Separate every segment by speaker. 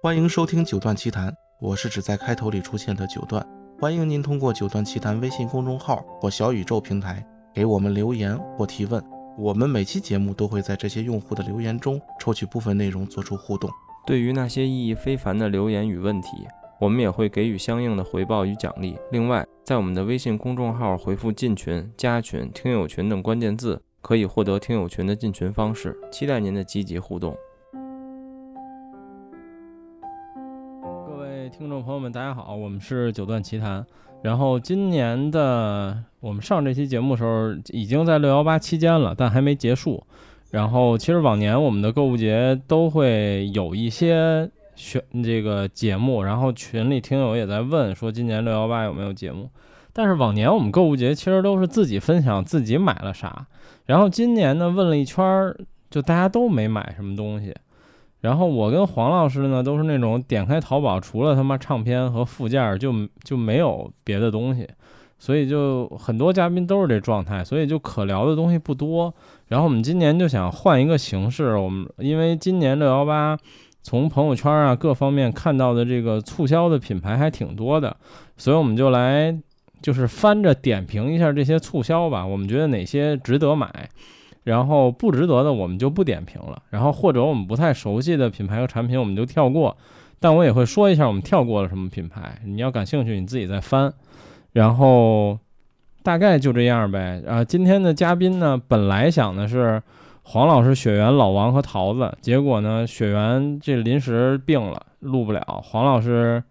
Speaker 1: 欢迎收听《九段奇谈》，我是只在开头里出现的九段。欢迎您通过《九段奇谈》微信公众号或小宇宙平台给我们留言或提问。我们每期节目都会在这些用户的留言中抽取部分内容做出互动。
Speaker 2: 对于那些意义非凡的留言与问题，我们也会给予相应的回报与奖励。另外，在我们的微信公众号回复“进群”“加群”“听友群”等关键字，可以获得听友群的进群方式。期待您的积极互动。各位听众朋友们，大家好，我们是九段奇谈。然后今年的我们上这期节目的时候，已经在六幺八期间了，但还没结束。然后，其实往年我们的购物节都会有一些选这个节目，然后群里听友也在问说今年六幺八有没有节目。但是往年我们购物节其实都是自己分享自己买了啥，然后今年呢问了一圈儿，就大家都没买什么东西。然后我跟黄老师呢都是那种点开淘宝除了他妈唱片和附件儿就就没有别的东西，所以就很多嘉宾都是这状态，所以就可聊的东西不多。然后我们今年就想换一个形式，我们因为今年六幺八从朋友圈啊各方面看到的这个促销的品牌还挺多的，所以我们就来就是翻着点评一下这些促销吧，我们觉得哪些值得买，然后不值得的我们就不点评了，然后或者我们不太熟悉的品牌和产品我们就跳过，但我也会说一下我们跳过了什么品牌，你要感兴趣你自己再翻，然后。大概就这样呗。啊，今天的嘉宾呢，本来想的是黄老师、雪原、老王和桃子，结果呢，雪原这临时病了，录不了。黄老师，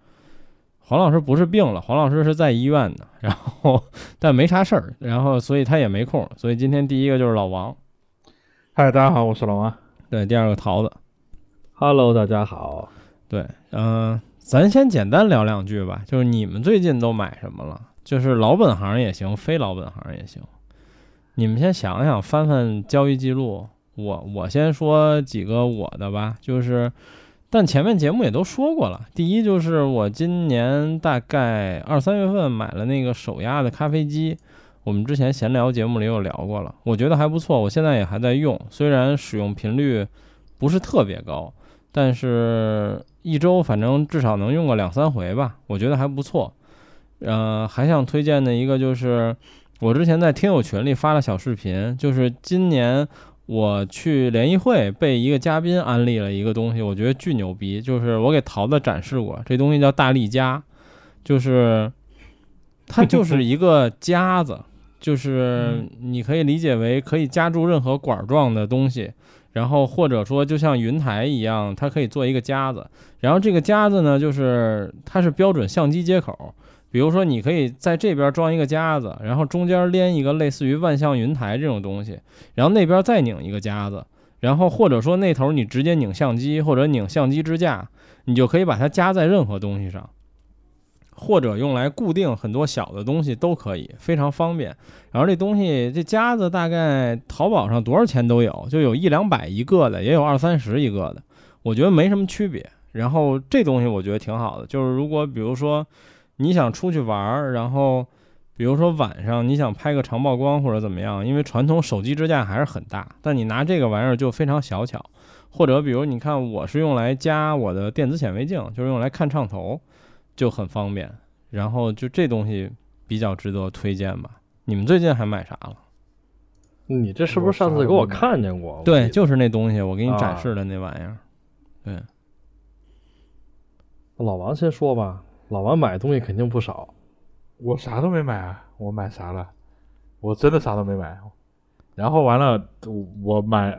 Speaker 2: 黄老师不是病了，黄老师是在医院呢。然后，但没啥事儿，然后所以他也没空。所以今天第一个就是老王，
Speaker 3: 嗨，大家好，我是老王。
Speaker 2: 对，第二个桃子，
Speaker 4: Hello，大家好。
Speaker 2: 对，嗯、咱先简单聊两句吧，就是你们最近都买什么了？就是老本行也行，非老本行也行。你们先想想，翻翻交易记录。我我先说几个我的吧，就是，但前面节目也都说过了。第一就是我今年大概二三月份买了那个手压的咖啡机，我们之前闲聊节目里有聊过了，我觉得还不错，我现在也还在用，虽然使用频率不是特别高，但是一周反正至少能用个两三回吧，我觉得还不错。呃，还想推荐的一个就是，我之前在听友群里发了小视频，就是今年我去联谊会被一个嘉宾安利了一个东西，我觉得巨牛逼，就是我给桃子展示过，这东西叫大力夹，就是它就是一个夹子，就是你可以理解为可以夹住任何管状的东西。然后或者说就像云台一样，它可以做一个夹子。然后这个夹子呢，就是它是标准相机接口，比如说，你可以在这边装一个夹子，然后中间连一个类似于万象云台这种东西，然后那边再拧一个夹子，然后或者说那头你直接拧相机或者拧相机支架，你就可以把它夹在任何东西上，或者用来固定很多小的东西都可以，非常方便。然后这东西这夹子大概淘宝上多少钱都有，就有一两百一个的，也有二三十一个的，我觉得没什么区别。然后这东西我觉得挺好的，就是如果比如说。你想出去玩儿，然后比如说晚上你想拍个长曝光或者怎么样，因为传统手机支架还是很大，但你拿这个玩意儿就非常小巧。或者比如你看，我是用来夹我的电子显微镜，就是用来看唱头，就很方便。然后就这东西比较值得推荐吧。你们最近还买啥了？
Speaker 4: 你这是不是上次给我看见过？
Speaker 2: 对，
Speaker 4: 我记
Speaker 2: 就是那东西，我给你展
Speaker 4: 啊
Speaker 2: 示的那玩意儿。对，
Speaker 4: 得老王先说吧。老王买东西肯定不少，
Speaker 3: 我啥都没买啊，我买啥了？我真的啥都没买。然后完了，我我买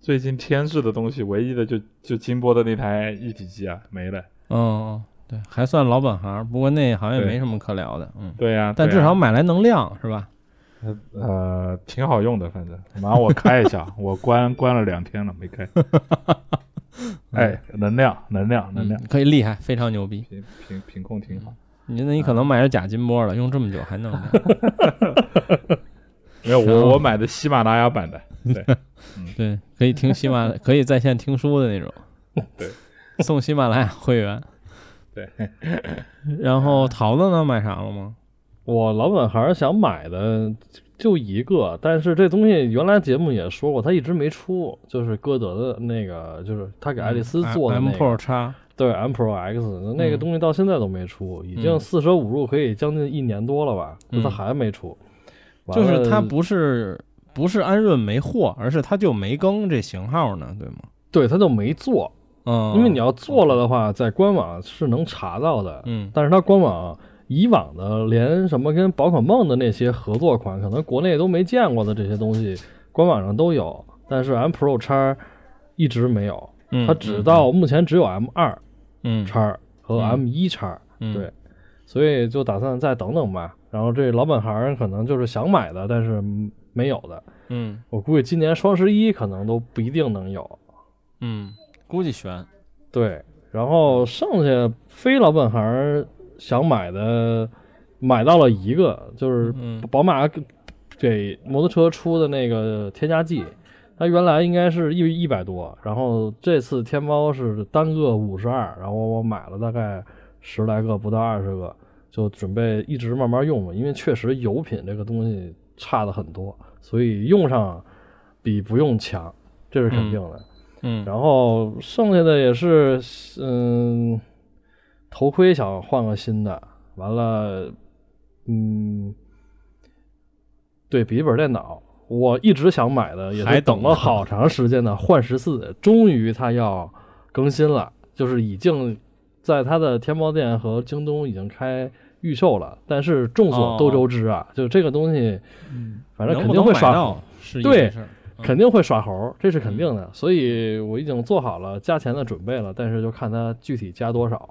Speaker 3: 最近添置的东西，唯一的就就金波的那台一体机啊，没了。
Speaker 2: 嗯，对，还算老本行，不过那好像也
Speaker 3: 对
Speaker 2: 没什么可聊的。嗯，
Speaker 3: 对呀、啊对
Speaker 2: 但
Speaker 3: 呀
Speaker 2: 至少买来能亮是吧？
Speaker 3: 呃挺好用的，反正马上我开一下， 我关关了两天了没开。哎，能量，能量，能量
Speaker 2: 嗯，，可以厉害，非常牛逼。
Speaker 3: 品品品控挺
Speaker 4: 嗯
Speaker 3: 好。
Speaker 2: 你那你可能买着假金波了，用这么久还 弄不了
Speaker 3: 没有
Speaker 2: 然后
Speaker 3: 我我买的喜马拉雅版的，啊对，
Speaker 2: 对，可以听喜 马，可以在线听书的那种。
Speaker 3: 对，
Speaker 2: 送喜马拉雅会员。
Speaker 3: 对。
Speaker 2: 然后桃子呢，买啥了吗？
Speaker 4: 我老本行想买的就一个，但是这东西原来节目也说过，他一直没出，就是歌德的那个，就是他给爱丽丝做的
Speaker 2: 嗯啊 M
Speaker 4: 那
Speaker 2: Pro
Speaker 4: 个，
Speaker 2: 叉，
Speaker 4: 对 M Pro X 那个
Speaker 2: 嗯
Speaker 4: 东西到现在都没出，已
Speaker 2: 嗯
Speaker 4: 经四舍五入可以将近一年多了吧，
Speaker 2: 嗯
Speaker 4: 他还没出，完
Speaker 2: 就
Speaker 4: 了
Speaker 2: 是它不是不是安润没货，而是它就没更这型号呢，对吗？
Speaker 4: 对他就没做，
Speaker 2: 嗯，
Speaker 4: 因为你要做了的话，在官网是能查到的，
Speaker 2: 嗯
Speaker 4: 但是它官网以往的连什么跟宝可梦的那些合作款，可能国内都没见过的这些东西，官网上都有，但是 M Pro 叉一直没有，
Speaker 2: 嗯
Speaker 4: 它只到目前只有 M 二
Speaker 2: 嗯
Speaker 4: 叉和
Speaker 2: 嗯
Speaker 4: M 一叉，
Speaker 2: 嗯
Speaker 4: 对所以就打算再等等吧。然后这老本行可能就是想买的，但是没有的，
Speaker 2: 嗯
Speaker 4: 我估计今年双十一可能都不一定能有。
Speaker 2: 嗯，估计悬
Speaker 4: 对，然后剩下非老本行想买的，买到了一个，就是
Speaker 2: 嗯
Speaker 4: 宝马给给摩托车出的那个添加剂，它原来应该是一一百多，然后这次天猫是单个五十二，然后我买了大概十来个，不到二十个，就准备一直慢慢用嘛，因为确实油品这个东西差的很多，所以用上比不用强，这是肯定的。
Speaker 2: 嗯
Speaker 4: 然后剩下的也是，嗯，头盔想换个新的，完了，嗯，对笔记本电脑，我一直想买的，也
Speaker 2: 还
Speaker 4: 是
Speaker 2: 等
Speaker 4: 等
Speaker 2: 呢
Speaker 4: 了好长时间的幻十四， 终于它要更新了，就是已经在它的天猫店和京东已经开预售了，但是众所
Speaker 2: 哦嗯
Speaker 4: 周周知啊，就这个东西，反正肯定会
Speaker 2: 刷
Speaker 4: 刷屏
Speaker 2: 到是一
Speaker 4: 对
Speaker 2: 回事儿，嗯
Speaker 4: 肯定会耍猴，这是肯定的。所以我已经做好了加钱的准备了，但是就看它具体加多少。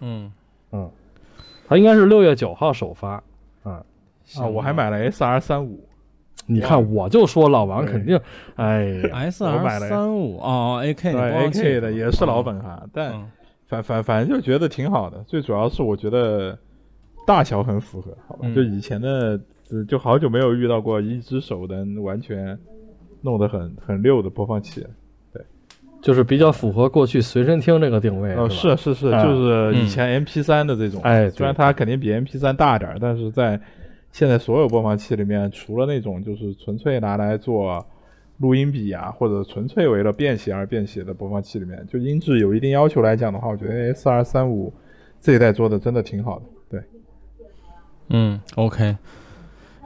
Speaker 2: 嗯
Speaker 4: 嗯，它应该是六月九号首发。
Speaker 3: 啊，我还买了 S R 三五，
Speaker 4: 你看，我就说老王肯定， 哎呀，
Speaker 2: S
Speaker 3: 我
Speaker 2: R
Speaker 3: 买了
Speaker 2: 三五哦，AK
Speaker 3: 对
Speaker 2: 你不
Speaker 3: A
Speaker 2: 忘记
Speaker 3: K 的也是老本行，啊但
Speaker 2: 嗯
Speaker 3: 反反反正就觉得挺好的。最主要是我觉得大小很符合，好吧？
Speaker 2: 嗯
Speaker 3: 就以前的，呃就好久没有遇到过一只手能完全弄得很很溜的播放器了。
Speaker 4: 就是比较符合过去随身听这个定位。
Speaker 3: 哦，
Speaker 4: 是吧
Speaker 3: 是是是，
Speaker 2: 嗯
Speaker 4: 啊
Speaker 3: 就是以前 M P 3的这种，
Speaker 4: 哎对
Speaker 3: 虽然它肯定比 M P 3大点儿，但是在现在所有播放器里面，除了那种就是纯粹拿来做录音笔啊，或者纯粹为了便携而便携的播放器里面，就音质有一定要求来讲的话，我觉得 S R 三五这一代做的真的挺好的。对，
Speaker 2: 嗯，OK。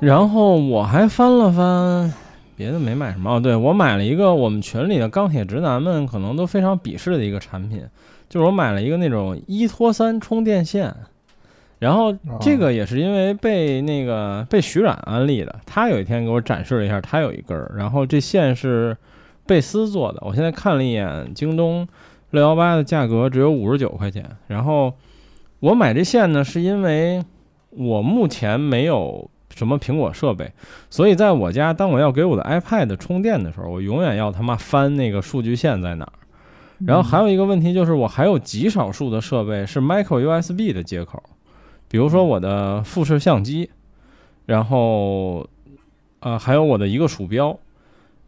Speaker 2: 然后我还翻了翻，别的没买什么。哦，对我买了一个我们群里的钢铁直男们可能都非常鄙视的一个产品，就是我买了一个那种一拖三充电线。然后这个也是因为被那个被徐冉安利的，他有一天给我展示了一下，他有一根儿，然后这线是贝斯做的。我现在看了一眼京东六幺八的价格，只有五十九块钱。然后我买这线呢，是因为我目前没有什么苹果设备，所以在我家，当我要给我的 iPad 充电的时候，我永远要他妈翻那个数据线在哪儿。然后还有一个问题就是，我还有极少数的设备是 micro USB 的接口，比如说我的富士相机，然后呃还有我的一个鼠标。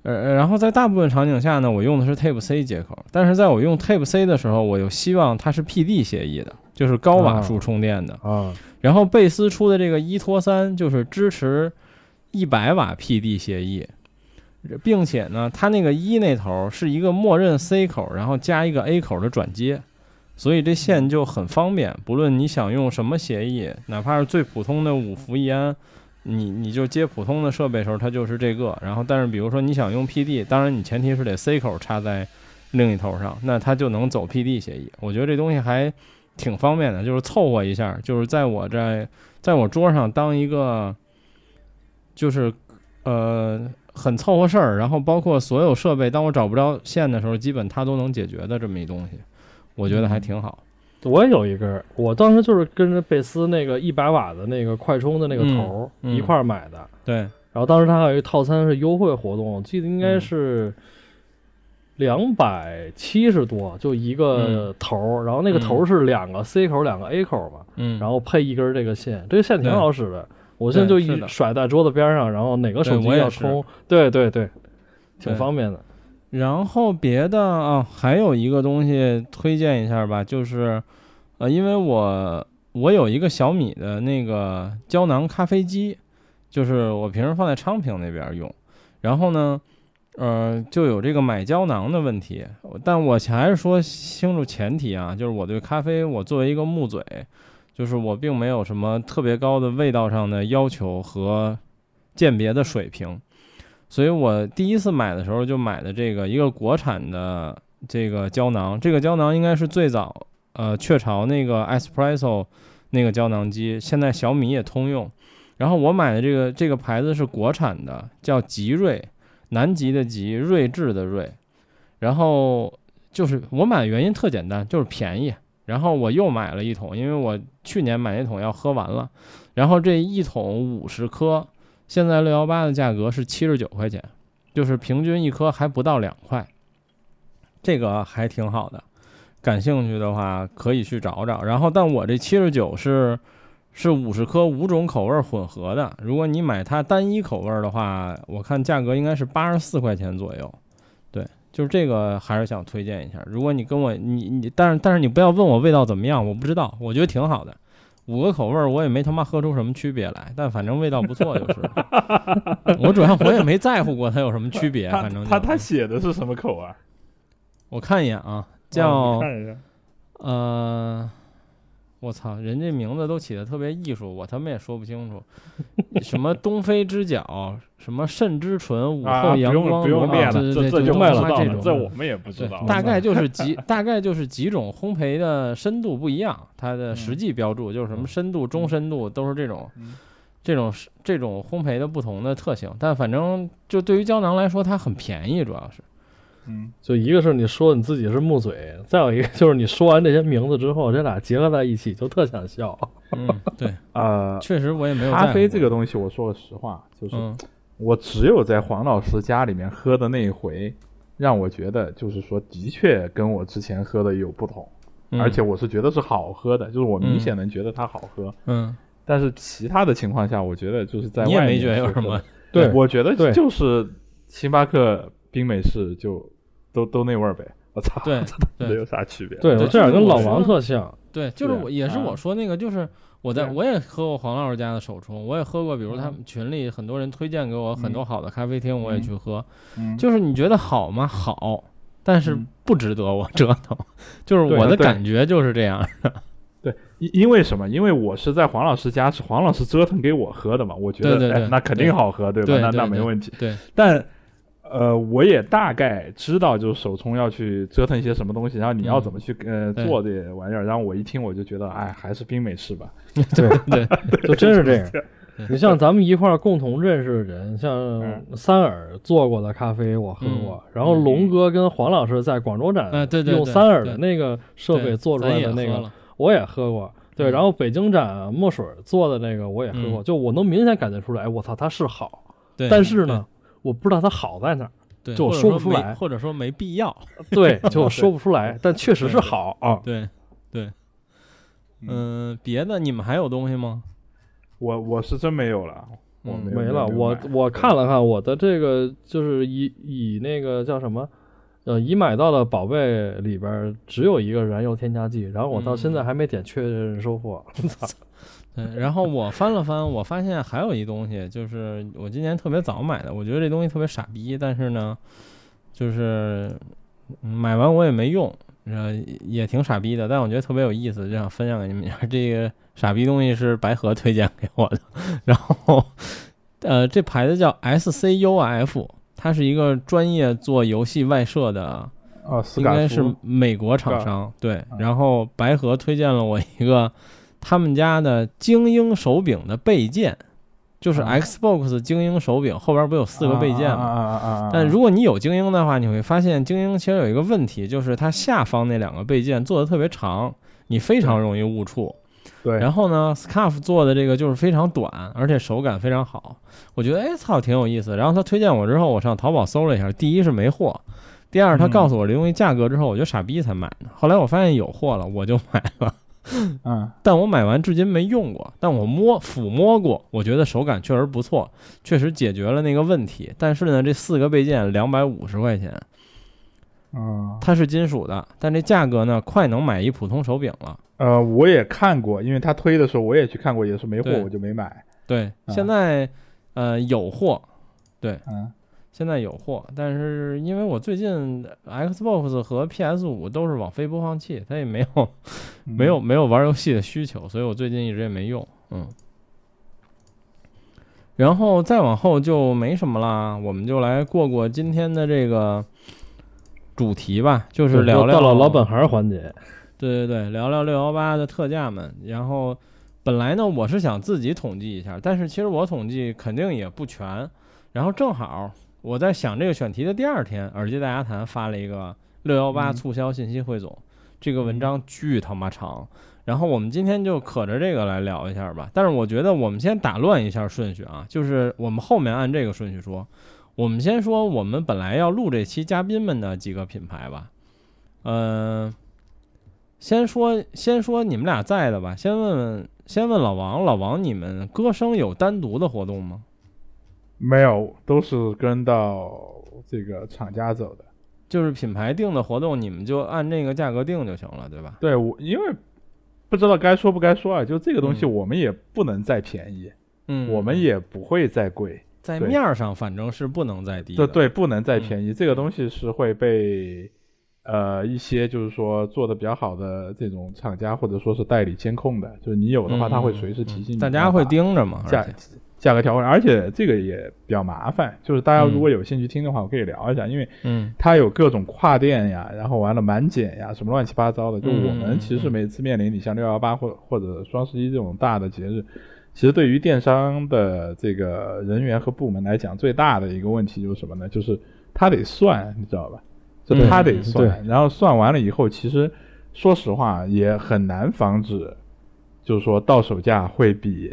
Speaker 2: 呃，然后在大部分场景下呢，我用的是 Type C 接口，但是在我用 Type C 的时候，我又希望它是 PD 协议的，就是高瓦数充电的。
Speaker 4: 啊，
Speaker 2: 然后贝斯出的这个一拖三就是支持一百瓦 PD 协议，并且呢，它那个一那头是一个默认 C 口，然后加一个 A 口的转接，所以这线就很方便。不论你想用什么协议，哪怕是最普通的五伏一安，你你就接普通的设备的时候，它就是这个。然后，但是比如说你想用 PD，当然你前提是得 C 口插在另一头上，那它就能走 PD 协议。我觉得这东西还挺方便的，就是凑合一下，就是在我这，在我桌上当一个，就是呃很凑合事儿，然后包括所有设备，当我找不着线的时候，基本它都能解决的这么一东西，我觉得还挺好。
Speaker 4: 我也有一根儿，我当时就是跟着贝斯那个一百瓦的那个快充的那个头儿
Speaker 2: 嗯嗯
Speaker 4: 一块儿买的。
Speaker 2: 对，
Speaker 4: 然后当时它还有一个套餐是优惠活动，我记得应该
Speaker 2: 嗯
Speaker 4: 是两百七十多，就一个头儿，然后那个头儿是两个 C 口、两个 A 口嘛，
Speaker 2: 嗯，
Speaker 4: 然后配一根这个线，这个线挺好使的。我现在就
Speaker 2: 对是
Speaker 4: 一
Speaker 2: 的
Speaker 4: 甩在桌子边上，然后哪个手机
Speaker 2: 对我也
Speaker 4: 要
Speaker 2: 是
Speaker 4: 充，对对对，挺
Speaker 2: 对
Speaker 4: 方便的。
Speaker 2: 然后别的啊，还有一个东西推荐一下吧，就是，呃，因为我我有一个小米的那个胶囊咖啡机，就是我平时放在昌平那边用。然后呢，呃，就有这个买胶囊的问题。但我还是说清楚前提啊，就是我对咖啡，我作为一个木嘴，就是我并没有什么特别高的味道上的要求和鉴别的水平。所以我第一次买的时候就买的这个一个国产的这个胶囊，这个胶囊应该是最早呃雀巢那个 espresso 那个胶囊机，现在小米也通用。然后我买的这个这个牌子是国产的，叫吉瑞，南极的极，睿智的睿。然后就是我买的原因特简单，就是便宜。然后我又买了一桶，因为我去年买那桶要喝完了。然后这一桶五十颗，现在六幺八的价格是七十九块钱，就是平均一颗还不到两块，这个还挺好的。感兴趣的话可以去找找。然后，但我这七十九是是五十颗五种口味混合的，如果你买它单一口味的话，我看价格应该是八十四块钱左右。对，就是这个还是想推荐一下。如果你跟我你你，但是但是你不要问我味道怎么样，我不知道，我觉得挺好的。五个口味儿我也没他妈喝出什么区别来，但反正味道不错就是了。 我主要我也没在乎过它有什么区别，
Speaker 3: 他
Speaker 2: 反正就
Speaker 3: 他他写的是什么口
Speaker 2: 嗯
Speaker 3: 啊？
Speaker 2: 我看一眼啊，
Speaker 3: 哦
Speaker 2: 叫
Speaker 3: 你看一下，
Speaker 2: 呃，我操，人这名字都起的特别艺术，我他妈也说不清楚，什么东非之角，什么肾之唇，午
Speaker 3: 啊，
Speaker 2: 后
Speaker 3: 不
Speaker 2: 阳
Speaker 3: 用
Speaker 2: 光
Speaker 3: 不用
Speaker 2: 罗
Speaker 3: 念
Speaker 2: 马，
Speaker 3: 了，
Speaker 2: 对对
Speaker 3: 这
Speaker 2: 对，
Speaker 3: 就
Speaker 2: 就
Speaker 3: 不
Speaker 4: 卖
Speaker 2: 他
Speaker 3: 知
Speaker 4: 了
Speaker 2: 妈
Speaker 3: 道
Speaker 2: 这
Speaker 4: 了
Speaker 2: 种
Speaker 3: 这
Speaker 2: 的
Speaker 3: 我们也不知
Speaker 2: 对
Speaker 3: 道。，
Speaker 2: 大概就是几大概就是几种烘焙的深度不一样，它的实际标注就是什么深度、中深度都是这种
Speaker 3: 嗯，
Speaker 2: 这种是这种烘焙的不同的特性。但反正就对于胶囊来说，它很便宜，主要是
Speaker 3: 嗯，
Speaker 4: 就一个是你说你自己是木嘴，再有一个就是你说完这些名字之后，这俩结合在一起就特想笑。
Speaker 2: 嗯，对，
Speaker 3: 呃，
Speaker 2: 确实我也没有在
Speaker 3: 咖
Speaker 2: 乎
Speaker 3: 啡这
Speaker 2: 过
Speaker 3: 个东西，我说个实话，就是
Speaker 2: 嗯
Speaker 3: 我只有在黄老师家里面喝的那一回，让我觉得就是说，的确跟我之前喝的有不同，
Speaker 2: 嗯
Speaker 3: 而且我是觉得是好喝的，就是我明
Speaker 2: 嗯
Speaker 3: 显能觉得它好喝。
Speaker 2: 嗯，
Speaker 3: 但是其他的情况下，我觉得就是在
Speaker 2: 你也
Speaker 3: 外
Speaker 2: 没
Speaker 3: 面
Speaker 2: 觉得有
Speaker 3: 是
Speaker 2: 什
Speaker 3: 喝
Speaker 2: 么
Speaker 3: 的，
Speaker 4: 对
Speaker 3: 我觉得
Speaker 4: 对
Speaker 3: 就是星巴克、冰美式就都都那味儿呗。我操，
Speaker 2: 对
Speaker 3: 这
Speaker 2: 对
Speaker 3: 有啥区别？
Speaker 4: 对，
Speaker 2: 对
Speaker 4: 我这点
Speaker 2: 就是
Speaker 4: 跟老
Speaker 2: 我
Speaker 4: 王
Speaker 2: 说
Speaker 4: 特像。
Speaker 2: 对，就是我也是
Speaker 3: 啊
Speaker 2: 我说那个，就是我在
Speaker 3: 对
Speaker 2: 我也喝过黄老师家的手冲，我也喝过，比如他们群里很多人推荐给我很多好的咖啡厅，我也去喝。
Speaker 3: 嗯，
Speaker 2: 就是你觉得好吗？好，但是
Speaker 3: 嗯
Speaker 2: 不值得我折腾。就是
Speaker 3: 对
Speaker 2: 我的
Speaker 3: 对
Speaker 2: 感觉就是这样。
Speaker 3: 对，因因为什么？因为我是在黄老师家，是黄老师折腾给我喝的嘛，我觉得
Speaker 2: 对对对
Speaker 3: 哎、那肯
Speaker 2: 对
Speaker 3: 定好喝，对吧？
Speaker 2: 对
Speaker 3: 那
Speaker 2: 对
Speaker 3: 那
Speaker 2: 对
Speaker 3: 没问题。
Speaker 2: 对，
Speaker 3: 但呃，我也大概知道，就是手冲要去折腾一些什么东西，然后你
Speaker 2: 嗯
Speaker 3: 要怎么去、呃
Speaker 2: 对
Speaker 3: 做这玩意儿。然后我一听我就觉得，哎，还是冰美式吧。
Speaker 4: 对
Speaker 2: 对，
Speaker 4: 就真是这样。
Speaker 2: 对
Speaker 4: 你像咱们一块儿共同认识的人，像三尔做过的咖啡我喝过，然后龙哥跟黄老师在广州展
Speaker 2: 嗯啊对对对
Speaker 4: 用三尔
Speaker 2: 对
Speaker 4: 的那个设备
Speaker 2: 对
Speaker 4: 做出来
Speaker 2: 咱也
Speaker 4: 的那
Speaker 2: 喝
Speaker 4: 个
Speaker 2: 了
Speaker 4: 我也喝过。对，
Speaker 2: 嗯
Speaker 4: 然后北京展墨水做的那个我也喝过，
Speaker 2: 嗯
Speaker 4: 就我能明显感觉出来，我操，它是好，
Speaker 2: 对，
Speaker 4: 但是呢，我不知道它好在哪儿，
Speaker 2: 对，对，
Speaker 4: 就我
Speaker 2: 或者
Speaker 4: 说不出
Speaker 2: 没
Speaker 4: 来
Speaker 2: 或者说没必要。
Speaker 4: 对，就我说不出来，但确实是
Speaker 2: 对
Speaker 4: 好啊。
Speaker 2: 对对，嗯，别的你们还有东西吗？
Speaker 3: 我我是真没有了，我
Speaker 2: 嗯
Speaker 3: 没有
Speaker 4: 没了，
Speaker 3: 有
Speaker 4: 我
Speaker 3: 买
Speaker 4: 我看了看我的这个，就是以以那个叫什么，呃，已买到的宝贝里边儿只有一个燃油添加剂，然后我到现在还没点确认收获。操
Speaker 2: 对，然后我翻了翻，我发现还有一东西，就是我今年特别早买的，我觉得这东西特别傻逼，但是呢，就是嗯买完我也没用，呃，也挺傻逼的，但我觉得特别有意思，就想分享给你们一 下。这个傻逼东西是白河推荐给我的， 然后呃，这牌子叫 SCUF，它是一个专业做游戏外设的。
Speaker 3: 啊，斯
Speaker 2: 应
Speaker 3: 卡
Speaker 2: 该
Speaker 3: 夫啊
Speaker 2: 是美国厂商，对。然后白河推荐了我一个他们家的精英手柄的备件，就是
Speaker 3: 啊
Speaker 2: Xbox 精英手柄后边不有四个备件
Speaker 3: 啊
Speaker 2: 吗？
Speaker 3: 啊啊啊啊啊！
Speaker 2: 但如果你有精英的话，你会发现精英其实有一个问题，就是它下方那两个备件做的特别长，你非常容易误触。
Speaker 3: 对，
Speaker 2: 然后呢，Scarf 做的这个就是非常短，而且手感非常好，我觉得哎操挺有意思。然后他推荐我之后，我上淘宝搜了一下，第一是没货，第二他
Speaker 3: 嗯
Speaker 2: 告诉我这东西价格之后，我就傻逼才买的。后来我发现有货了，我就买了，
Speaker 3: 嗯
Speaker 2: 但我买完至今没用过，但我摸抚摸过，我觉得手感确实不错，确实解决了那个问题。但是呢，这四个备件两百五十块钱，
Speaker 3: 嗯
Speaker 2: 它是金属的，但这价格呢，快能买一普通手柄了。
Speaker 3: 呃，我也看过，因为他推的时候我也去看过，也是没货，
Speaker 2: 对
Speaker 3: 我就没买。
Speaker 2: 对，
Speaker 3: 啊
Speaker 2: 现在呃，有货，
Speaker 3: 嗯
Speaker 2: 现在有货，但是因为我最近 Xbox 和 PS 五都是网飞播放器，它也没有
Speaker 3: 嗯
Speaker 2: 没有没有玩游戏的需求，所以我最近一直也没用，嗯。然后再往后就没什么啦，我们就来过过今天的这个主题吧，就是聊聊
Speaker 4: 到了老本行环节，
Speaker 2: 对对对，聊聊六幺八的特价们。然后本来呢，我是想自己统计一下，但是其实我统计肯定也不全。然后正好我在想这个选题的第二天，耳机大家谈发了一个六幺八
Speaker 3: 嗯
Speaker 2: 促销信息汇总，这个文章巨他妈长。然后我们今天就可着这个来聊一下吧。但是我觉得我们先打乱一下顺序啊，就是我们后面按这个顺序说。我们先说我们本来要录这期嘉宾们的几个品牌吧，嗯、先说先说你们俩在的吧，先问问先问老王，老王你们歌声有单独的活动吗？
Speaker 3: 没有，都是跟到这个厂家走的。
Speaker 2: 就是品牌定的活动，你们就按那个价格定就行了，对吧？
Speaker 3: 对我，因为不知道该说不该说啊，就这个东西
Speaker 2: 嗯
Speaker 3: 我们也不能再便宜，
Speaker 2: 嗯
Speaker 3: 我们也不会再贵。
Speaker 2: 在
Speaker 3: 对
Speaker 2: 面儿上反正是不能再低
Speaker 3: 这
Speaker 2: 的。
Speaker 3: 对不能再便宜，
Speaker 2: 嗯
Speaker 3: 这个东西是会被呃一些就是说做的比较好的这种厂家或者说是代理监控的，就是你有的话，
Speaker 2: 嗯
Speaker 3: 他会随时提醒你，
Speaker 2: 大家会
Speaker 3: 定
Speaker 2: 盯着嘛，
Speaker 3: 价
Speaker 2: 而且
Speaker 3: 价格调整，而且这个也比较麻烦，就是大家
Speaker 2: 嗯
Speaker 3: 如果有兴趣听的话，我可以聊一下，因为
Speaker 2: 嗯
Speaker 3: 它有各种跨店呀，然后完了满减呀，什么乱七八糟的。就
Speaker 2: 嗯
Speaker 3: 我们其实每次面临你像六幺八或或者双十一这种大的节日，其实对于电商的这个人员和部门来讲，最大的一个问题就是什么呢？就是他得算，你知道吧？就他
Speaker 2: 嗯
Speaker 3: 得算，然后算完了以后，其实说实话也很难防止，就是说到手价会比。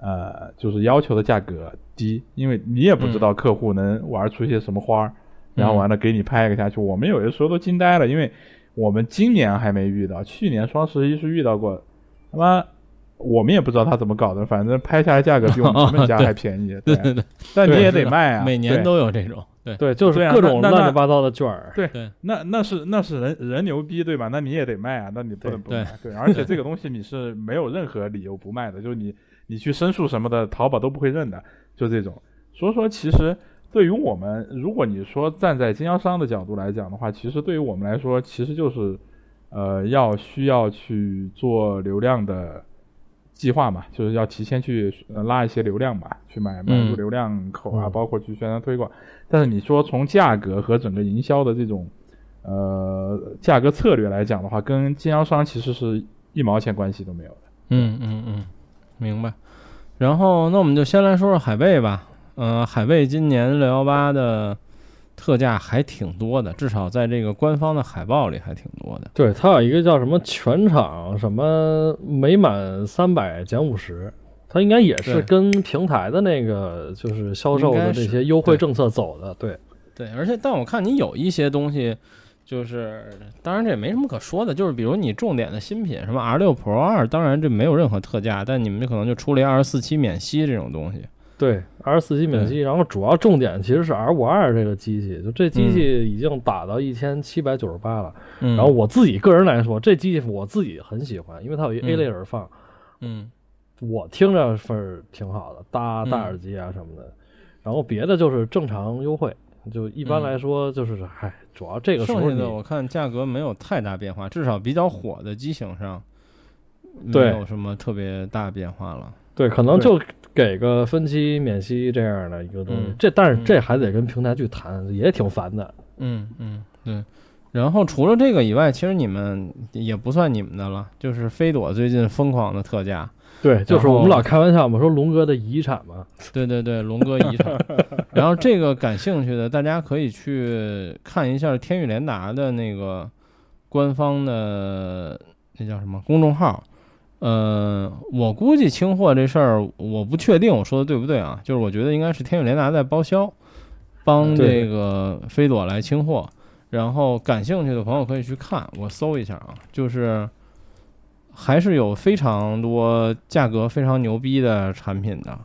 Speaker 3: 呃，就是要求的价格低，因为你也不
Speaker 2: 嗯
Speaker 3: 知道客户能玩出一些什么花儿，然后完了给你拍一个下去。我们有的时候都惊呆了，因为我们今年还没遇到，去年双十一是遇到过的，他妈我们也不知道他怎么搞的，反正拍下来价格比我们成 本价
Speaker 2: 对
Speaker 3: 还便宜，
Speaker 2: 对
Speaker 3: 对
Speaker 2: 对对，
Speaker 3: 但你
Speaker 2: 对
Speaker 3: 也
Speaker 2: 是
Speaker 3: 得
Speaker 2: 的
Speaker 3: 卖啊，
Speaker 2: 每年
Speaker 3: 对
Speaker 2: 都有这种对
Speaker 4: 对，就是
Speaker 3: 对啊
Speaker 4: 各种
Speaker 3: 那那那
Speaker 4: 乱七八糟的券儿，
Speaker 3: 对
Speaker 2: 对
Speaker 3: 那那是那是人人牛逼对吧？那你也得卖啊，那你不能不
Speaker 2: 对
Speaker 3: 卖。对，而且这个东西你是没有任何理由不卖的，就是你你去申诉什么的，淘宝都不会认的，就这种。所以说，其实对于我们，如果你说站在经销商的角度来讲的话，其实对于我们来说，其实就是呃要需要去做流量的计划嘛，就是要提前去、呃拉一些流量嘛，去买买入
Speaker 2: 嗯
Speaker 3: 流量口啊，
Speaker 4: 嗯
Speaker 3: 包括去宣传推广。但是你说从价格和整个营销的这种呃价格策略来讲的话，跟经销商其实是一毛钱关系都没有的。
Speaker 2: 嗯嗯嗯，明白。然后那我们就先来说说海贝吧。嗯、海贝今年六幺八的特价还挺多的，至少在这个官方的海报里还挺多的。
Speaker 4: 对，它有一个叫什么全场什么每满三百减五十，它应该也是
Speaker 2: 对
Speaker 4: 跟平台的那个就是销售
Speaker 2: 应该
Speaker 4: 的
Speaker 2: 是
Speaker 4: 这些优惠
Speaker 2: 对
Speaker 4: 政策走的，对，
Speaker 2: 对，而且但我看你有一些东西，就是当然这也没什么可说的，就是比如你重点的新品，什么 R 六 Pro 二，当然这没有任何特价，但你们可能就出了一二十四期免息这种东西。
Speaker 4: 对，R 四机免息，然后主要重点其实是 R 五二这个机器，就这机器已经打到一千七百九十八了。
Speaker 2: 嗯，
Speaker 4: 然后我自己个人来说，这机器我自己很喜欢，因为它有一
Speaker 2: 嗯
Speaker 4: A 类耳放，
Speaker 2: 嗯
Speaker 4: 我听着是挺好的，搭
Speaker 2: 嗯
Speaker 4: 大耳机啊什么的。然后别的就是正常优惠，就一般
Speaker 2: 嗯
Speaker 4: 来说就是，唉，主要这个时
Speaker 2: 剩
Speaker 4: 候
Speaker 2: 下
Speaker 4: 你
Speaker 2: 的我看价格没有太大变化，至少比较火的机型上没
Speaker 4: 对
Speaker 2: 有什么特别大变化了。
Speaker 4: 对，可能
Speaker 3: 对
Speaker 4: 就给个分期免息这样的一个东西。
Speaker 2: 嗯
Speaker 4: 这但是
Speaker 2: 嗯
Speaker 4: 这还得跟平台去谈，也挺烦的。
Speaker 2: 嗯嗯，对。然后除了这个以外，其实你们也不算你们的了，就是飞朵最近疯狂的特价。
Speaker 4: 对，就是
Speaker 2: 然后
Speaker 4: 我们老开玩笑嘛，说龙哥的遗产嘛。
Speaker 2: 对对对，龙哥遗产。然后这个感兴趣的，大家可以去看一下天宇联达的那个官方的那叫什么公众号。呃，我估计清货这事儿，我不确定我说的对不对啊，就是我觉得应该是天宇联达在包销，帮
Speaker 4: 对
Speaker 2: 这个飞朵来清货。然后感兴趣的朋友可以去看，我搜一下啊，就是还是有非常多价格非常牛逼的产品的，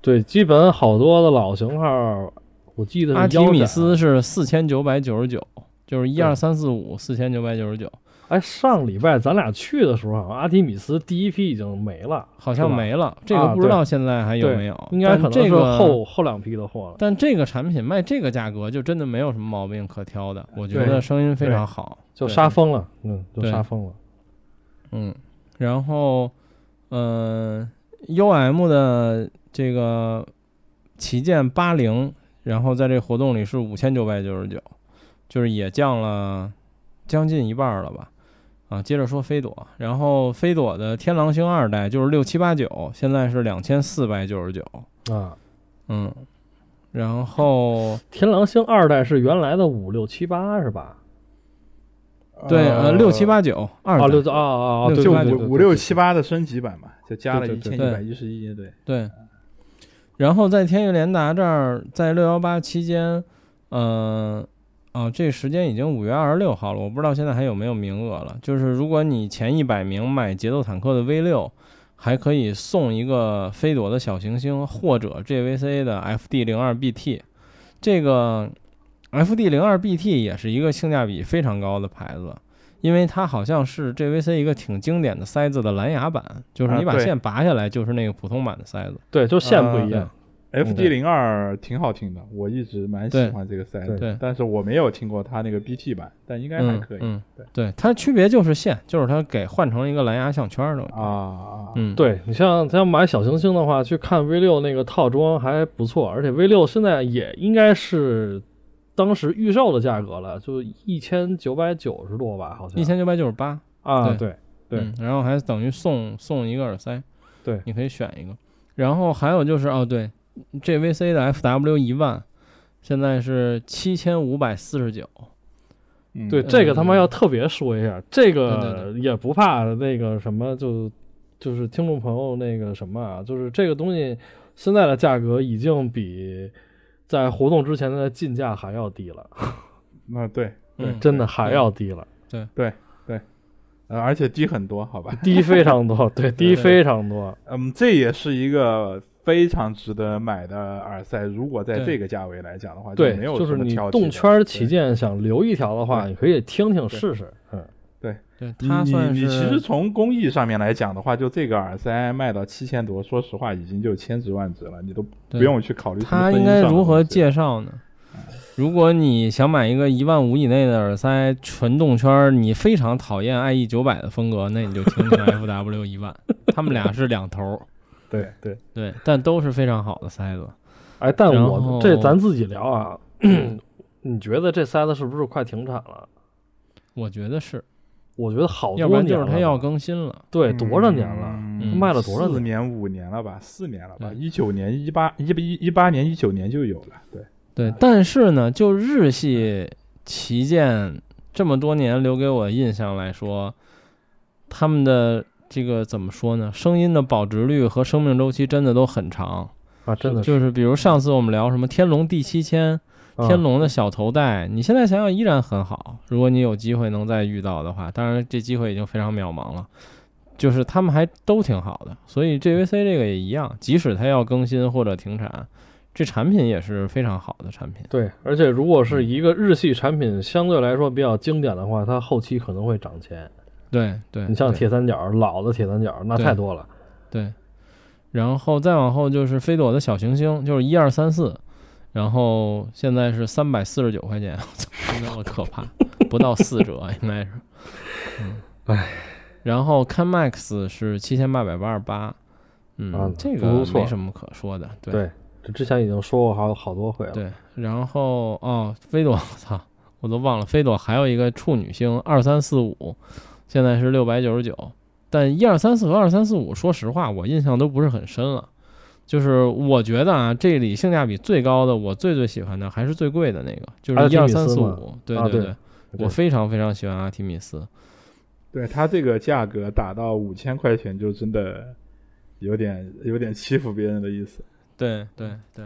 Speaker 4: 对，基本好多的老型号，我记得是
Speaker 2: 阿提
Speaker 4: 腰
Speaker 2: 米
Speaker 4: 斩
Speaker 2: 斯是四千九百九十九，就是一二三四五四千九百九十九。
Speaker 4: 哎，上礼拜咱俩去的时候，好啊像阿提米斯第一批已经没了，
Speaker 2: 好像
Speaker 4: 是吧
Speaker 2: 没了，这
Speaker 4: 啊
Speaker 2: 个不知
Speaker 4: 对
Speaker 2: 道现在还有
Speaker 4: 对
Speaker 2: 没有。
Speaker 4: 应该可能
Speaker 2: 但这
Speaker 4: 是
Speaker 2: 个
Speaker 4: 后后两批的货了。
Speaker 2: 但这个产品卖这个价格，就真的没有什么毛病可挑的。我觉得
Speaker 4: 对
Speaker 2: 声音非常好，
Speaker 4: 就
Speaker 2: 对
Speaker 4: 杀疯了，嗯，就
Speaker 2: 对
Speaker 4: 杀疯了。
Speaker 2: 嗯，然后，嗯、u m 的这个旗舰八零，然后在这活动里是五千九百九十九，就是也降了将近一半儿了吧。啊，接着说飞朵，然后飞朵的天狼星二代就是六七八九，现在是两千四百九十九，
Speaker 4: 啊，
Speaker 2: 嗯，然后
Speaker 4: 天狼星二代是原来的五六七八是吧？
Speaker 2: 对呃六七八九二代
Speaker 4: 哦，六啊啊啊，
Speaker 2: 六
Speaker 4: 对
Speaker 2: 七
Speaker 3: 就
Speaker 2: 八九
Speaker 4: 对对对
Speaker 2: 对
Speaker 4: 对
Speaker 3: 五五六七八的升级版嘛，就加了
Speaker 4: 对
Speaker 3: 一
Speaker 4: 对
Speaker 3: 千
Speaker 4: 对
Speaker 3: 一百一十一，对，
Speaker 2: 对，然后在天域联达这儿，在六幺八期间，嗯、呃，啊，这时间已经五月二十六号了，我不知道现在还有没有名额了。就是如果你前一百名买节奏坦克的 V 六，还可以送一个飞朵的小行星或者 JVC 的 FD 零二 BT，这个 FD 零二 BT 也是一个性价比非常高的牌子。因为它好像是 JVC 一个挺经典的塞子的蓝牙版，就是
Speaker 3: 啊
Speaker 2: 你把
Speaker 3: 对
Speaker 2: 线拔下来就是那个普通版的塞子。
Speaker 4: 对，就线
Speaker 3: 啊
Speaker 4: 不一样。
Speaker 3: F D 零二挺好听的，我一直蛮喜欢这个塞子，
Speaker 4: 嗯
Speaker 2: 对
Speaker 3: 但是我没有听过它那个 B T 版，但应该还可以、
Speaker 2: 嗯嗯
Speaker 3: 对
Speaker 2: 对，它区别就是线，就是它给换成一个蓝牙项圈的。
Speaker 3: 啊。
Speaker 2: 嗯，，
Speaker 4: 对你像像买小行星的话，去看 V 六那个套装还不错，而且 V 六现在也应该是当时预售的价格了，就一千九百九十多吧，好像
Speaker 2: 一千九百九十八。
Speaker 4: 啊，
Speaker 2: 对
Speaker 4: 对对
Speaker 2: 嗯，然后还等于送送一个耳塞。
Speaker 4: 对
Speaker 2: 你可以选一个。然后还有就是哦，对，JVC 的 FW 一万，现在是七千五百四十九。
Speaker 3: 嗯
Speaker 4: 对，这个他妈要特别说一下，这
Speaker 2: 对
Speaker 4: 个也不怕那个什么，就就是听众朋友那个什么啊，就是这个东西现在的价格已经比在活动之前的进价还要低了，
Speaker 3: 那对
Speaker 2: 嗯，
Speaker 4: 真的还要低了，
Speaker 3: 对对，呃，而且低很多，好吧？
Speaker 4: 低非常多，对，
Speaker 2: 对
Speaker 4: 低非常多。
Speaker 3: 嗯，这也是一个非常值得买的耳塞，如果在
Speaker 2: 对
Speaker 3: 这个价位来讲的话，
Speaker 4: 对，
Speaker 3: 没有
Speaker 4: 就
Speaker 3: 什
Speaker 4: 是
Speaker 3: 么
Speaker 4: 你
Speaker 3: 挑剔的
Speaker 4: 动圈儿旗
Speaker 3: 对
Speaker 4: 舰想留一条的话，
Speaker 3: 对
Speaker 4: 你可以听听试试。嗯，
Speaker 2: 对，
Speaker 3: 你
Speaker 2: 它算
Speaker 3: 你
Speaker 2: 是
Speaker 3: 你其实从工艺上面来讲的话，就这个耳塞卖到七千多，说实话已经就千值万值了，你都不
Speaker 2: 对
Speaker 3: 用去考虑什么
Speaker 2: 它
Speaker 3: 声
Speaker 2: 应
Speaker 3: 音
Speaker 2: 该
Speaker 3: 上的
Speaker 2: 如何
Speaker 3: 东西啊
Speaker 2: 介绍呢？如果你想买一个一万五以内的耳塞，纯动圈儿，你非常讨厌 IE 九百的风格，那你就听听 FW 一万，他们俩是两头儿，
Speaker 3: 对对，
Speaker 2: 对，但都是非常好的塞子。
Speaker 4: 哎，但
Speaker 2: 然
Speaker 4: 我这
Speaker 2: 后
Speaker 4: 咱自己聊啊， 你觉得这塞子是不是快停产了？
Speaker 2: 我觉得是，
Speaker 4: 我觉得好
Speaker 2: 要
Speaker 4: 多
Speaker 2: 不然
Speaker 4: 年
Speaker 2: 就是它
Speaker 4: 了
Speaker 2: 要
Speaker 4: 吧
Speaker 2: 更新了。
Speaker 4: 对多少年了？
Speaker 2: 嗯
Speaker 4: 卖了多少
Speaker 3: 四
Speaker 4: 年？
Speaker 3: 年五年了吧，四年了吧，
Speaker 2: 对
Speaker 3: 一九年、一八、一一一八年、一九年就有了。对，
Speaker 2: 对，但是呢，就日系旗舰这么多年留给我的印象来说，他们的这个怎么说呢？声音的保值率和生命周期真的都很长。
Speaker 4: 啊，真的是
Speaker 2: 就是比如上次我们聊什么天龙第七千，
Speaker 4: 啊
Speaker 2: 天龙的小头戴，你现在想想依然很好。如果你有机会能再遇到的话，当然这机会已经非常渺茫了。就是他们还都挺好的，所以 JVC 这个也一样，即使它要更新或者停产，这产品也是非常好的产品。
Speaker 4: 对，而且如果是一个日系产品相对来说比较经典的话，它后期可能会涨钱。
Speaker 2: 对对，
Speaker 4: 你像
Speaker 2: 嗯对
Speaker 4: 铁三角老的铁三角那
Speaker 2: 对
Speaker 4: 太多了，
Speaker 2: 对，然后再往后就是飞朵的小行星，就是一二三四，然后现在是三百四十九块钱， 我操，那么可怕，不到四折啊应该是。嗯，
Speaker 4: 唉。
Speaker 2: 然后看 Max 是七千八百八十八，嗯，
Speaker 4: 啊
Speaker 2: 这
Speaker 4: 不
Speaker 2: 个
Speaker 4: 错
Speaker 2: 没什么可说的，对
Speaker 4: 对这之前已经说过好好多回了。
Speaker 2: 对然后哦，飞朵，我操，我都忘了，飞朵还有一个处女星二三四五，现在是六百九十九。但一二三四和二三四五，说实话，我印象都不是很深了。就是我觉得啊，这里性价比最高的，我最最喜欢的还是最贵的那个，就
Speaker 4: 阿
Speaker 2: 是一
Speaker 4: 提
Speaker 2: 二
Speaker 4: 米
Speaker 2: 三
Speaker 4: 斯
Speaker 2: 四
Speaker 4: 嘛
Speaker 2: 五。对
Speaker 4: 啊
Speaker 2: 对
Speaker 4: 对，
Speaker 2: 我非常非常喜欢阿提米斯。
Speaker 3: 对它这个价格打到五千块钱，就真的有点有点欺负别人的意思。
Speaker 2: 对对对，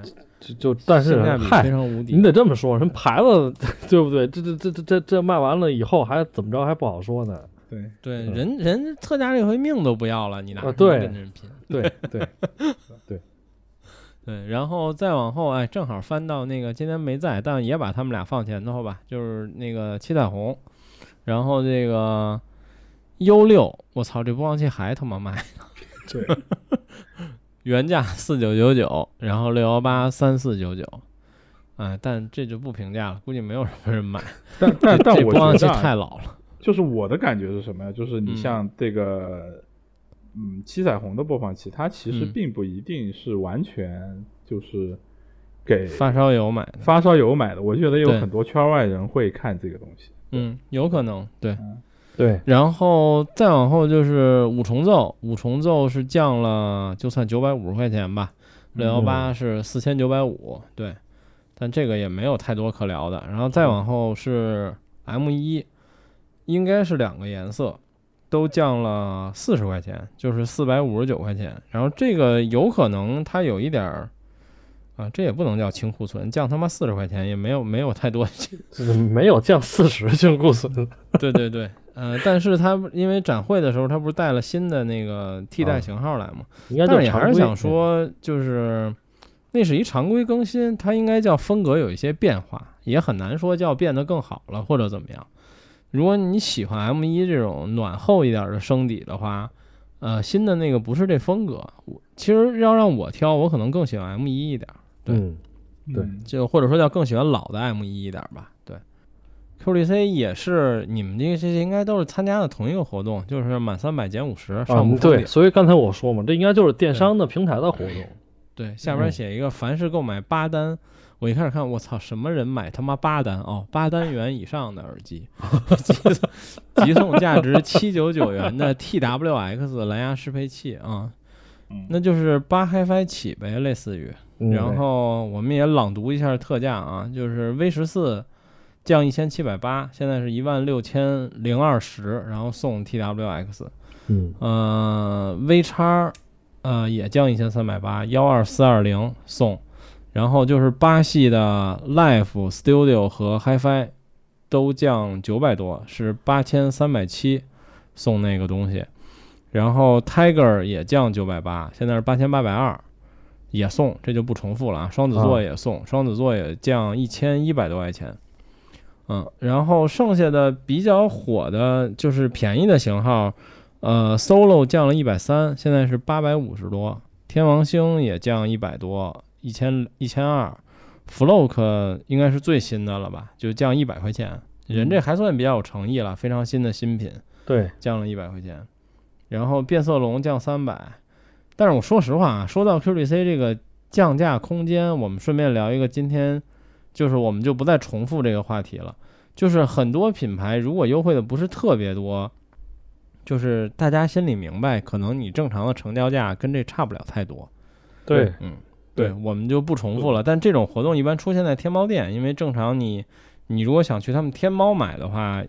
Speaker 4: 就就但是
Speaker 2: 性价比非
Speaker 4: 嗨，
Speaker 2: 常无敌。
Speaker 4: 你得这么说，人牌子 对不对？这这这这这这卖完了以后还怎么着还不好说呢？
Speaker 3: 对，
Speaker 2: 对
Speaker 4: 嗯
Speaker 2: 人人特价这回命都不要了，你拿
Speaker 4: 啊
Speaker 2: 什么
Speaker 4: 对
Speaker 2: 跟人拼？
Speaker 4: 对 对，
Speaker 2: 对，然后再往后，哎，正好翻到那个今天没在，但也把他们俩放前头吧，就是那个七彩虹，然后这个 U 六，我操，这播放器还他妈卖呢！
Speaker 3: 对，
Speaker 2: 原价四九九九，然后六幺八三四九九，哎，但这就不评价了，估计没有什么人买。
Speaker 3: 但但但
Speaker 2: 这
Speaker 3: 我
Speaker 2: 播放
Speaker 3: 觉
Speaker 2: 器
Speaker 3: 得
Speaker 2: 太
Speaker 3: 啊
Speaker 2: 老了，
Speaker 3: 就是我的感觉是什么呀？就是你
Speaker 2: 嗯
Speaker 3: 像这个，嗯，七彩虹的播放器，它其实
Speaker 2: 嗯
Speaker 3: 并不一定是完全就是给
Speaker 2: 发烧友买的，
Speaker 3: 发烧友买的，我觉得有
Speaker 2: 对
Speaker 3: 很多圈外人会看这个东西。
Speaker 2: 嗯，有可能对。
Speaker 4: 对，
Speaker 2: 然后再往后就是五重奏，五重奏是降了，就算九百五十块钱吧，六幺八是四千九百五，对，但这个也没有太多可聊的。然后再往后是 M 一，应该是两个颜色都降了四十块钱，就是四百五十九块钱。然后这个有可能它有一点儿。啊，这也不能叫清库存，降他妈四十块钱也没有没有太多
Speaker 4: 这没有降四十净库存，
Speaker 2: 对对对，呃，但是他因为展会的时候，他不是带了新的那个替代型号来嘛？
Speaker 4: 啊应该就
Speaker 2: 但是也
Speaker 4: 常
Speaker 2: 还是
Speaker 4: 规嗯
Speaker 2: 想，说，就是那是一常规更新，它应该叫风格有一些变化，也很难说叫变得更好了或者怎么样。如果你喜欢 M 一这种暖厚一点的声底的话，呃，新的那个不是这风格。我其实要让我挑，我可能更喜欢 M 一一点儿。对
Speaker 4: 嗯，对
Speaker 3: 嗯
Speaker 2: 就或者说叫更喜欢老的 M 一一点儿吧。对，QDC 也是你们这些应该都是参加的同一个活动，就是满三百减五十上
Speaker 4: 啊
Speaker 2: 午，
Speaker 4: 对，
Speaker 2: 对
Speaker 4: 所以刚才我说嘛，这应该就是电商的平台的活动，
Speaker 2: 对，下
Speaker 4: 嗯
Speaker 2: 边写一个凡是购买八单，我一开始看我操什么人买他妈八单哦，八单元以上的耳机，即送 即送价值七九九元的 TWX 蓝牙适配器啊、
Speaker 3: 嗯
Speaker 2: 那就是八 HiFi 起呗，类似于。
Speaker 4: 嗯
Speaker 2: 然后我们也朗读一下特价啊，就是 V 十四降一千七百八，现在是一万六千零二十，然后送 TWX，
Speaker 4: 嗯
Speaker 2: 呃，V 叉呃也降一千三百八，幺二四二零送，然后就是八系的 Life Studio 和 HiFi 都降九百多，是八千三百七送那个东西，然后 Tiger 也降九百八，现在是八千八百二，也送，这就不重复了啊。双子座
Speaker 4: 啊
Speaker 2: 也送，双子座也降一千一百多块钱。嗯，然后剩下的比较火的就是便宜的型号，呃，Solo 降了一百三，现在是八百五十多，天王星也降一百多，一千一千二，Flock 应该是最新的了吧，就降一百块钱，人这还算比较有诚意了，非常新的新品。
Speaker 4: 对，
Speaker 2: 降了一百块钱，然后变色龙降三百。但是我说实话啊，说到 QDC 这个降价空间，我们顺便聊一个，今天就是我们就不再重复这个话题了。就是很多品牌如果优惠的不是特别多，就是大家心里明白，可能你正常的成交价跟这差不了太多。
Speaker 4: 对，
Speaker 2: 嗯，
Speaker 3: 对
Speaker 2: 对，我们就不重复了。但这种活动一般出现在天猫店，因为正常你你如果想去他们天猫买的话，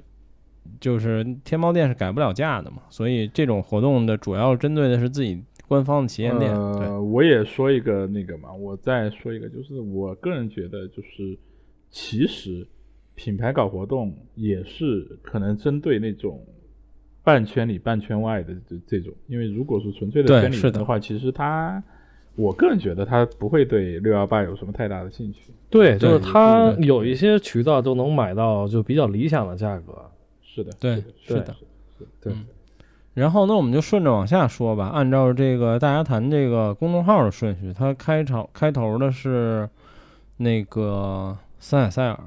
Speaker 2: 就是天猫店是改不了价的嘛，所以这种活动的主要针对的是自己官方的旗舰店。对，
Speaker 3: 呃，我也说一个那个嘛，我再说一个，就是我个人觉得，就是其实品牌搞活动也是可能针对那种半圈里半圈外的这这种，因为如果是纯粹的
Speaker 2: 对
Speaker 3: 圈里
Speaker 2: 是
Speaker 3: 人
Speaker 2: 的
Speaker 3: 话，其实他，我个人觉得他不会对六幺八有什么太大的兴趣。
Speaker 4: 对，就是
Speaker 2: 对
Speaker 4: 它
Speaker 2: 对
Speaker 4: 有一些渠道都能买到就比较理想的价格，
Speaker 3: 是的，
Speaker 2: 对是
Speaker 3: 是的，
Speaker 2: 的
Speaker 3: 对
Speaker 2: 嗯然后那我们就顺着往下说吧，按照这个大家谈这个公众号的顺序，它开场开头的是那个森海塞尔，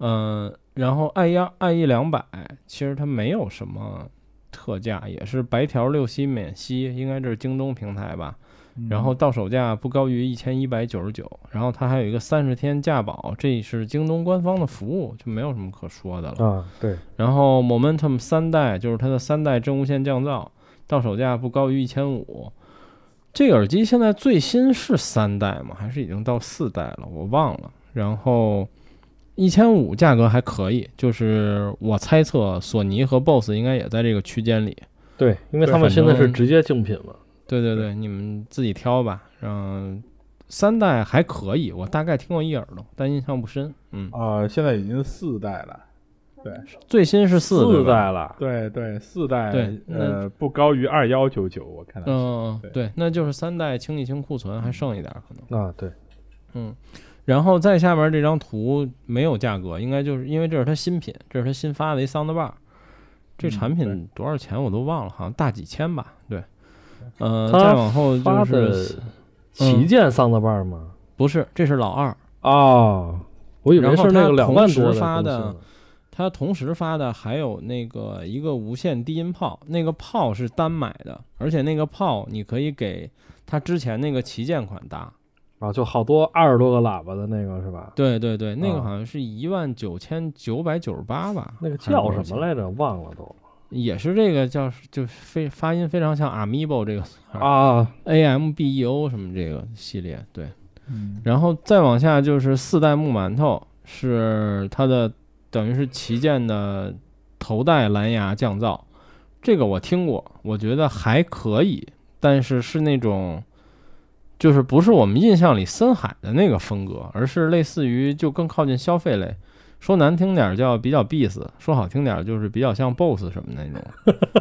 Speaker 2: 嗯、然后 i 幺 i 一两百，其实它没有什么特价，也是白条六息免息，应该这是京东平台吧，嗯然
Speaker 3: 嗯
Speaker 2: 后到手价不高于一千一百九十九，然后它还有一个三十天价保，这是京东官方的服务，就没有什么可说的了。
Speaker 4: 啊，对，
Speaker 2: 然后 Momentum 三代就是它的三代真无线降噪，到手价不高于一千五。这个耳机现在最新是三代吗？还是已经到四代了？我忘了。然后一千五价格还可以，就是我猜测索尼和 BOSS 应该也在这个区间里。
Speaker 4: 对，因为
Speaker 3: 对
Speaker 4: 他们
Speaker 2: 反
Speaker 4: 现在是
Speaker 2: 正
Speaker 4: 直接竞品嘛，
Speaker 2: 对对对，你们自己挑吧。嗯，三代还可以，我大概听过一耳朵，但印象不深。嗯，
Speaker 3: 呃，现在已经四代了。
Speaker 2: 最新是四对
Speaker 4: 四
Speaker 2: 吧
Speaker 4: 代了，
Speaker 3: 对对，四代
Speaker 2: 对那
Speaker 3: 呃不高于二幺九九，我看到是
Speaker 2: 嗯、
Speaker 3: 对
Speaker 2: 对，那就是三代清一清库存，还剩一点儿可能。
Speaker 4: 啊，对，
Speaker 2: 嗯，然后再下边这张图没有价格，应该就是因为这是它新品，这是它新发的一 soundbar。这
Speaker 4: 嗯
Speaker 2: 产品多少钱我都忘了，好像大几千吧。对，呃，
Speaker 4: 它
Speaker 2: 再往后就
Speaker 4: 发
Speaker 2: 是嗯
Speaker 4: 的旗舰桑德棒吗？
Speaker 2: 不是，这是老二，
Speaker 4: 哦，我以为是那个两万多
Speaker 2: 然后它同时发的
Speaker 4: 公司呢
Speaker 2: 它同时发的还有那个一个无线低音炮，那个炮是单买的，而且那个炮你可以给它之前那个旗舰款搭。
Speaker 4: 啊，就好多二十多个喇叭的那个是吧？
Speaker 2: 对对对，那个
Speaker 4: 啊
Speaker 2: 好像是一万九千九百九十八吧，
Speaker 4: 那个
Speaker 2: 还是多
Speaker 4: 叫
Speaker 2: 少
Speaker 4: 什
Speaker 2: 钱
Speaker 4: 么来着？忘了都
Speaker 2: 也是这个叫就是非发音非常像 Amiibo 这个词儿
Speaker 4: 啊，
Speaker 2: A M B E O 什么这个系列，对，
Speaker 3: 嗯
Speaker 2: 然后再往下就是四代木馒头，是它的等于是旗舰的头戴蓝牙降噪，这个我听过，我觉得还可以，但是是那种就是不是我们印象里森海的那个风格，而是类似于就更靠近消费类。说难听点儿叫比较 b e a s 说好听点儿就是比较像 BOSS 什么那种，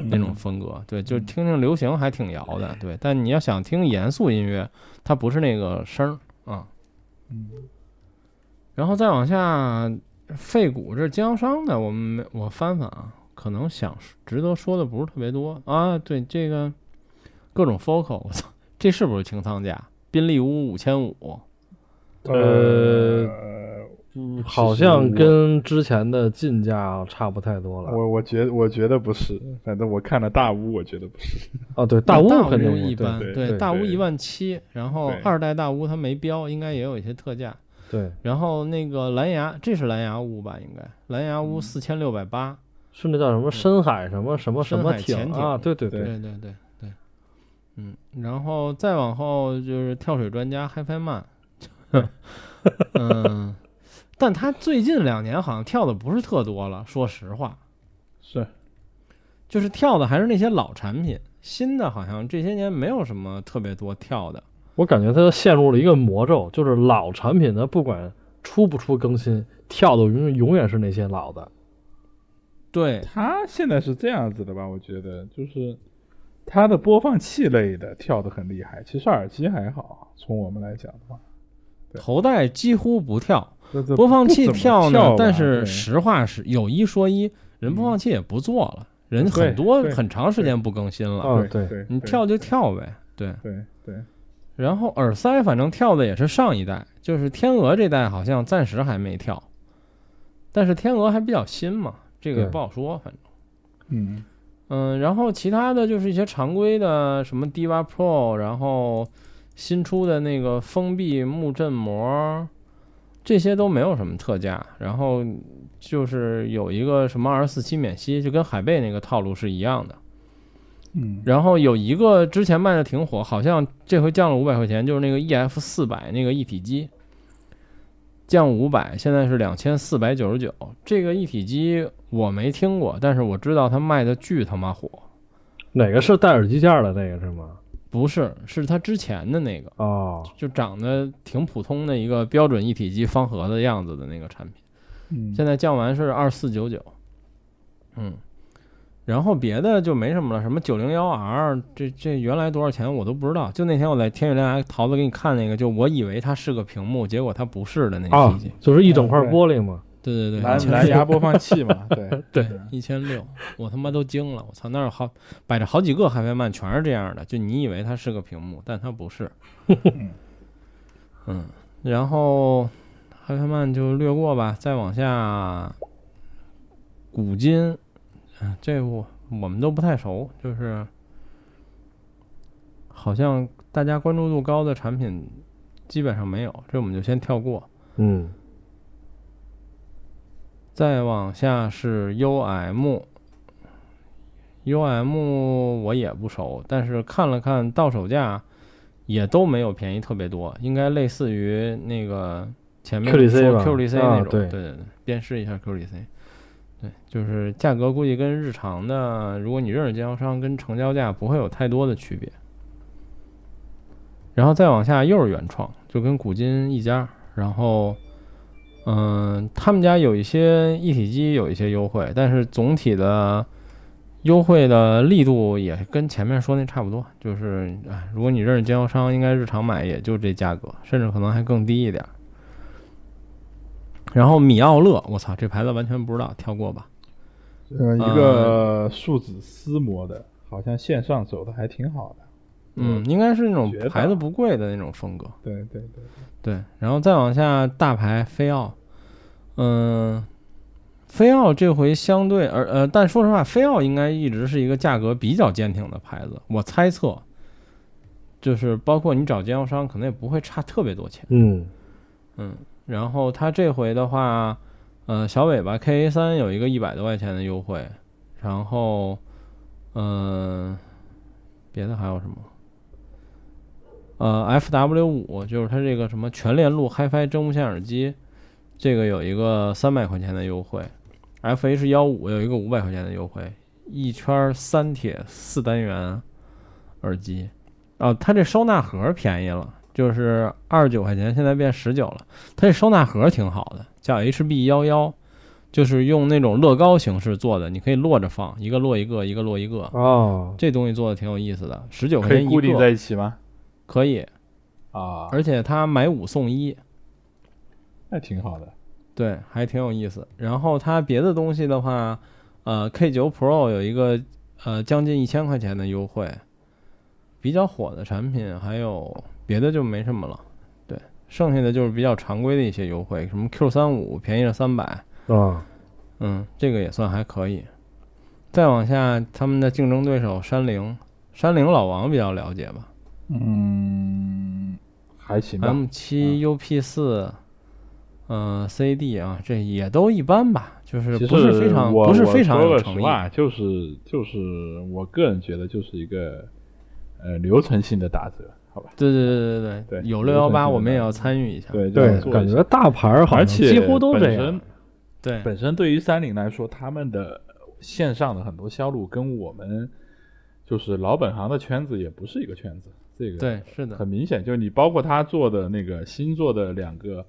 Speaker 2: 那种风格，对，就听听流行还挺摇的，对。但你要想听严肃音乐，它不是那个声儿啊。
Speaker 3: 嗯
Speaker 2: 然后再往下，费谷这是经销商的，我们没我翻翻啊，可能想值得说的不是特别多啊。对这个各种 Focal，我操，这是不是清仓价？宾利屋五千五，
Speaker 4: 呃，嗯好像跟之前的进价差不太多了。
Speaker 3: 我我觉我觉得不是，反正我看了大屋，我觉得不是。
Speaker 4: 哦，对，大屋肯定
Speaker 2: 一
Speaker 4: 不
Speaker 2: 般，
Speaker 3: 对
Speaker 2: 对，
Speaker 3: 对
Speaker 2: 大屋
Speaker 3: 对
Speaker 2: 一万七，然后
Speaker 3: 对
Speaker 2: 二代大屋它没标，应该也有一些特价。
Speaker 4: 对，对
Speaker 2: 然后那个蓝牙，这是蓝牙屋吧？应该蓝牙屋四千六百八。
Speaker 4: 是那叫什么深海什么什么什么
Speaker 2: 深海潜艇
Speaker 4: 啊？对对
Speaker 3: 对
Speaker 4: 对，
Speaker 2: 对对对，嗯，然后再往后就是跳水专家 HiFi Man，嗯，但他最近两年好像跳的不是特多了，说实话，
Speaker 3: 是，
Speaker 2: 就是跳的还是那些老产品，新的好像这些年没有什么特别多跳的。
Speaker 4: 我感觉它陷入了一个魔咒，就是老产品它不管出不出更新，跳的永永远是那些老的。
Speaker 2: 对，
Speaker 3: 它现在是这样子的吧？我觉得就是它的播放器类的跳得很厉害，其实耳机还好，从我们来讲的话，对
Speaker 2: 头戴几乎不跳，
Speaker 3: 这这
Speaker 2: 播放
Speaker 3: 不
Speaker 2: 器
Speaker 3: 怎么跳
Speaker 2: 跳呢
Speaker 3: 吧，
Speaker 2: 但是
Speaker 3: 对嗯
Speaker 2: 实话是有一说一，人播放器也不做了，人很
Speaker 3: 对
Speaker 2: 多
Speaker 3: 对
Speaker 2: 很长时间不更新了，
Speaker 4: 哦，
Speaker 3: 对
Speaker 4: 对，
Speaker 3: 对，
Speaker 2: 你
Speaker 3: 对
Speaker 2: 跳就跳呗，对。
Speaker 3: 对对，
Speaker 2: 然后耳塞反正跳的也是上一代，就是天鹅这代好像暂时还没跳，但是天鹅还比较新嘛，这个也
Speaker 4: 对
Speaker 2: 不好说，反正。
Speaker 3: 嗯
Speaker 2: 嗯，然后其他的就是一些常规的，什么 Diva Pro，然后新出的那个封闭木振膜，这些都没有什么特价。然后就是有一个什么二十四期免息，就跟海贝那个套路是一样的。
Speaker 3: 嗯，
Speaker 2: 然后有一个之前卖的挺火，好像这回降了五百块钱，就是那个 EF 四百那个一体机，降五百，现在是两千四百九十九。这个一体机我没听过，但是我知道它卖的巨他妈火，
Speaker 4: 哪个是戴耳机架的那个是吗？
Speaker 2: 不是，是它之前的那个，
Speaker 4: 哦，
Speaker 2: 就长得挺普通的一个标准一体机方盒的样子的那个产品。
Speaker 3: 嗯
Speaker 2: 现在降完是二四九九，嗯，然后别的就没什么了，什么九零幺 R 这这原来多少钱我都不知道，就那天我在天宇蓝牙桃子给你看那个，就我以为它是个屏幕，结果它不是的那个
Speaker 4: 啊
Speaker 2: 机器，，
Speaker 4: 就是一整块玻璃嘛。
Speaker 2: 对对对，
Speaker 3: 蓝
Speaker 2: 一千
Speaker 3: 蓝牙播放器嘛， 对
Speaker 2: 对一千六，我他妈都惊了，我操，那儿有好摆着好几个海飞曼全是这样的，就你以为它是个屏幕，但它不是，嗯，然后海飞曼就略过吧，再往下，古今，啊这我我们都不太熟，就是好像大家关注度高的产品基本上没有，这我们就先跳过。
Speaker 4: 嗯，
Speaker 2: 再往下是 UM。UM 我也不熟，但是看了看到手价，也都没有便宜特别多，应该类似于那个前面
Speaker 4: QDC
Speaker 2: 说
Speaker 4: 吧
Speaker 2: QDC
Speaker 4: 啊
Speaker 2: 那种，
Speaker 4: 对
Speaker 2: 对对对，辨识一下 QDC，对，就是价格估计跟日常的，如果你认识经销商，跟成交价不会有太多的区别。然后再往下又是原创，就跟古今一家，然后嗯，他们家有一些一体机有一些优惠，但是总体的优惠的力度也跟前面说那差不多，就是哎，如果你认识经销商，应该日常买也就这价格，甚至可能还更低一点儿。然后米奥乐，我操，这牌子完全不知道，跳过吧。
Speaker 3: 呃，一个树脂丝膜的，好像线上走的还挺好的。
Speaker 2: 嗯，应该是那种
Speaker 3: 绝版
Speaker 2: 牌子不贵的那种风格。
Speaker 3: 对对对，
Speaker 2: 对，然后再往下大牌菲奥，嗯、菲奥这回相对而呃，但说实话，菲奥应该一直是一个价格比较坚挺的牌子，我猜测，就是包括你找经销商可能也不会差特别多钱。
Speaker 4: 嗯，
Speaker 2: 嗯，然后它这回的话，呃，小尾巴 KA 三有一个一百多块钱的优惠，然后，嗯、别的还有什么？呃，FW 五就是它这个什么全链路 HiFi 真无线耳机，这个有一个三百块钱的优惠，FH 幺五有一个五百块钱的优惠，一圈三铁四单元耳机，哦，它这收纳盒便宜了，就是二十九块钱，现在变十九了。它这收纳盒挺好的，叫 HB 幺幺，就是用那种乐高形式做的，你可以摞着放，一个摞一个，一个摞一个，
Speaker 4: 哦，
Speaker 2: 这东西做的挺有意思的，十九块
Speaker 3: 可以
Speaker 2: 钱一
Speaker 3: 固定在
Speaker 2: 个，
Speaker 3: 一起吗？
Speaker 2: 可以，
Speaker 3: 啊，
Speaker 2: 而且它买五送一，
Speaker 3: 那挺好的。
Speaker 2: 对，还挺有意思。然后它别的东西的话，呃，K 9 Pro 有一个呃将近一千块钱的优惠，比较火的产品，还有别的就没什么了。对，剩下的就是比较常规的一些优惠，什么 Q 3 5便宜了三百，
Speaker 4: 啊，
Speaker 2: 嗯，这个也算还可以。再往下，他们的竞争对手山灵，山灵老王比较了解吧
Speaker 3: 嗯，还行吧。
Speaker 2: ？M 7 UP 4嗯、CD 啊，这也都一般吧，就是
Speaker 3: 其实
Speaker 2: 不是非常
Speaker 3: 我
Speaker 2: 不是
Speaker 3: 我
Speaker 2: 非常
Speaker 3: 说
Speaker 2: 有
Speaker 3: 个
Speaker 2: 诚
Speaker 3: 实
Speaker 2: 意。
Speaker 3: 话，就是就是我个人觉得就是一个呃流程性的打折，好吧？
Speaker 2: 对对对对对
Speaker 3: 对
Speaker 2: 有
Speaker 3: 流
Speaker 2: 六幺
Speaker 3: 程性
Speaker 2: 八
Speaker 3: 的
Speaker 2: 我们也
Speaker 3: 打
Speaker 2: 要参与一下。
Speaker 3: 对
Speaker 4: 对，
Speaker 3: 做一
Speaker 4: 感
Speaker 3: 下
Speaker 4: 觉大牌儿好
Speaker 3: 而
Speaker 4: 像
Speaker 3: 且
Speaker 4: 几乎都这
Speaker 3: 本
Speaker 4: 样
Speaker 3: 身。
Speaker 2: 对
Speaker 3: 本身对于三菱来说，他们的线上的很多销路跟我们就是老本行的圈子也不是一个圈子，这个
Speaker 2: 对，是的
Speaker 3: 很，明显，就是你包括他做的那个新做的两个，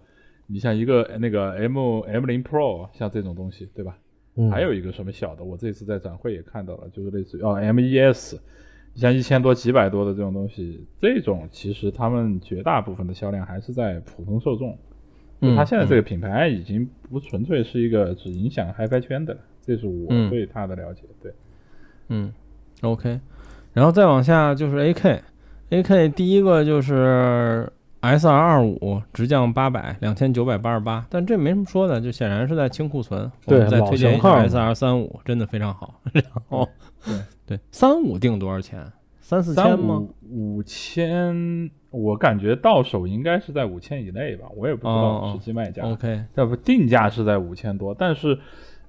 Speaker 3: 你像一个那个 M M 零 Pro，像这种东西，对吧？
Speaker 4: 嗯
Speaker 3: 还有一个什么小的，我这次在展会也看到了，就是类似于哦 MES，你像一千多、几百多的这种东西，这种其实他们绝大部分的销量还是在普通受众。
Speaker 2: 嗯
Speaker 3: 它现在这个品牌已经不纯粹是一个只影响 HiFi 圈的了，这是我
Speaker 2: 嗯
Speaker 3: 对它的了解。对，
Speaker 2: 嗯，OK，然后再往下就是 AK，AK 第一个就是 S R 二五直降八百两千九百八十八，但这没什么说的，就显然是在清库存。我
Speaker 4: 对
Speaker 2: 们再
Speaker 4: 老
Speaker 2: 推荐一
Speaker 4: 型号
Speaker 2: 下
Speaker 4: 嘛
Speaker 2: S R 三五，真的非常好。然后
Speaker 3: 对
Speaker 2: 对三五定多少钱？三四
Speaker 3: 三
Speaker 2: 千吗？
Speaker 3: 五五千，我感觉到手应该是在五千以内吧，我也不知
Speaker 2: 哦
Speaker 3: 道
Speaker 2: 哦
Speaker 3: 实际卖价。
Speaker 2: OK，
Speaker 3: 要不定价是在五千多，但是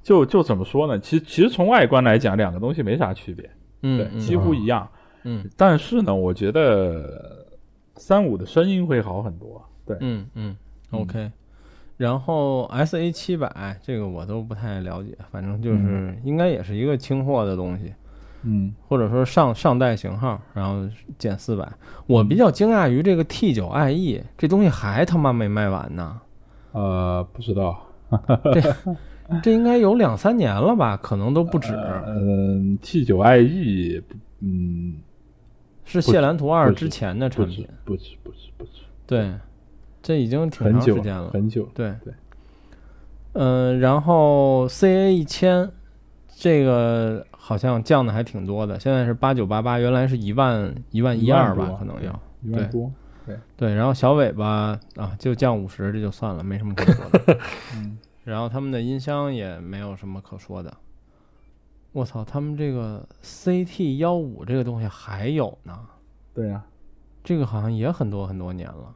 Speaker 3: 就就怎么说呢？其其实从外观来讲，两个东西没啥区别，对，
Speaker 2: 嗯，
Speaker 3: 几
Speaker 2: 嗯
Speaker 3: 乎一样。
Speaker 2: 嗯
Speaker 3: 但是呢，我觉得三五的声音会好很多。对，
Speaker 2: 嗯嗯
Speaker 3: 嗯
Speaker 2: ，OK。然后 S A 七百这个我都不太了解，反正就是应该也是一个清货的东西，
Speaker 3: 嗯，
Speaker 2: 或者说上上代型号，然后减四百。
Speaker 3: 嗯
Speaker 2: 我比较惊讶于这个 T 九 IE 这东西还他妈没卖完呢，
Speaker 3: 呃，不知道，哎
Speaker 2: 这应该有两三年了吧，可能都不止。
Speaker 3: 嗯，T 九 IE，嗯，
Speaker 2: 是谢兰图二
Speaker 3: 不止
Speaker 2: 之前的
Speaker 3: 不
Speaker 2: 产
Speaker 3: 止
Speaker 2: 品，，
Speaker 3: 不止，不止，不止，
Speaker 2: 对，这已经挺
Speaker 3: 很
Speaker 2: 长时
Speaker 3: 久
Speaker 2: 间了，
Speaker 3: 很久了。
Speaker 2: 对
Speaker 3: 对，
Speaker 2: 嗯、然后 CA 一千，这个好像降的还挺多的，现在是八九八八，原来是一万一万一二
Speaker 3: 一万
Speaker 2: 吧
Speaker 3: 多，
Speaker 2: 可能要。
Speaker 3: 一万多，
Speaker 2: 对，然后小尾巴啊就降五十，这就算了，没什么可说的。
Speaker 3: 嗯，
Speaker 2: 然后他们的音箱也没有什么可说的。我操，他们这个 CT 幺五这个东西还有呢，
Speaker 3: 对呀，
Speaker 2: 这个好像也很多很多年了，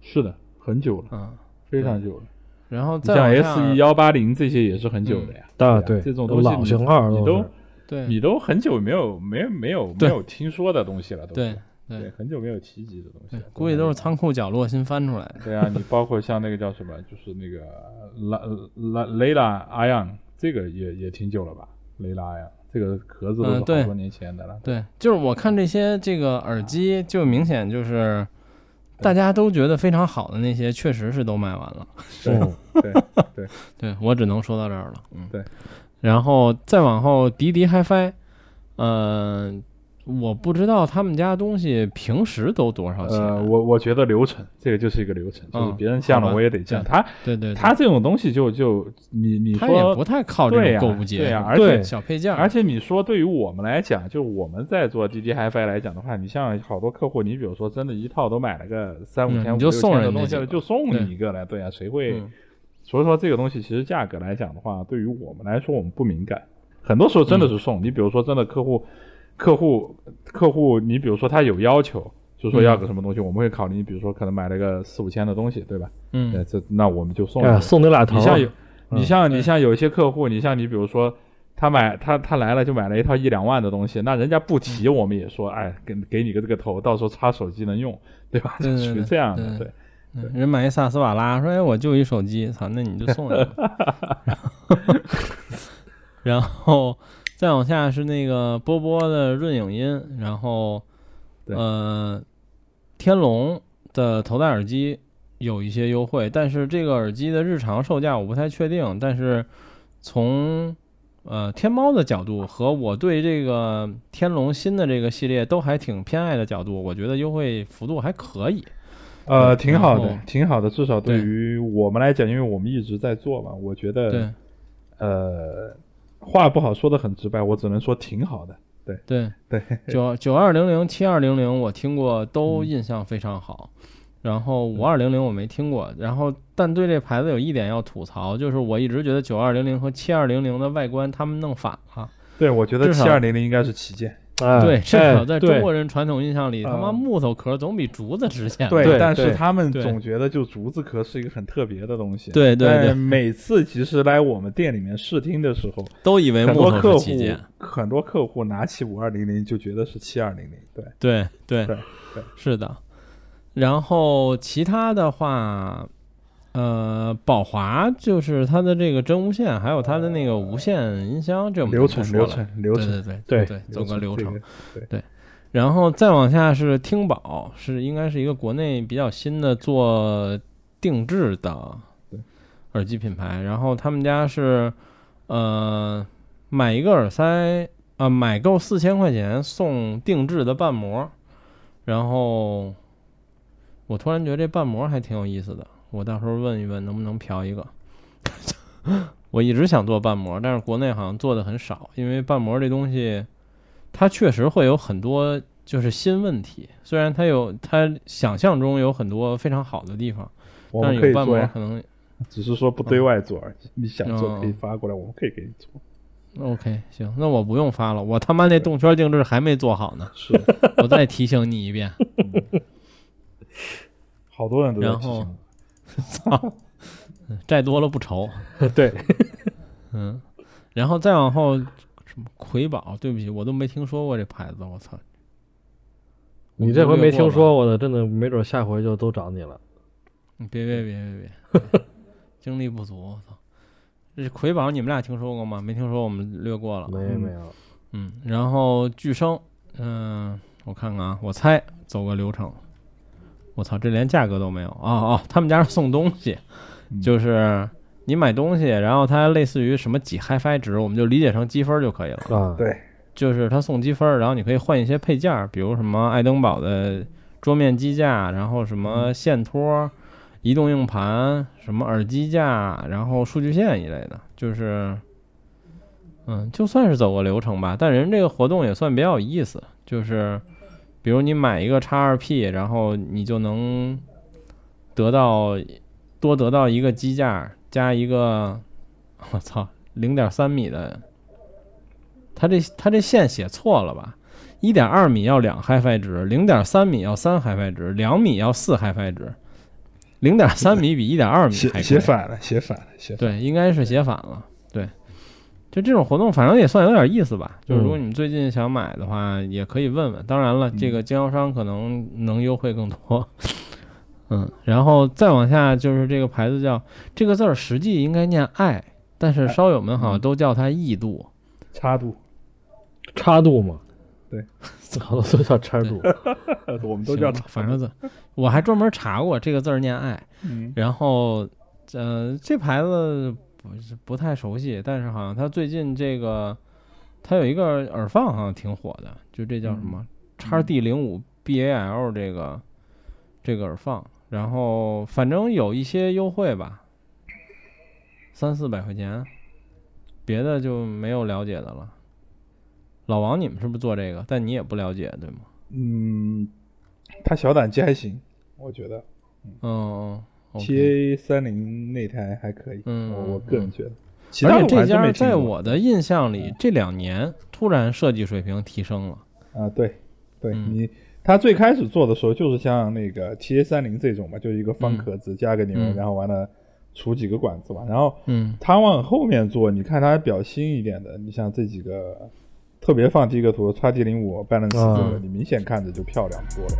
Speaker 3: 是的，很久了，
Speaker 2: 嗯，
Speaker 3: 非常久了。
Speaker 2: 然后
Speaker 3: 你
Speaker 2: 再
Speaker 3: 像
Speaker 2: 往
Speaker 3: S
Speaker 2: 下
Speaker 3: E 幺八零这些也是很久的呀。
Speaker 4: 啊，
Speaker 3: 对
Speaker 4: 对，
Speaker 3: 啊这种东西
Speaker 4: 老
Speaker 3: 你
Speaker 4: 型号
Speaker 3: 你
Speaker 4: 都
Speaker 3: 都
Speaker 4: 是
Speaker 2: 对
Speaker 3: 你都很久没有没有没有没
Speaker 2: 对
Speaker 3: 有听说的东西了，都是
Speaker 2: 对
Speaker 3: 对，很久没有提及的东西
Speaker 2: 对
Speaker 3: 了，，
Speaker 2: 估计都是
Speaker 3: 真的
Speaker 2: 仓库角落新翻出来的。
Speaker 3: 对啊，你包括像那个叫什么，就是那个拉拉雷拉 Ion，这个也也挺久了吧？雷拉 Ion 这个壳子都
Speaker 2: 嗯对
Speaker 3: 是好多年前的了。
Speaker 2: 对，就是我看这些这个耳机，就明显就是大家都觉得非常好的那些，确实是哦都卖完了。
Speaker 4: 嗯
Speaker 3: 对对，
Speaker 2: 对我只能说到这儿了。嗯，
Speaker 3: 对。
Speaker 2: 然后再往后，迪迪 HiFi，嗯、我不知道他们家东西平时都多少钱。
Speaker 3: 呃，我我觉得流程这个就是一个流程，就是
Speaker 2: 嗯
Speaker 3: 别人降
Speaker 2: 好
Speaker 3: 了
Speaker 2: 吧
Speaker 3: 我也得降。他
Speaker 2: 对对对，
Speaker 3: 他这种东西就就你你
Speaker 2: 他也不
Speaker 3: 说，
Speaker 2: 太靠这种
Speaker 3: 对呀
Speaker 2: 购物节，
Speaker 3: 对呀而
Speaker 4: 且
Speaker 2: 小配件儿，嗯
Speaker 3: 而且你说对于我们来讲，就是我们在做滴滴 HiFi 来讲的话，你像好多客户，你比如说真的一套都买了个三五
Speaker 2: 嗯
Speaker 3: 千、
Speaker 2: 你
Speaker 3: 五
Speaker 2: 就
Speaker 3: 六
Speaker 2: 送
Speaker 3: 千的
Speaker 2: 人家
Speaker 3: 东
Speaker 2: 几
Speaker 3: 西
Speaker 2: 个
Speaker 3: 了，就送
Speaker 2: 对
Speaker 3: 你一个来，对呀、啊谁会？
Speaker 2: 嗯
Speaker 3: 所以说这个东西其实价格来讲的话，对于我们来说我们不敏感，很多时候真的是送。你比如说真的客户，客户客户，你比如说他有要求，就说要个什么东西，我们会考虑，你比如说可能买了个四五千的东西，对吧？
Speaker 2: 嗯
Speaker 3: 那这那我们就送你。
Speaker 4: 哎，送你俩头
Speaker 3: 你
Speaker 4: 儿，
Speaker 3: 像有，你像
Speaker 2: 对
Speaker 3: 你像有一些客户，你像你比如说。他买他他来了就买了一套一两万的东西，那人家不
Speaker 2: 嗯
Speaker 3: 提，我们也说，哎，给给你个这个头，到时候插手机能用，对吧？
Speaker 2: 对
Speaker 3: 就
Speaker 2: 对
Speaker 3: 属于
Speaker 2: 对
Speaker 3: 这样的，
Speaker 2: 对
Speaker 3: 对。
Speaker 2: 嗯人买一萨斯瓦拉，说哎我就一手机，操，那你就送一个。然后再往下是那个波波的润影音，然后
Speaker 3: 对
Speaker 2: 呃天龙的头戴耳机有一些优惠，但是这个耳机的日常售价我不太确定，但是从呃天猫的角度和我对这个天龙新的这个系列都还挺偏爱的角度，我觉得优惠幅度还可以。
Speaker 3: 呃，
Speaker 2: 对
Speaker 3: 挺
Speaker 2: 嗯然
Speaker 3: 好
Speaker 2: 后
Speaker 3: 的，挺好的。至少对
Speaker 2: 对
Speaker 3: 于我们来讲，因为我们一直在做嘛，我觉
Speaker 2: 对
Speaker 3: 得，呃，话不好说的很直白，我只能说挺好的。
Speaker 2: 对
Speaker 3: 对，
Speaker 2: 九九二零零七二零零我听过，都
Speaker 3: 嗯
Speaker 2: 印象非常好。然后五二零零我没听过，然后但对这牌子有一点要吐槽，就是我一直觉得九二零零和七二零零的外观他们弄反了。
Speaker 3: 对，我觉得
Speaker 2: 至少
Speaker 3: 七二零零应该是旗舰。
Speaker 4: 哎
Speaker 2: 对，至少
Speaker 4: 哎
Speaker 2: 在
Speaker 4: 对
Speaker 2: 中国人传统印象里，他妈
Speaker 3: 啊嗯
Speaker 2: 木头壳总比竹子值钱吧。
Speaker 4: 对
Speaker 3: 但是
Speaker 4: 对
Speaker 3: 他们
Speaker 2: 对
Speaker 3: 总觉得就竹子壳是一个很特别的东西。
Speaker 2: 对对
Speaker 3: 但
Speaker 2: 对
Speaker 3: 每次其实来我们店里面试听的时候，
Speaker 2: 都以为
Speaker 3: 很
Speaker 2: 木
Speaker 3: 多
Speaker 2: 头
Speaker 3: 客
Speaker 2: 哎是
Speaker 3: 户
Speaker 2: 旗舰。
Speaker 3: 很多客户拿起五二零零就觉得是七二零零。对，
Speaker 2: 对对
Speaker 3: 对对
Speaker 2: 是的。然后其他的话，呃，宝华就是它的这个真无线，还有它的那个无线音箱，这我们就
Speaker 3: 流
Speaker 2: 不
Speaker 3: 程
Speaker 2: 说
Speaker 3: 流
Speaker 2: 了，
Speaker 3: 程流
Speaker 2: 对
Speaker 3: 程，
Speaker 2: 对对
Speaker 4: 对
Speaker 2: 对，走个流程
Speaker 3: 这。
Speaker 2: 然后再往下是听宝，是应该是一个国内比较新的做定制的
Speaker 3: 对
Speaker 2: 耳机品牌。然后他们家是呃买一个耳塞啊、呃买够四千块钱送定制的瓣膜。然后我突然觉得这瓣膜还挺有意思的，我到时候问一问能不能嫖一个。 我一直想做瓣膜，但是国内好像做的很少，因为瓣膜这东西。它确实会有很多就是新问题，虽然它有它想象中有很多非常好的地方，
Speaker 3: 我
Speaker 2: 但
Speaker 3: 们
Speaker 2: 是
Speaker 3: 可
Speaker 2: 有
Speaker 3: 以
Speaker 2: 半
Speaker 3: 做
Speaker 2: 膜
Speaker 3: 呀，
Speaker 2: 可能
Speaker 3: 只是说不对外做而已。你想做可以
Speaker 2: 嗯
Speaker 3: 发过来，我们可以给你做。
Speaker 2: OK 行，那我不用发了，我他妈那动圈定制还没做好呢，
Speaker 3: 是。
Speaker 2: 我再提醒你一遍，
Speaker 3: 嗯好多人都在
Speaker 2: 然
Speaker 3: 提醒
Speaker 2: 后
Speaker 3: 我。
Speaker 2: 操，债多了不 愁，
Speaker 4: 对，
Speaker 2: 嗯，然后再往后什么瑰宝，对不起，我都没听说过这牌子，我操，
Speaker 4: 你这回没听
Speaker 2: 我就略过吧
Speaker 4: 说过的，真的没准下回就都找你了。
Speaker 2: 你别别别别别， 精力不足，我操！这魁宝你们俩听说过吗？没听说，我们略过了。
Speaker 4: 没
Speaker 3: 嗯
Speaker 4: 没有，
Speaker 2: 嗯，然后巨声，嗯、我看看啊，我猜走个流程。我操，这连价格都没有哦哦，他们家是送东西，
Speaker 3: 嗯
Speaker 2: 就是你买东西，然后它类似于什么几 HiFi 值，我们就理解成积分就可以了。
Speaker 4: 啊，
Speaker 3: 嗯对
Speaker 2: 就是它送积分儿，然后你可以换一些配件儿，比如什么爱登堡的桌面机架，然后什么线托、移动硬盘、什么耳机架，然后数据线一类的，就是，嗯，就算是走个流程吧。但人这个活动也算比较有意思，就是比如你买一个叉二 P，然后你就能得到多得到一个机架加一个，我操，零点三米的他这他这线写错了吧？一点二米要两 HiFi 值，零点三米要三 HiFi 值，两米要四 HiFi 值，零点三米比一点二米
Speaker 3: 写
Speaker 2: 还贵
Speaker 3: 写反了，写反了，写反了。
Speaker 2: 对，应该是写反了。对，就这种活动，反正也算有点意思吧。就是如果
Speaker 4: 嗯
Speaker 2: 你们最近想买的话，也可以问问。当然了，这个
Speaker 3: 嗯
Speaker 2: 经销商可能能优惠更多。嗯，然后再往下就是这个牌子叫这个字儿，实际应该念爱，但
Speaker 3: 哎
Speaker 2: 是烧友们好
Speaker 3: 嗯
Speaker 2: 像都叫它异度。
Speaker 3: 插度，
Speaker 4: 插度嘛，
Speaker 3: 对，
Speaker 4: 好多都叫插度，
Speaker 3: 呃我们都
Speaker 2: 行
Speaker 3: 叫
Speaker 2: 吧
Speaker 3: 插度。
Speaker 2: 反正字，我还专门查过这个字儿念爱。
Speaker 3: 嗯，
Speaker 2: 然后，呃，这牌子不是不太熟悉，但是好像它最近这个它有一个耳放好像挺火的，就这叫什么叉 D 零五 BAL 这个这个耳放，然后反正有一些优惠吧，三四百块钱，别的就没有了解的了。老王，你们是不是做这个？但你也不了解，对吗？
Speaker 3: 嗯，它小胆机还行，我觉得
Speaker 2: 嗯嗯，OK。
Speaker 3: TA 三零那台还可以，
Speaker 2: 嗯
Speaker 3: 我我个人觉得。其他
Speaker 2: 而
Speaker 3: 的
Speaker 2: 且
Speaker 3: 我还
Speaker 2: 这
Speaker 3: 真
Speaker 2: 家
Speaker 3: 没听
Speaker 2: 在
Speaker 3: 过嗯
Speaker 2: 我的印象里，这两年突然设计水平提升了。
Speaker 3: 啊，对，对、
Speaker 2: 嗯
Speaker 3: 你，他最开始做的时候就是像那个 TA 三零这种嘛，就是一个方
Speaker 2: 嗯
Speaker 3: 壳子加个牛，
Speaker 2: 嗯
Speaker 3: 然后完了杵几个管子嘛。然后
Speaker 2: 嗯
Speaker 3: 他往后面做，你看他比较新一点的，你像这几个，特别放第一个图叉 T 零五 Balance
Speaker 4: 啊
Speaker 3: 这个，你明显看着就漂亮多了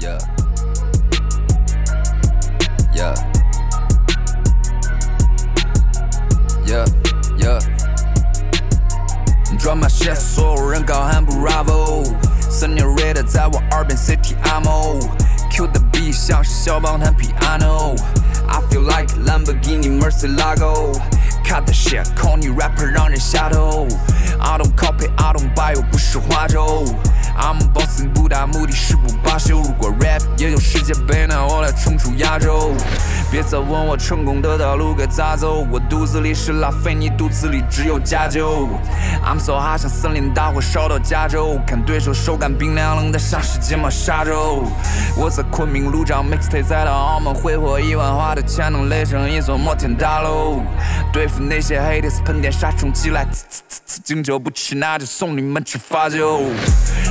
Speaker 3: 呀。
Speaker 5: Yeah. Yeah. Yeah. Yeah. 你装满线，所有人高喊 Bravo。Senorita 在我耳边 Say Ti amo。Q 的 B 像是肖邦弹 piano。I feel like Lamborghini Murcielago。Cut the shit，空你 rapper 让人下头。I don't copy，I don't buy，我不是花粥。I'm a boss，不达目的誓不罢休。如果 rap 也有世界杯，那我来冲出亚洲。别再问我成功的道路该咋走，我肚子里是拉菲，你肚子里只有加酒。I'm so hot，像森林大火烧到加州，看对手手感冰凉冷的像是金马沙洲。我在昆明路上 mixtape，再到澳门挥霍一万花的钱，能垒成一座摩天大楼。对付那些 haters，喷点杀虫剂来呲呲呲呲，敬酒不吃那就送你们吃发酒。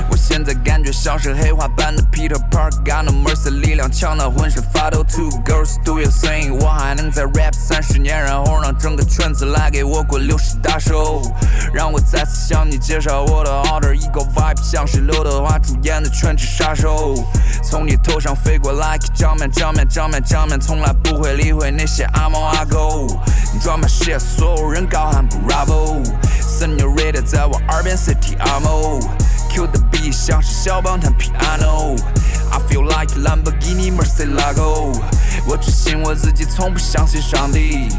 Speaker 5: 我现在感觉像是黑化般的 Peter Park，干的 Mercy 力量强到浑身发抖。Two girls do your thing，我还能再 rap 三十年，然后让整个圈子来给我滚六十大寿。让我再次向你介绍我的 alter ego vibe，像是刘德华主演的《全职杀手》，从你头上飞过来，账面账面账面账面，从来不会理会那些阿猫阿狗。你 drama shit，所有人高喊 Bravo。Senorita 在我耳边 say Ti amo。Q 的 B 像是肖邦弹 piano。I feel like Lamborghini Murcielago。我只信我自己，从不相信上帝。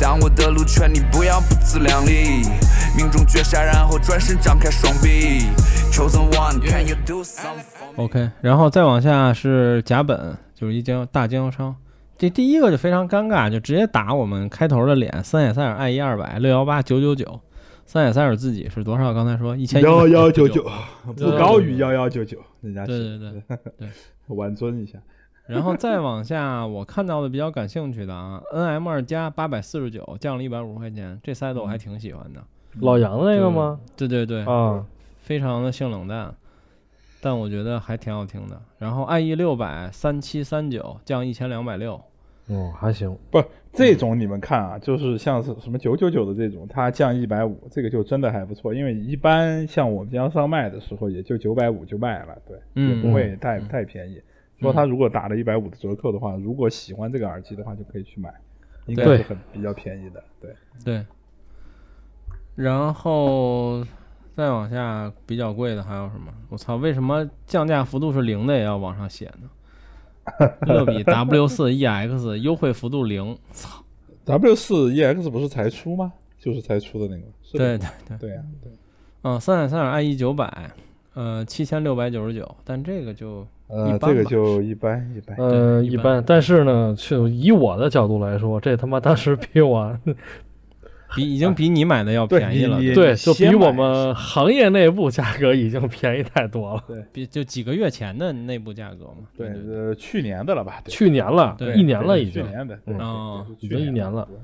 Speaker 5: 挡我的路劝你不要不自量力。命中绝杀，然后转身张开双臂。Chosen one，can you do something for me？
Speaker 2: ，OK。然后再往下是甲本，就是一经大经销商。这第一个就非常尴尬，就直接打我们开头的脸。三眼塞尔 i 一二百六幺八九九九，三眼塞尔自己是多少？刚才说一千
Speaker 3: 幺幺九九，不
Speaker 2: 1199
Speaker 3: 高于幺幺九九，人家
Speaker 2: 对
Speaker 3: 是
Speaker 2: 对对，
Speaker 3: 挽尊一下。
Speaker 2: 然后再往下，我看到的比较感兴趣的啊，NM 二加八百四十九，降了一百五十块钱，这塞子我还挺喜欢的。
Speaker 4: 老杨的那个吗？
Speaker 2: 对对对，
Speaker 4: 啊，
Speaker 2: 非常的性冷淡，但我觉得还挺好听的。然后 IE 六百三七三九降一千两百六，
Speaker 4: 嗯，还行，
Speaker 3: 不，
Speaker 4: 嗯
Speaker 3: 这种你们看啊，就是像是什么九九九的这种，它降一百五，这个就真的还不错，因为一般像我们经销商卖的时候，也就九百五就卖了，对，也不
Speaker 2: 嗯，
Speaker 3: 会太、太便宜。说
Speaker 4: 嗯
Speaker 3: 他如果打了一百五的折扣的话，如果喜欢这个耳机的话，就可以去买，应该
Speaker 2: 对
Speaker 3: 是很比较便宜的。对，
Speaker 2: 对。然后再往下比较贵的还有什么？我操，为什么降价幅度是零的也要往上写呢？乐 比 W 四 EX 优惠幅度零，操！
Speaker 3: W 四 EX 不是才出吗？就是才出的那个，是吧
Speaker 2: 对对对，
Speaker 3: 对呀、对，
Speaker 2: 嗯，三点三点 IE 九百，呃，七千六百九十九，但这个就一般
Speaker 3: 呃，
Speaker 2: 吧
Speaker 3: 这个就一般一般。
Speaker 4: 呃，
Speaker 2: 对
Speaker 4: 一
Speaker 2: 一般
Speaker 4: 般。但是呢，就以我的角度来说，这他妈当时比我
Speaker 2: 比已经比哎你买的要
Speaker 3: 对
Speaker 2: 便宜了，
Speaker 3: 你你
Speaker 4: 对，就比
Speaker 3: 先买
Speaker 4: 我们行业内部价格已经便宜太多了。
Speaker 2: 比就几个月前的内部价格嘛。
Speaker 3: 对，
Speaker 2: 对对
Speaker 3: 呃，去年的了吧？对
Speaker 4: 去年了，
Speaker 2: 对
Speaker 4: 一年了已
Speaker 3: 去
Speaker 4: 经。
Speaker 3: 年的，对
Speaker 4: 嗯
Speaker 3: 对
Speaker 2: 哦
Speaker 3: 对就是
Speaker 4: 已经
Speaker 3: 去
Speaker 4: 一年了
Speaker 3: 对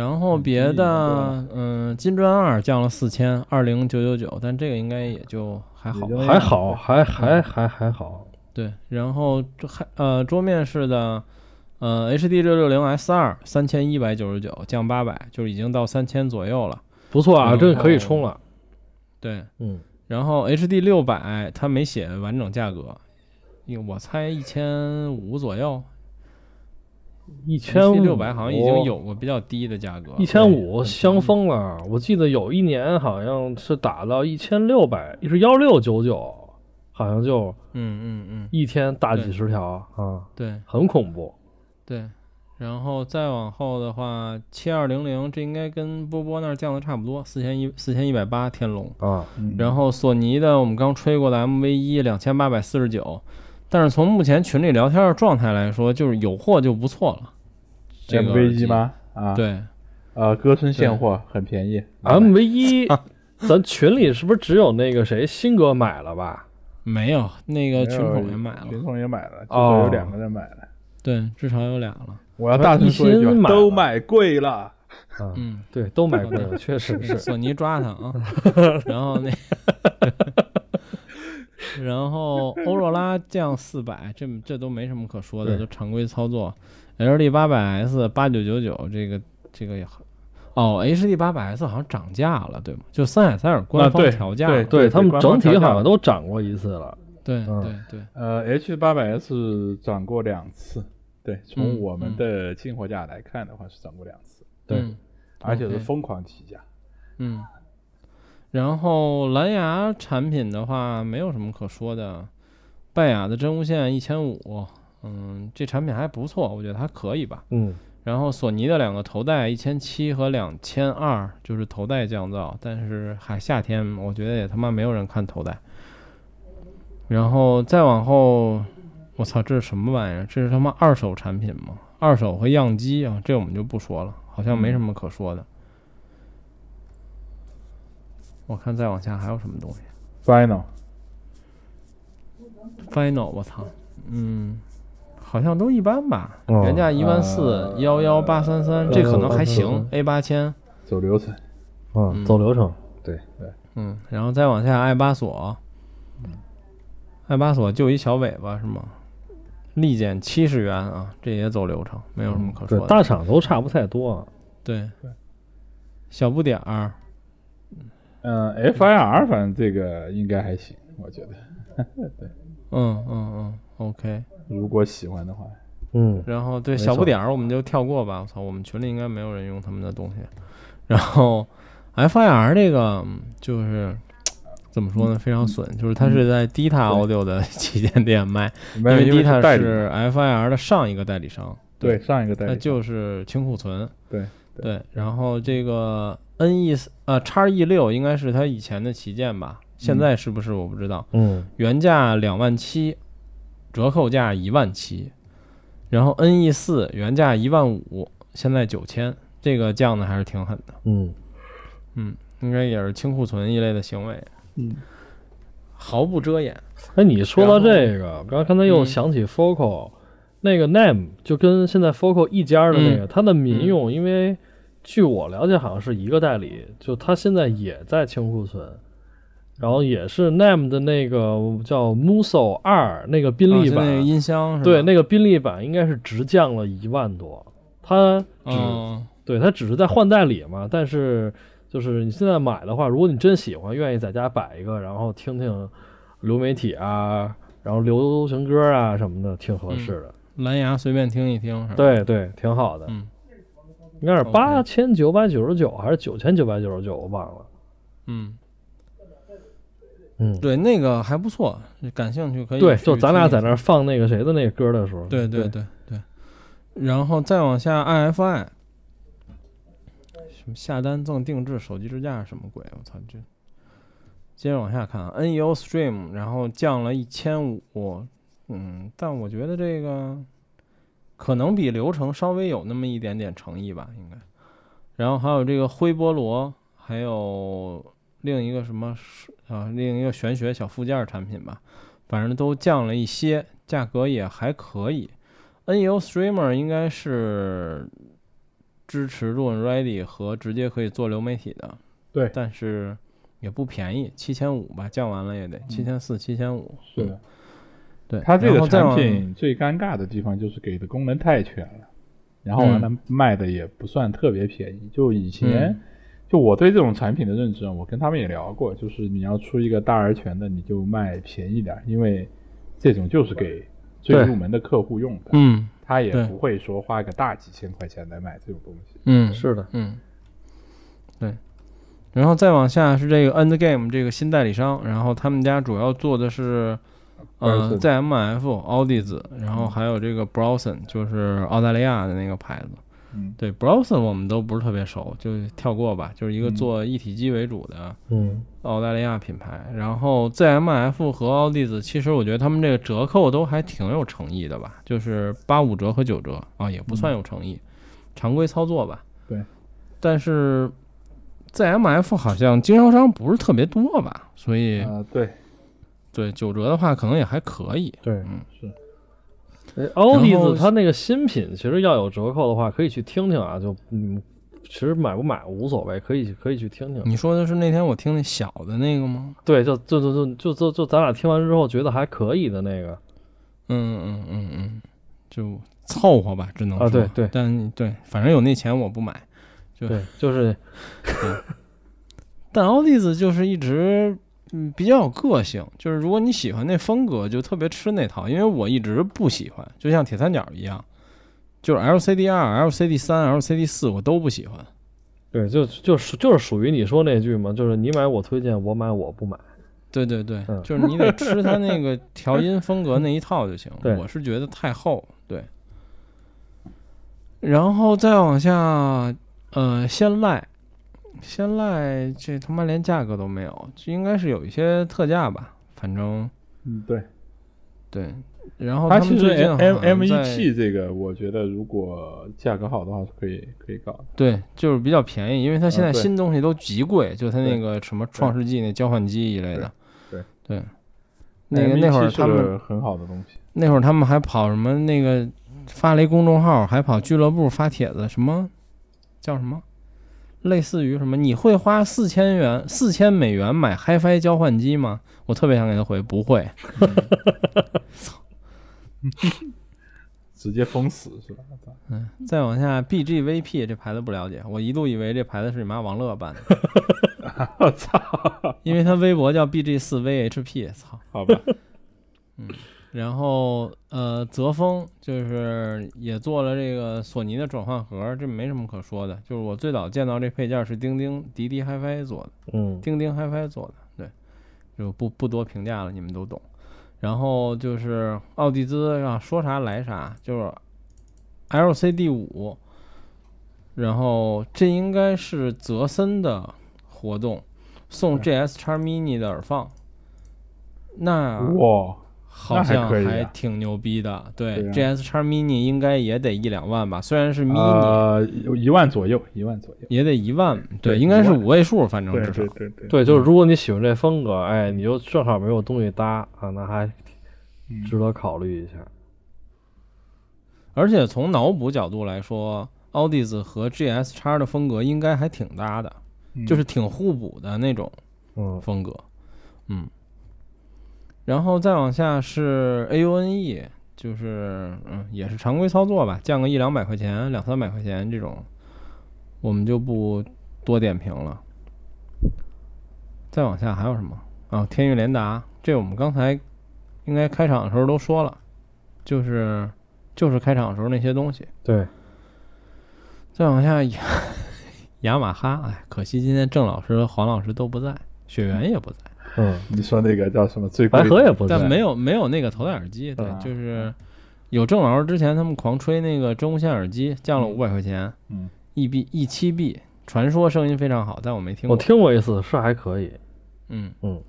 Speaker 2: 然后别
Speaker 3: 嗯
Speaker 2: 的，嗯，金砖二降了四千二零九九九，但这个应该也就还好
Speaker 3: 也。就
Speaker 4: 还好，还还还还好，
Speaker 2: 对，然后这还呃桌面式的，呃 HD 六六零 S 二三千一百九十九降八百，就是已经到三千左右了。
Speaker 4: 不错啊，
Speaker 2: 嗯
Speaker 4: 这个可以冲了。
Speaker 2: 对，
Speaker 4: 嗯，
Speaker 2: 然后 HD 六百它没写完整价格，因为我猜一千五左右。
Speaker 4: 一千哦
Speaker 2: 六百好像已经有过比较低的价格，
Speaker 4: 一千五香疯了。我记得有一年好像是打到一千六百，是幺六九九，好像就
Speaker 2: 嗯嗯嗯，
Speaker 4: 一天打几十条啊，
Speaker 2: 对
Speaker 4: 很恐怖。
Speaker 2: 对。然后再往后的话，七二零零这应该跟波波那儿降的差不多，四千一四千一百八天龙。
Speaker 4: 啊，
Speaker 3: 嗯
Speaker 2: 然后索尼的我们刚吹过的 MV 一两千八百四十九，但是从目前群里聊天的状态来说，就是有货就不错了。这个
Speaker 3: MV 一？吗？啊，，
Speaker 2: 对，
Speaker 3: 呃，歌春现货很便宜
Speaker 4: MV 一，咱群里是不是只有那个谁新哥买了吧？
Speaker 2: 没有那个群
Speaker 3: 没
Speaker 2: 口
Speaker 3: 有
Speaker 2: 也买了，
Speaker 3: 群众也买了，至
Speaker 4: 哦
Speaker 3: 少有两个人买了。
Speaker 2: 对，至少有俩了。
Speaker 3: 我要大声说一
Speaker 4: 一
Speaker 3: 句啊
Speaker 4: 心，买了
Speaker 3: 都买贵了。
Speaker 2: 嗯，
Speaker 4: 对，都买过了，确实是。
Speaker 2: 索尼抓他 啊，然后那，然后欧若拉降四百，这这都没什么可说的，
Speaker 4: 对
Speaker 2: 就常规操作。HD 八百 S 八九九九，这个这个也很。哦，HD 八百 S 好像涨价了，对吗？就森海塞尔官
Speaker 3: 啊
Speaker 2: 方
Speaker 3: 对
Speaker 2: 调价
Speaker 3: 对
Speaker 2: 了，
Speaker 4: 对他们
Speaker 3: 官方
Speaker 4: 整体
Speaker 3: 调价
Speaker 4: 好像都涨过一次了。
Speaker 2: 对
Speaker 4: 嗯
Speaker 2: 对对，
Speaker 3: 呃，H 八百 S 涨过两次，对，从
Speaker 2: 嗯
Speaker 3: 我们
Speaker 2: 嗯
Speaker 3: 的进货价来看的话是涨过两次，
Speaker 4: 对
Speaker 2: 嗯
Speaker 3: 而且是
Speaker 2: OK
Speaker 3: 疯狂提价。
Speaker 2: 嗯，然后蓝牙产品的话，没有什么可说的。拜亚的真无线一千五，嗯，这产品还不错，我觉得还可以吧。
Speaker 4: 嗯，
Speaker 2: 然后索尼的两个头戴一千七和两千二，就是头戴降噪，但是还夏天，我觉得也他妈没有人看头戴。然后再往后，我操，这是什么玩意儿？这是他妈二手产品吗？二手和样机啊，这我们就不说了，好像没什么可说的。我看再往下还有什么东西
Speaker 3: Final，
Speaker 2: ？Final，我操，嗯，好像都一般吧。
Speaker 4: 哦
Speaker 2: 原价一万四，幺幺八三三，这可能还行。A 八千，
Speaker 3: 走流程，
Speaker 4: 啊
Speaker 2: 嗯，
Speaker 4: 走流程。
Speaker 3: 对对，
Speaker 2: 嗯，然后再往下，艾巴索，艾巴索就一小尾巴是吗？立减七十元啊，这也走流程，没有什么可
Speaker 4: 对
Speaker 2: 说，的。
Speaker 4: 大厂都差不太多。啊
Speaker 2: 对，小不点儿，
Speaker 3: 嗯，FIR 反正这个应该还行，我觉得，
Speaker 2: 嗯嗯嗯，OK。
Speaker 3: 如果喜欢的话，
Speaker 4: 嗯，
Speaker 2: 然后对
Speaker 4: 没
Speaker 2: 小不
Speaker 4: 错
Speaker 2: 点儿我们就跳过吧，我操，我们群里应该没有人用他们的东西。然后 FIR 这个嗯就是怎么说呢，非常损，就是它是在 Dita Audio 的旗舰店卖，
Speaker 3: 没有
Speaker 2: 因
Speaker 3: 因为
Speaker 2: 为 Dita
Speaker 3: 代理
Speaker 2: 是呃 FIR 的上一个代理商，
Speaker 3: 对上一个代
Speaker 2: 那
Speaker 3: 理，
Speaker 2: 就是清库存。
Speaker 3: 对对
Speaker 2: 对，然后这个 N E 呃叉 E 六应该是它以前的旗舰吧，现在是不是我不知道。
Speaker 4: 嗯，
Speaker 2: 原价两万七，折扣价一万七，然后 N E 四原价一万五，现在九千，这个降的还是挺狠的。
Speaker 4: 嗯，
Speaker 2: 嗯，应该也是清库存一类的行为。
Speaker 3: 嗯，
Speaker 2: 毫不遮掩。
Speaker 4: 哎，你说到
Speaker 2: 然后
Speaker 4: 这个，刚刚才又
Speaker 2: 嗯
Speaker 4: 想起 Focal，那个 Name 就跟现在 Focal 一家的那个，它的民
Speaker 2: 嗯
Speaker 4: 用，因为据我了解，好像是一个代理，就它现在也在清库存，然后也是 Name 的那个叫 Muso 二那个宾
Speaker 2: 啊
Speaker 4: 利
Speaker 2: 现在
Speaker 4: 版，
Speaker 2: 那个音箱是吧？
Speaker 4: 对，那个宾利版应该是直降了一万多，它只、
Speaker 2: 嗯
Speaker 4: 对它只是在换代理嘛，但是就是你现在买的话，如果你真喜欢，愿意在家摆一个，然后听听流媒体啊，然后流行歌啊什么的，挺
Speaker 2: 嗯
Speaker 4: 合适的。
Speaker 2: 蓝牙随便听一听是吧？
Speaker 4: 对对，挺好的。
Speaker 2: 嗯
Speaker 4: 应该是
Speaker 2: OK
Speaker 4: 八千九百九十九还是九千九百九十九，我忘了。
Speaker 2: 嗯。
Speaker 4: 嗯，
Speaker 2: 对，那个还不错，感兴趣可以去听
Speaker 4: 对，
Speaker 2: 一听。
Speaker 4: 就咱俩在那儿放那个谁的那个歌的时候，
Speaker 2: 对对对对，然后再往下，IFI，什么下单赠定制手机支架什么鬼？我操，这接着往下看啊，NEO Stream，然后降了一千五，嗯，但我觉得这个可能比流程稍微有那么一点点诚意吧，应该。然后还有这个灰菠萝，还有另一个什么是啊，另一个玄学小附件产品吧，反正都降了一些，价格也还可以。NEO Streamer 应该是支持 r o o n Ready 和直接可以做流媒体的，
Speaker 3: 对
Speaker 2: 但是也不便宜，七千五吧，降完了也得七千四、七千五。
Speaker 3: 嗯
Speaker 2: 嗯
Speaker 3: 是的，
Speaker 2: 对，
Speaker 3: 它这
Speaker 2: 然
Speaker 3: 个
Speaker 2: 后再
Speaker 3: 产
Speaker 2: 往
Speaker 3: 品最尴尬的地方就是给的功能太全了，然后完了卖的也不算特别便宜。就以前
Speaker 2: 嗯，
Speaker 3: 就我对这种产品的认知啊，我跟他们也聊过，就是你要出一个大而全的，你就卖便宜点儿，因为这种就是给最
Speaker 4: 对
Speaker 3: 入门的客户用的，
Speaker 2: 嗯
Speaker 3: 他也
Speaker 2: 对
Speaker 3: 不会说花个大几千块钱来买这种东西。
Speaker 2: 嗯
Speaker 4: 是的，
Speaker 2: 嗯，对。然后再往下是这个 End Game 这个新代理商，然后他们家主要做的是嗯、
Speaker 3: Browson
Speaker 2: 在 ZMF 奥迪子，然后还有这个 Browson，就是澳大利亚的那个牌子。
Speaker 3: 嗯
Speaker 2: 对 Browson 我们都不是特别熟，就跳过吧。就是一个
Speaker 3: 嗯
Speaker 2: 做一体机为主的
Speaker 4: 嗯
Speaker 2: 澳大利亚品牌。然后 ZMF 和奥迪子，其实我觉得他们这个折扣都还挺有诚意的吧，就是八五折和九折啊，也不算有诚意，
Speaker 4: 嗯
Speaker 2: 常规操作吧。
Speaker 3: 对。
Speaker 2: 但是 ZMF 好像经销商不是特别多吧，所以、
Speaker 4: 嗯
Speaker 3: 啊，对，
Speaker 2: 对九折的话可能也还可以。
Speaker 4: 对
Speaker 2: 嗯
Speaker 3: 是。
Speaker 4: 哎，奥迪
Speaker 2: 然后
Speaker 4: 子它那个新品，其实要有折扣的话，可以去听听啊。就嗯，其实买不买无所谓，可以可以去听听。
Speaker 2: 你说的是那天我听那小的那个吗？
Speaker 4: 对，就就就就就就就咱俩听完之后觉得还可以的那个，
Speaker 2: 嗯嗯嗯嗯，就凑合吧，只能说。
Speaker 4: 啊对对
Speaker 2: 但对，反正有那钱我不买。
Speaker 4: 对，就是
Speaker 2: 但奥迪子就是一直嗯比较有个性，就是如果你喜欢那风格，就特别吃那套。因为我一直不喜欢，就像铁三角一样，就是 LCD 二、LCD 三、LCD 四我都不喜欢。
Speaker 4: 对，就就是就是属于你说那句嘛，就是你买我推荐，我买我不买。
Speaker 2: 对对对，
Speaker 4: 嗯。
Speaker 2: 就是你得吃它那个调音风格那一套就行
Speaker 4: 对
Speaker 2: 我是觉得太厚，对。然后再往下，呃，仙籁，仙籁这他妈连价格都没有，这应该是有一些特价吧，反正
Speaker 3: 嗯，对，
Speaker 2: 对。然后
Speaker 3: 它
Speaker 2: 哦他们
Speaker 3: 其实
Speaker 2: 最近
Speaker 3: M
Speaker 2: 好
Speaker 3: M
Speaker 2: 像
Speaker 3: M 一
Speaker 2: 在
Speaker 3: T 这个，我觉得如果价格好的话是可以可以搞的。
Speaker 2: 对，就是比较便宜，因为它现在
Speaker 3: 嗯对
Speaker 2: 新东西都极贵，就它那
Speaker 3: 对
Speaker 2: 个什么创世纪那交换机一类的，
Speaker 3: 对
Speaker 2: 对。那个那会儿
Speaker 3: M17
Speaker 2: 他们
Speaker 3: E 是个很好的东西，
Speaker 2: 那会儿他们还跑什么那个发了一公众号，还跑俱乐部发帖子，什么叫什么，类似于什么你会花四千元四千美元买 HiFi 交换机吗？我特别想给他回不会，
Speaker 3: 直接封死是吧？
Speaker 2: 嗯，再往下 BGVP 这牌子不了解，我一度以为这牌子是你妈王乐办的，
Speaker 3: 我操，
Speaker 2: 因为他微博叫 BG 四 VHP，操。
Speaker 3: 好吧，
Speaker 2: 然后呃，泽峰就是也做了这个索尼的转换盒，这没什么可说的。就是我最早见到这配件是钉钉、迪迪 HiFi 做的，
Speaker 4: 嗯，
Speaker 2: 钉钉 HiFi 做的，对，就不不多评价了，你们都懂。然后就是奥迪兹啊，说啥来啥，就是 LCD 五，然后这应该是泽森的活动，送 GS x Mini 的耳放。那
Speaker 3: 哇，
Speaker 2: 好像
Speaker 3: 那还可以啊
Speaker 2: 还挺牛逼的。对
Speaker 3: 对啊
Speaker 2: ，GS x Mini 应该也得一两万吧，虽然是 Mini，、
Speaker 3: 呃，有一万左右，一万左右，
Speaker 2: 也得一万，
Speaker 3: 对
Speaker 2: 应该是
Speaker 3: 一万
Speaker 2: 五位数，反正
Speaker 3: 对
Speaker 2: 至少
Speaker 3: 对对对，
Speaker 4: 对，就是如果你喜欢这风格，哎，你就正好没有东西搭啊，那还
Speaker 3: 嗯
Speaker 4: 值得考虑一下。
Speaker 2: 而且从脑补角度来说，奥迪子和 GS x 的风格应该还挺搭的，
Speaker 3: 嗯
Speaker 2: 就是挺互补的那种
Speaker 4: 嗯，
Speaker 2: 风格。嗯，然后再往下是 AUNE，就是嗯也是常规操作吧，降个一两百块钱、两三百块钱这种，我们就不多点评了。再往下还有什么啊？天域联达，这我们刚才应该开场的时候都说了，就是就是开场的时候那些东西。
Speaker 4: 对，
Speaker 2: 再往下， 雅雅马哈，哎，可惜今天郑老师和黄老师都不在，雪原也不在。
Speaker 4: 嗯，
Speaker 3: 你说那个叫什么最贵
Speaker 4: 白
Speaker 3: 的？
Speaker 4: 河也不在，
Speaker 2: 但没有没有那个头戴耳机，对，
Speaker 3: 啊
Speaker 2: 就是有郑老师之前他们狂吹那个真无线耳机，降了五百块钱，
Speaker 3: 嗯，
Speaker 2: 一 B 一七 B，传说声音非常好，但我没听
Speaker 4: 我
Speaker 2: 过，
Speaker 4: 听过一次，是还可以。
Speaker 2: 嗯
Speaker 4: 嗯，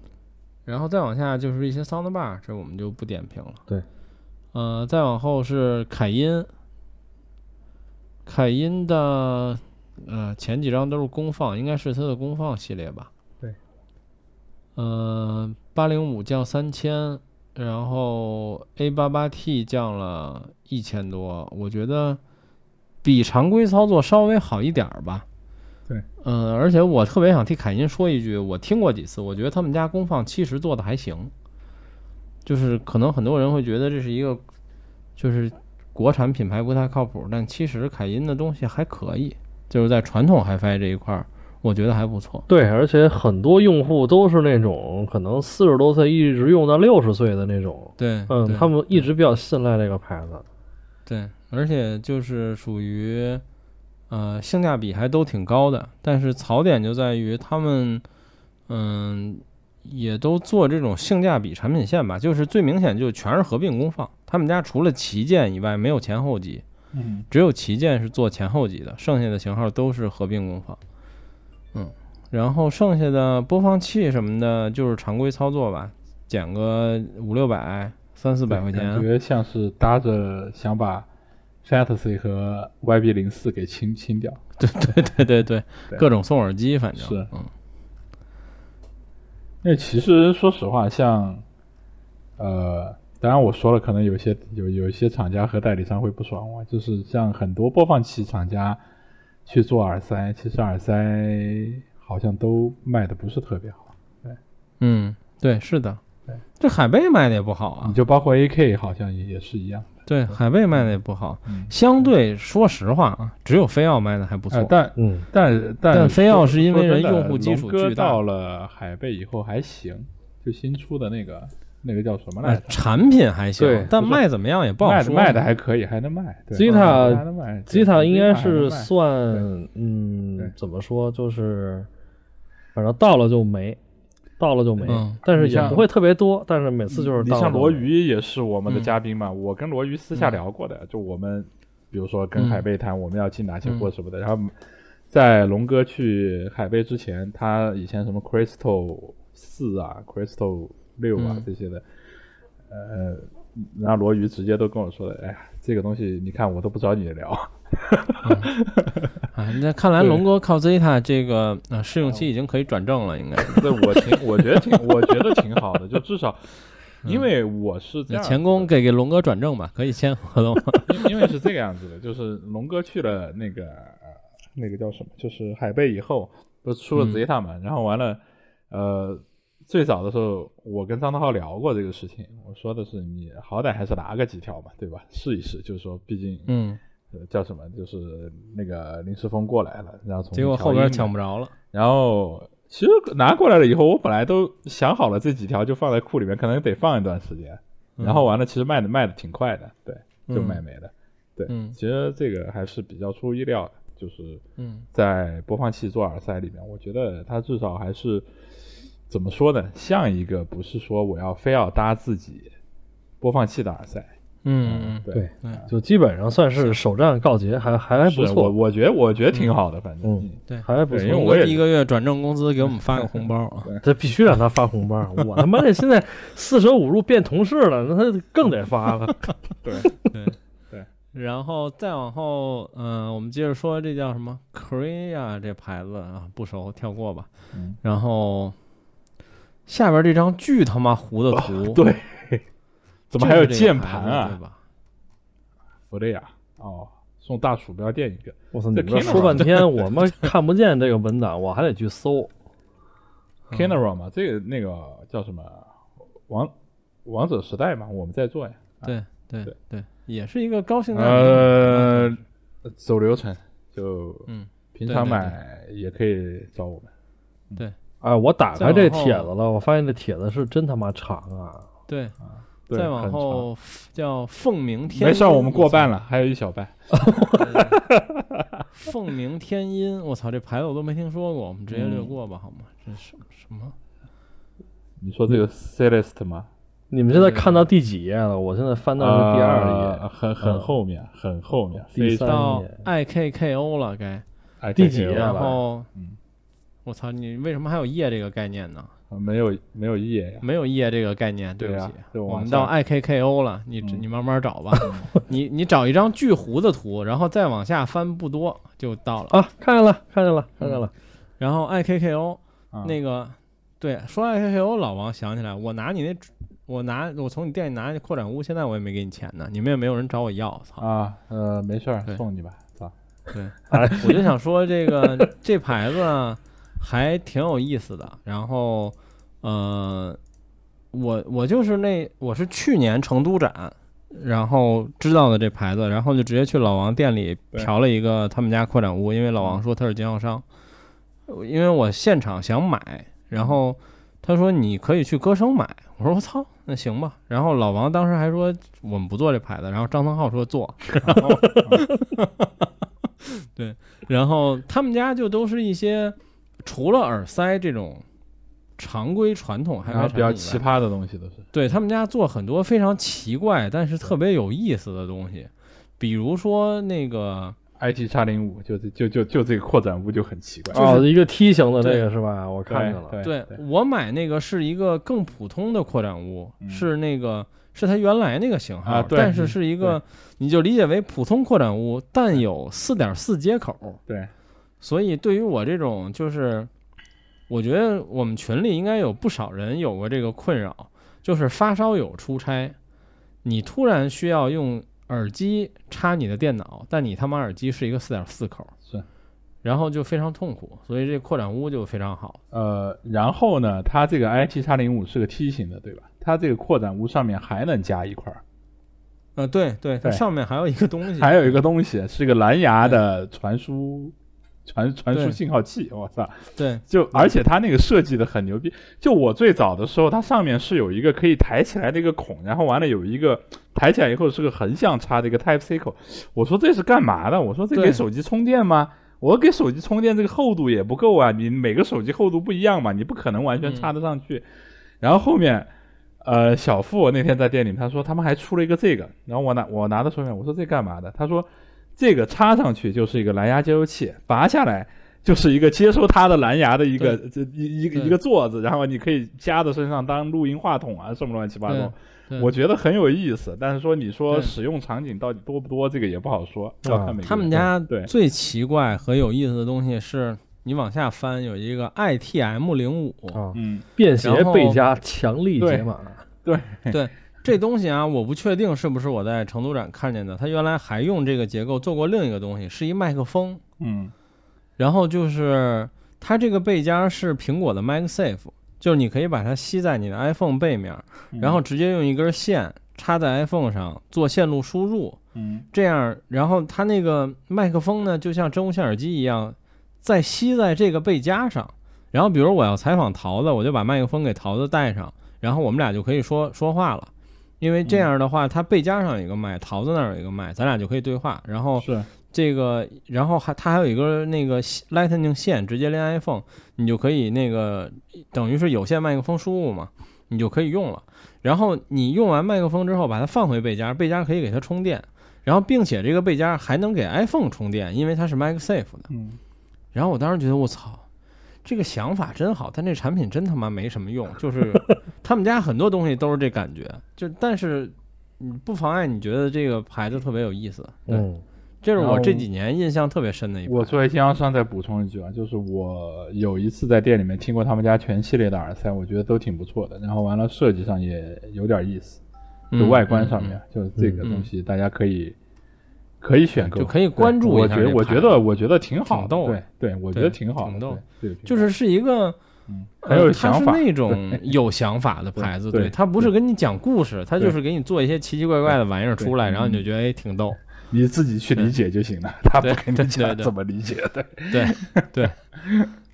Speaker 2: 然后再往下就是一些 soundbar，这我们就不点评了，
Speaker 4: 对，
Speaker 2: 呃，再往后是凯音，凯音的呃前几张都是功放，应该是它的功放系列吧，
Speaker 3: 对，
Speaker 2: 呃，八零五降三千，然后 A 八八 T 降了一千多，我觉得比常规操作稍微好一点儿吧。
Speaker 3: 对，
Speaker 2: 嗯，而且我特别想替凯音说一句，我听过几次，我觉得他们家功放其实做的还行，就是可能很多人会觉得这是一个就是国产品牌不太靠谱，但其实凯音的东西还可以，就是在传统 HiFi 这一块儿，我觉得还不错。
Speaker 4: 对，而且很多用户都是那种可能四十多岁一直用到六十岁的那种，
Speaker 2: 对，
Speaker 4: 嗯，
Speaker 2: 对
Speaker 4: 他们一直比较信赖这个牌子。
Speaker 2: 对，而且就是属于，呃，性价比还都挺高的，但是槽点就在于他们，嗯，也都做这种性价比产品线吧，就是最明显就全是合并功放，他们家除了旗舰以外没有前后级，
Speaker 3: 嗯，
Speaker 2: 只有旗舰是做前后级的，剩下的型号都是合并功放。嗯，然后剩下的播放器什么的，就是常规操作吧，减个五六百、三四百块
Speaker 3: 感
Speaker 2: 钱。
Speaker 3: 觉像是搭着想把 Fantasy 和 YB 零四给清清掉。
Speaker 2: 对对对，
Speaker 3: 对
Speaker 2: 各种送耳机，反正
Speaker 3: 是
Speaker 2: 嗯，
Speaker 3: 那其实说实话，像呃，当然我说了，可能有些有有一些厂家和代理商会不爽我，就是像很多播放器厂家去做耳塞，其实耳塞好像都卖的不是特别好。
Speaker 2: 嗯，对，是的
Speaker 3: 对。
Speaker 2: 这海贝卖的也不好啊
Speaker 3: 你，就包括 AK 好像也也是一样。
Speaker 2: 对，海贝卖的也不好。
Speaker 3: 嗯，
Speaker 2: 相对说实话啊，只有飞奥卖的还不错。
Speaker 3: 呃、但
Speaker 4: 嗯，
Speaker 3: 但但
Speaker 2: 但非要
Speaker 3: 说
Speaker 2: 是因为
Speaker 3: 说
Speaker 2: 人
Speaker 3: 真的
Speaker 2: 用户基础
Speaker 3: 龙哥
Speaker 2: 巨大
Speaker 3: 到了海贝以后还行，就新出的那个那个叫什么来
Speaker 2: 哎
Speaker 3: 着？
Speaker 2: 产品还行
Speaker 4: 对，
Speaker 2: 但
Speaker 3: 不是
Speaker 2: 卖怎么样也不好
Speaker 3: 卖的
Speaker 2: 说。
Speaker 3: 卖的还可以，还能卖。对
Speaker 4: Zeta-
Speaker 3: 还能卖。
Speaker 4: 吉
Speaker 3: 塔
Speaker 4: 他应该是算，
Speaker 3: 对
Speaker 4: 嗯，怎么说，就是反正到了就没，到了就没
Speaker 2: 嗯，
Speaker 4: 但是
Speaker 3: 你
Speaker 4: 也
Speaker 3: 像
Speaker 4: 不会特别多，但是每次就是
Speaker 3: 你
Speaker 4: 到了
Speaker 3: 像
Speaker 4: 就
Speaker 3: 罗
Speaker 4: 没，
Speaker 3: 宇也是我们的
Speaker 2: 嗯
Speaker 3: 嘉宾嘛，我跟罗宇私下
Speaker 2: 嗯
Speaker 3: 聊过的，就我们比如说跟
Speaker 2: 嗯
Speaker 3: 海贝谈我们要进哪些
Speaker 2: 嗯
Speaker 3: 货什么的，然后在龙哥去海贝之前，他以前什么 Crystal 四啊、Crystal 六啊、
Speaker 2: 嗯
Speaker 3: 这些的，呃，然后罗宇直接都跟我说的，哎呀，这个东西你看我都不找你聊，
Speaker 2: 啊，那看来
Speaker 3: 对哦
Speaker 2: 龙哥靠 Zeta 这个呃试用期已经可以转正了，应 该是。
Speaker 3: 对我挺，我觉得挺，我觉得挺好的，就至 少。因为我是这
Speaker 2: 那
Speaker 3: 样，
Speaker 2: 前工给给龙哥转正吧，可以签合同。
Speaker 3: 因因为是这个样子的，就是龙哥去了那个呃那个叫什么，就是海贝以后，不是出了
Speaker 2: 嗯
Speaker 3: Zeta 嘛，然后完了，呃，最早的时候我跟张德浩聊过这个事情，我说的是你好歹还是拿个几条嘛，对吧？试一试，就是说，毕竟、
Speaker 2: 嗯，
Speaker 3: 呃叫什么，就是那个林世峰过来了，然后从
Speaker 2: 结果后边抢
Speaker 3: 不，
Speaker 2: 不着了。
Speaker 3: 然后。其实拿过来了以后，我本来都想好了这几条就放在库里面，可能得放一段时间。
Speaker 2: 嗯
Speaker 3: 然后完了，其实卖的卖的挺快的，对，就
Speaker 2: 嗯
Speaker 3: 卖没了。对，
Speaker 2: 嗯
Speaker 3: 其实这个还是比较出乎意料的，就是
Speaker 2: 嗯
Speaker 3: 在播放器做耳塞里面，我觉得它至少还是怎么说呢，像一个不是说我要非要搭自己播放器的耳塞，
Speaker 2: 嗯，
Speaker 3: 对，
Speaker 4: 对就基本上算是首战告捷，还还还不
Speaker 3: 是我
Speaker 4: 错，
Speaker 3: 我觉得我觉得挺好的，反正
Speaker 4: 嗯
Speaker 2: 对
Speaker 4: 还不
Speaker 3: 对
Speaker 4: 错
Speaker 3: 因为。
Speaker 2: 龙
Speaker 3: 我也
Speaker 2: 哥第一个月转正工资给我们发个红包啊。
Speaker 4: 这必须让他发红包！我他妈这现在四舍五入变同事了，那他更得发 了。
Speaker 3: 对，
Speaker 2: 然后再往后，嗯、我们接着说这叫什么 Korea 这牌子啊，不熟，跳过吧。
Speaker 3: 嗯
Speaker 2: 然后下边这张巨他妈糊的图，
Speaker 3: 啊对，对，怎么还有键盘
Speaker 2: 对
Speaker 3: 啊？
Speaker 2: 吧？
Speaker 3: 弗雷亚，哦，送大鼠标垫一个，
Speaker 4: 我操！你
Speaker 3: 这
Speaker 4: 们说
Speaker 3: Kinara
Speaker 4: 半天，我们看不见这个文档，我还得去搜。
Speaker 2: 嗯
Speaker 3: c a n a r o 嘛，这个那个叫什么王王者时代嘛，我们在做呀，
Speaker 2: 对对
Speaker 3: 啊对
Speaker 2: 对，也是一个高性价比的
Speaker 3: 呃
Speaker 2: 产品，
Speaker 3: 走流程就
Speaker 2: 嗯，
Speaker 3: 平常
Speaker 2: 对对
Speaker 3: 买也可以找我们。
Speaker 4: 哎，我打开这帖
Speaker 2: 再
Speaker 4: 子
Speaker 2: 往
Speaker 4: 了，我发现这帖子是真他妈长啊！
Speaker 2: 对。
Speaker 3: 对
Speaker 2: 再往，后叫凤鸣
Speaker 3: 很
Speaker 2: 天
Speaker 3: 长
Speaker 2: 音，
Speaker 3: 没事儿，我们过半了，还有一小半。
Speaker 2: 凤鸣天音，我操，这牌子我都没听说过，我们直接略
Speaker 3: 嗯
Speaker 2: 过吧，好吗？这什么什么？
Speaker 3: 你说这个 Celeste 吗？
Speaker 4: 你们现在看到第几页了？我现在翻到是第二
Speaker 3: 呃
Speaker 4: 页，
Speaker 3: 很很后面，很后面，
Speaker 4: 第
Speaker 3: 非
Speaker 4: 三
Speaker 3: 常
Speaker 2: 到
Speaker 4: 页
Speaker 2: I K K O 了，该。
Speaker 3: 哎
Speaker 4: 第几
Speaker 3: 这个
Speaker 4: 页
Speaker 2: 然
Speaker 4: 了
Speaker 2: 后
Speaker 3: 嗯，
Speaker 2: 我操，你为什么还有夜这个概念呢？
Speaker 3: 没有没有页呀。
Speaker 2: 没有夜这个概念，
Speaker 3: 对
Speaker 2: 不
Speaker 3: 啊
Speaker 2: 起，
Speaker 3: 就
Speaker 2: 我
Speaker 3: 往
Speaker 2: 们
Speaker 3: 下
Speaker 2: 到 I K K O 了，你只
Speaker 3: 嗯
Speaker 2: 你慢慢找 吧，你你找一张巨糊的图，然后再往下翻不多就到了。
Speaker 4: 啊，看见了，看见了，看见了。
Speaker 2: 然后 I K K O
Speaker 3: 啊
Speaker 2: 那个，对，说 I K K O，老王想起来，我拿你那，我拿我从你店里拿那扩展坞，现在我也没给你钱呢，你们也没有人找我要，操！
Speaker 3: 啊呃没事儿
Speaker 2: 对，
Speaker 3: 送你吧，操。
Speaker 2: 对，我就想说这个这牌子啊还挺有意思的。然后，呃，我我就是那我是去年成都展，然后知道的这牌子，然后就直接去老王店里
Speaker 3: 对
Speaker 2: 嫖了一个他们家扩展坞，因为老王说他是经销商，呃因为我现场想买，然后他说你可以去歌声买，我说我操，那行吧。然后老王当时还说我们不做这牌子，然后张腾浩说做，然后对，然后他们家就都是一些除了耳塞这种。常规传统还
Speaker 3: 然后啊比较奇
Speaker 2: 葩。
Speaker 3: 葩的东西都是。
Speaker 2: 对他们家做很多非常奇怪，但是特别有意思的东西，比如说那个
Speaker 3: IT 叉零五就这就就就这个扩展部就很奇怪，
Speaker 4: 哦，一个梯形的
Speaker 2: 对
Speaker 4: 那个是吧？我看见了，
Speaker 3: 对
Speaker 2: 对我买那个是一个更普通的扩展物，
Speaker 3: 嗯
Speaker 2: 是那个是它原来那个型号，
Speaker 3: 啊对
Speaker 2: 但
Speaker 3: 嗯
Speaker 2: 是是一个你就理解为普通扩展物，但有四点四接口，
Speaker 3: 对，
Speaker 2: 所以对于我这种就是，我觉得我们群里应该有不少人有过这个困扰，就是发烧友出差，你突然需要用耳机插你的电脑，但你他妈耳机是一个四点四口，
Speaker 3: 是，
Speaker 2: 然后就非常痛苦，所以这扩展坞就非常好。
Speaker 3: 呃，然后呢，它这个 IT 叉零五是个梯形的，对吧？它这个扩展坞上面还能加一块儿，
Speaker 2: 呃，对对，它
Speaker 3: 对
Speaker 2: 上面还有一个东西，
Speaker 3: 还有一个东西是个蓝牙的传输传传输
Speaker 2: 对
Speaker 3: 信号器，我操！
Speaker 2: 对
Speaker 3: 就而且它那个设计的很牛逼。就我最早的时候，它上面是有一个可以抬起来的一个孔，然后完了有一个抬起来以后是个横向插的一个 Type C 口。我说这是干嘛的？我说这
Speaker 2: 对
Speaker 3: 给手机充电吗？我说给手机充电这个厚度也不够啊，你每个手机厚度不一样嘛，你不可能完全插得上去。然后后面。呃，小付那天在店里面，他说他们还出了一个这个，然后我拿我拿到手里面，我说这干嘛的？他说这个插上去就是一个蓝牙接收器，拔下来就是一个接收它的蓝牙的一个这一一个
Speaker 2: 对
Speaker 3: 一个座子，然后你可以夹在身上当录音话筒啊，什么乱七八糟。
Speaker 2: 对
Speaker 3: 我觉得很有意思，但是说你说
Speaker 2: 对
Speaker 3: 使用场景到底多不多，这个也不好说，
Speaker 4: 啊
Speaker 3: 要看每
Speaker 2: 嗯
Speaker 3: 个人
Speaker 2: 他们家
Speaker 3: 对
Speaker 2: 最奇怪和有意思的东西是，你往下翻有一个 ITM 零五，
Speaker 4: 啊，
Speaker 3: 嗯，
Speaker 4: 便携
Speaker 2: 然后
Speaker 4: 倍加强力
Speaker 3: 对
Speaker 4: 解码，
Speaker 2: 这东西啊，我不确定是不是我在成都展看见的。它原来还用这个结构做过另一个东西，是一麦克风。
Speaker 3: 嗯
Speaker 2: 然后就是它这个背夹是苹果的 MagSafe，就是你可以把它吸在你的 iPhone 背面，
Speaker 3: 嗯，
Speaker 2: 然后直接用一根线插在 iPhone 上做线路输入。
Speaker 3: 嗯
Speaker 2: 这样，然后它那个麦克风呢，就像真无线耳机一样，再吸在这个背夹上。然后，比如我要采访桃子，我就把麦克风给桃子带上，然后我们俩就可以说说话了。因为这样的话，它背夹上有一个麦，桃子那儿有一个麦，咱俩就可以对话。然后
Speaker 3: 是
Speaker 2: 这个，然后还它还有一个那个 Lightning 线，直接连 iPhone，你就可以那个等于是有线麦克风输入嘛，你就可以用了。然后你用完麦克风之后，把它放回背夹，背夹可以给它充电，然后并且这个背夹还能给 iPhone 充电，因为它是 MagSafe 的。
Speaker 3: 嗯
Speaker 2: 然后我当时觉得我操，这个想法真好，但这产品真他妈没什么 用。就是他们家很多东西都是这感觉，就但是嗯不妨碍你觉得这个牌子特别有意思。对，
Speaker 4: 嗯，
Speaker 2: 这是
Speaker 3: 然后
Speaker 2: 我这几年印象特别深的一
Speaker 3: 我
Speaker 2: 款。
Speaker 3: 作为经销商再补充一句啊，就是我有一次在店里面听过他们家全系列的耳塞，我觉得都挺不错的，然后完了设计上也有点意思，就
Speaker 2: 嗯
Speaker 3: 外观上
Speaker 2: 嗯
Speaker 3: 面，就是这个东西大家可以、可以选购，
Speaker 2: 就可以关注
Speaker 3: 对
Speaker 2: 一下这
Speaker 3: 我觉
Speaker 2: 牌子
Speaker 3: 得我觉得我觉得挺
Speaker 2: 挺
Speaker 3: 好的，
Speaker 2: 逗
Speaker 3: 对对，我觉得
Speaker 2: 对
Speaker 3: 挺好的，
Speaker 2: 挺逗
Speaker 3: 对，对
Speaker 2: 就是是一个
Speaker 3: 嗯很
Speaker 2: 呃
Speaker 3: 有
Speaker 2: 它
Speaker 3: 想法，
Speaker 2: 是那 种有想法的牌子，
Speaker 3: 对对
Speaker 2: 它不是跟你讲故事，它
Speaker 3: 对
Speaker 2: 就是给你做一些奇奇怪怪的玩意儿出来，
Speaker 3: 对嗯
Speaker 2: 然后你就觉得哎挺逗，
Speaker 3: 你自己去理解就行了，他不
Speaker 2: 对
Speaker 3: 给你
Speaker 2: 对
Speaker 3: 讲
Speaker 2: 对对
Speaker 3: 怎么理解的。
Speaker 2: 对对。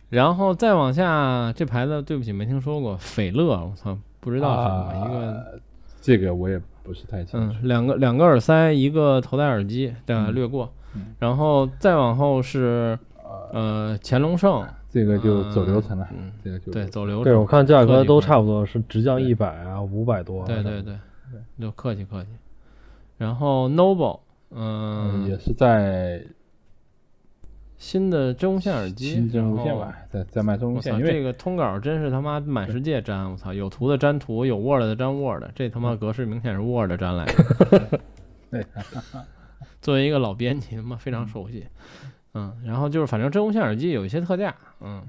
Speaker 2: 然后再往下，这牌子对不起没听说过，斐乐，我操，不知道是什么、一个，
Speaker 3: 啊这个我也不是太清楚。
Speaker 2: 嗯，两个两个耳塞，一个头戴耳机，但略过。
Speaker 3: 嗯啊
Speaker 2: 然后再往后是呃乾隆盛，
Speaker 3: 这个就走流程了，
Speaker 2: 嗯，
Speaker 3: 这个就
Speaker 2: 对，走流
Speaker 4: 对，
Speaker 2: 程
Speaker 4: 我，看价
Speaker 2: 特
Speaker 4: 格
Speaker 2: 级
Speaker 4: 都
Speaker 2: 会
Speaker 4: 差不多，是直降一百啊，五百多啊，
Speaker 2: 对对对，就客气客气。然后 Noble，嗯、
Speaker 3: 也是在
Speaker 2: 新的真无线耳机，
Speaker 3: 新真无
Speaker 2: 然
Speaker 3: 线
Speaker 2: 后
Speaker 3: 吧，在在卖真无
Speaker 2: 哦我
Speaker 3: 线，
Speaker 2: 操，
Speaker 3: 因
Speaker 2: 这
Speaker 3: 为
Speaker 2: 个通稿真是他妈满世界粘，我操，有图的粘图，有 Word 的粘 Word，这他妈格式明显是 Word 粘来的。
Speaker 3: 嗯 对，
Speaker 2: 作为一个老编辑，他妈非常熟悉。嗯，然后就是反正真无线耳机有一些特价，嗯，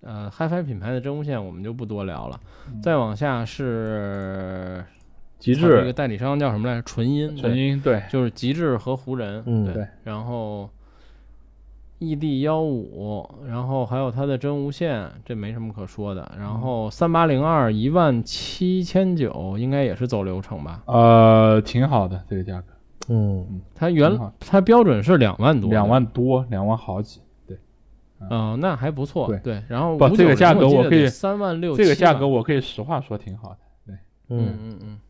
Speaker 2: 呃，HiFi 品牌的真无线我们就不多聊了。
Speaker 3: 嗯
Speaker 2: 再往下是
Speaker 4: 极
Speaker 2: 它这个
Speaker 4: 致，
Speaker 2: 代理商叫什么来着？纯音，对
Speaker 3: 纯音对
Speaker 2: 就是极致和湖人，
Speaker 4: 嗯
Speaker 2: 对
Speaker 3: 对，
Speaker 2: 然后 ED 幺五，然后还有它的真无线，这没什么可说的。
Speaker 3: 嗯
Speaker 2: 然后三八零二一万七千九，应该也是走流程吧？
Speaker 3: 呃挺好的这个价格，
Speaker 4: 嗯，
Speaker 2: 它原
Speaker 3: 挺好
Speaker 2: 它标准是两万多，
Speaker 3: 两万多两万好几，对
Speaker 2: 嗯、那还不错，
Speaker 3: 对
Speaker 2: 然后
Speaker 3: 不
Speaker 2: 59
Speaker 3: 这个价格
Speaker 2: 我
Speaker 3: 我可以
Speaker 2: 三万六，
Speaker 3: 这个价格我可以实话说挺好的。
Speaker 2: 嗯
Speaker 4: 嗯，
Speaker 2: 嗯嗯，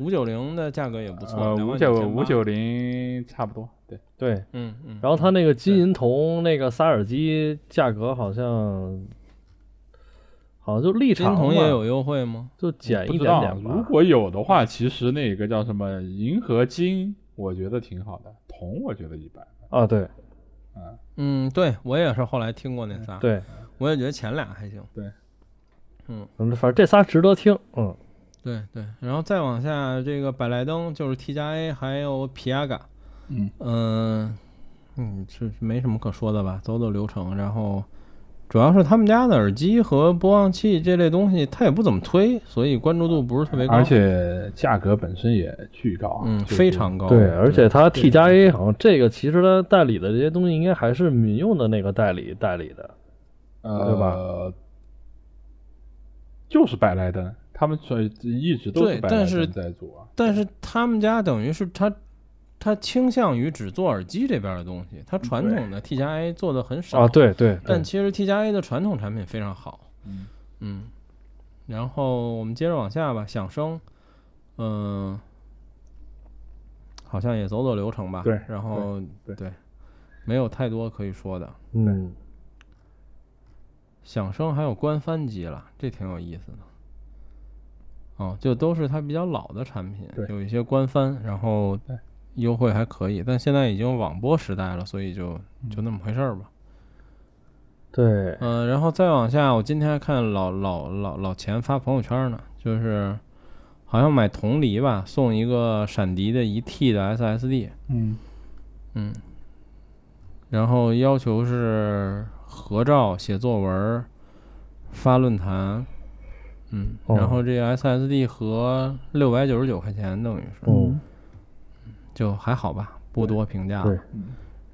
Speaker 2: 五九零的价格也不错，
Speaker 3: 呃，
Speaker 2: 29,800
Speaker 3: 五九五，九零差不多，对，
Speaker 4: 对。
Speaker 2: 嗯嗯，
Speaker 4: 然后它那个金银铜那个仨耳机价格好像，好像就立
Speaker 2: 金
Speaker 4: 场
Speaker 2: 童也
Speaker 4: 嘛
Speaker 2: 有优惠吗？
Speaker 4: 就减
Speaker 2: 哎
Speaker 3: 不
Speaker 4: 一
Speaker 3: 知
Speaker 4: 点
Speaker 3: 道啊
Speaker 4: 点吧。
Speaker 3: 如果有的话，其实那个叫什么银和金，我觉得挺好的，铜我觉得一般。
Speaker 4: 啊，对
Speaker 2: 嗯，对我也是后来听过那
Speaker 3: 嗯
Speaker 2: 仨，，
Speaker 4: 对，
Speaker 2: 我也觉得前俩还行。
Speaker 4: 嗯反正这仨值得听，嗯，
Speaker 2: 对对，然后再往下，这个百莱登就是 T 加 A，还有皮亚嘎，
Speaker 3: 嗯
Speaker 2: 嗯嗯，是没什么可说的吧？走走流程，然后主要是他们家的耳机和播放器这类东西，它也不怎么推，所以关注度不是特别高。
Speaker 3: 而，且价格本身也巨高，啊
Speaker 2: 嗯，
Speaker 3: 就是
Speaker 2: 非常高。
Speaker 4: 哦对，而且它 T 加 A 好像这个其实它代理的这些东西应该还是民用的那个代理代理的，
Speaker 3: 呃，
Speaker 4: 对
Speaker 3: 吧？就是百莱登，他们所以一直都
Speaker 2: 对
Speaker 3: 是百
Speaker 2: 但
Speaker 3: 莱
Speaker 2: 是
Speaker 3: 登在做啊。
Speaker 2: 但是他们家等于是他，他倾向于只做耳机这边的东西，他传统的 T 加 A 做的很少。
Speaker 4: 啊，对对，
Speaker 2: 但其实 T 加 A 的传统产品非常好。
Speaker 3: 嗯
Speaker 2: 嗯然后我们接着往下吧，响声，嗯、好像也走走流程吧。
Speaker 3: 对
Speaker 2: 然后
Speaker 3: 对
Speaker 2: 没有太多可以说的。
Speaker 4: 嗯，
Speaker 2: 响声还有官方机了，这挺有意思的。哦，就都是它比较老的产品，
Speaker 3: 对
Speaker 2: 有一些官方，然后
Speaker 3: 对
Speaker 2: 优惠还可以，但现在已经网播时代了，所以就就那么回事儿吧。
Speaker 4: 对，
Speaker 2: 嗯、然后再往下，我今天还看老老老老钱发朋友圈呢，就是好像买铜梨吧，送一个闪迪的一 T 的 SSD，
Speaker 3: 嗯，
Speaker 2: 嗯，然后要求是合照、写作文、发论坛，嗯，然
Speaker 4: 哦
Speaker 2: 后这个 SSD 合六百九十九块钱，等于是
Speaker 4: 嗯，
Speaker 2: 就还好吧，不多评价了。
Speaker 4: 对
Speaker 3: 嗯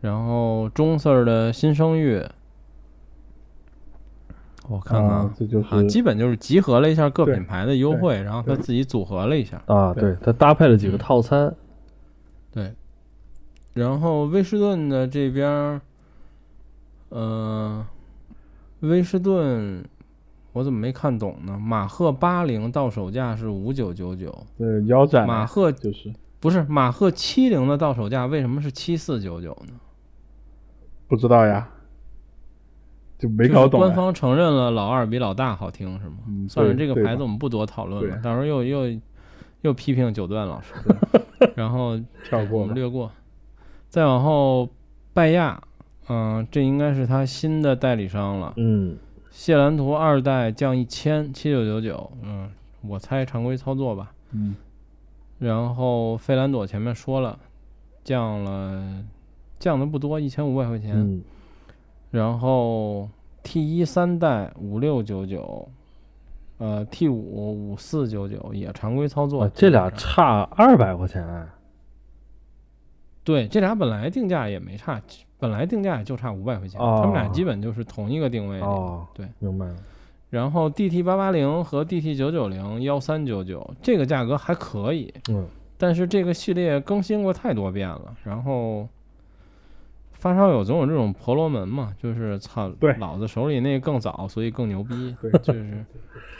Speaker 2: 然后中 Sir 的新声乐，
Speaker 4: 哦
Speaker 2: 我看看
Speaker 3: 啊，这就是
Speaker 2: 啊，基本就是集合了一下各
Speaker 3: 对
Speaker 2: 品牌的优惠，然后他自己组合了一下。
Speaker 4: 啊，对，它搭配了
Speaker 2: 嗯
Speaker 4: 几个套餐，
Speaker 2: 对，然后威士顿的这边儿，呃，威士顿我怎么没看懂呢？马赫八零到手价是五九九九，
Speaker 3: 呃腰斩
Speaker 2: 马赫
Speaker 3: 就是
Speaker 2: 不是马赫七零的到手价为什么是七四九九呢？
Speaker 3: 不知道呀，就没
Speaker 2: 就是
Speaker 3: 搞懂啊
Speaker 2: 官
Speaker 3: 呀。
Speaker 2: 方承认了老二比老大好听是吗？
Speaker 3: 嗯
Speaker 2: 算了，
Speaker 3: 对
Speaker 2: 这个
Speaker 3: 对
Speaker 2: 牌
Speaker 3: 的
Speaker 2: 子我们不多讨论了，
Speaker 3: 对
Speaker 2: 到时候又又又批评九段老 师，然后
Speaker 3: 跳
Speaker 2: 我
Speaker 3: 过
Speaker 4: 嗯
Speaker 2: 们
Speaker 3: 吧。
Speaker 2: 略过。再往后，拜亚，嗯、这应该是他新的代理商了。
Speaker 4: 嗯，
Speaker 2: 谢兰图二代降一千七九九九，嗯，我猜常规操作吧。
Speaker 3: 嗯，
Speaker 2: 然后费兰朵前面说了，降了，降的不多，一千五百块钱。
Speaker 4: 嗯，
Speaker 2: 然后 T 一三代五六九九，呃，T 五五四九九也常规操作
Speaker 4: 哇，，啊这俩
Speaker 2: 基本上
Speaker 4: 差二百块钱，啊
Speaker 2: 对这俩本来定价也没差，本来定价也就差五百块钱，
Speaker 4: 哦
Speaker 2: 他们俩基本就是同一个定位里。
Speaker 4: 哦，
Speaker 2: 对，
Speaker 4: 明白了，
Speaker 2: 然后 DT 八八零和 DT 九九零幺三九九这个价格还可以，
Speaker 4: 嗯，
Speaker 2: 但是这个系列更新过太多遍了，然后。发烧友总有这种婆罗门嘛，就是操
Speaker 3: 对，
Speaker 2: 老子手里那更早，所以更牛逼。
Speaker 3: 对，
Speaker 2: 就是，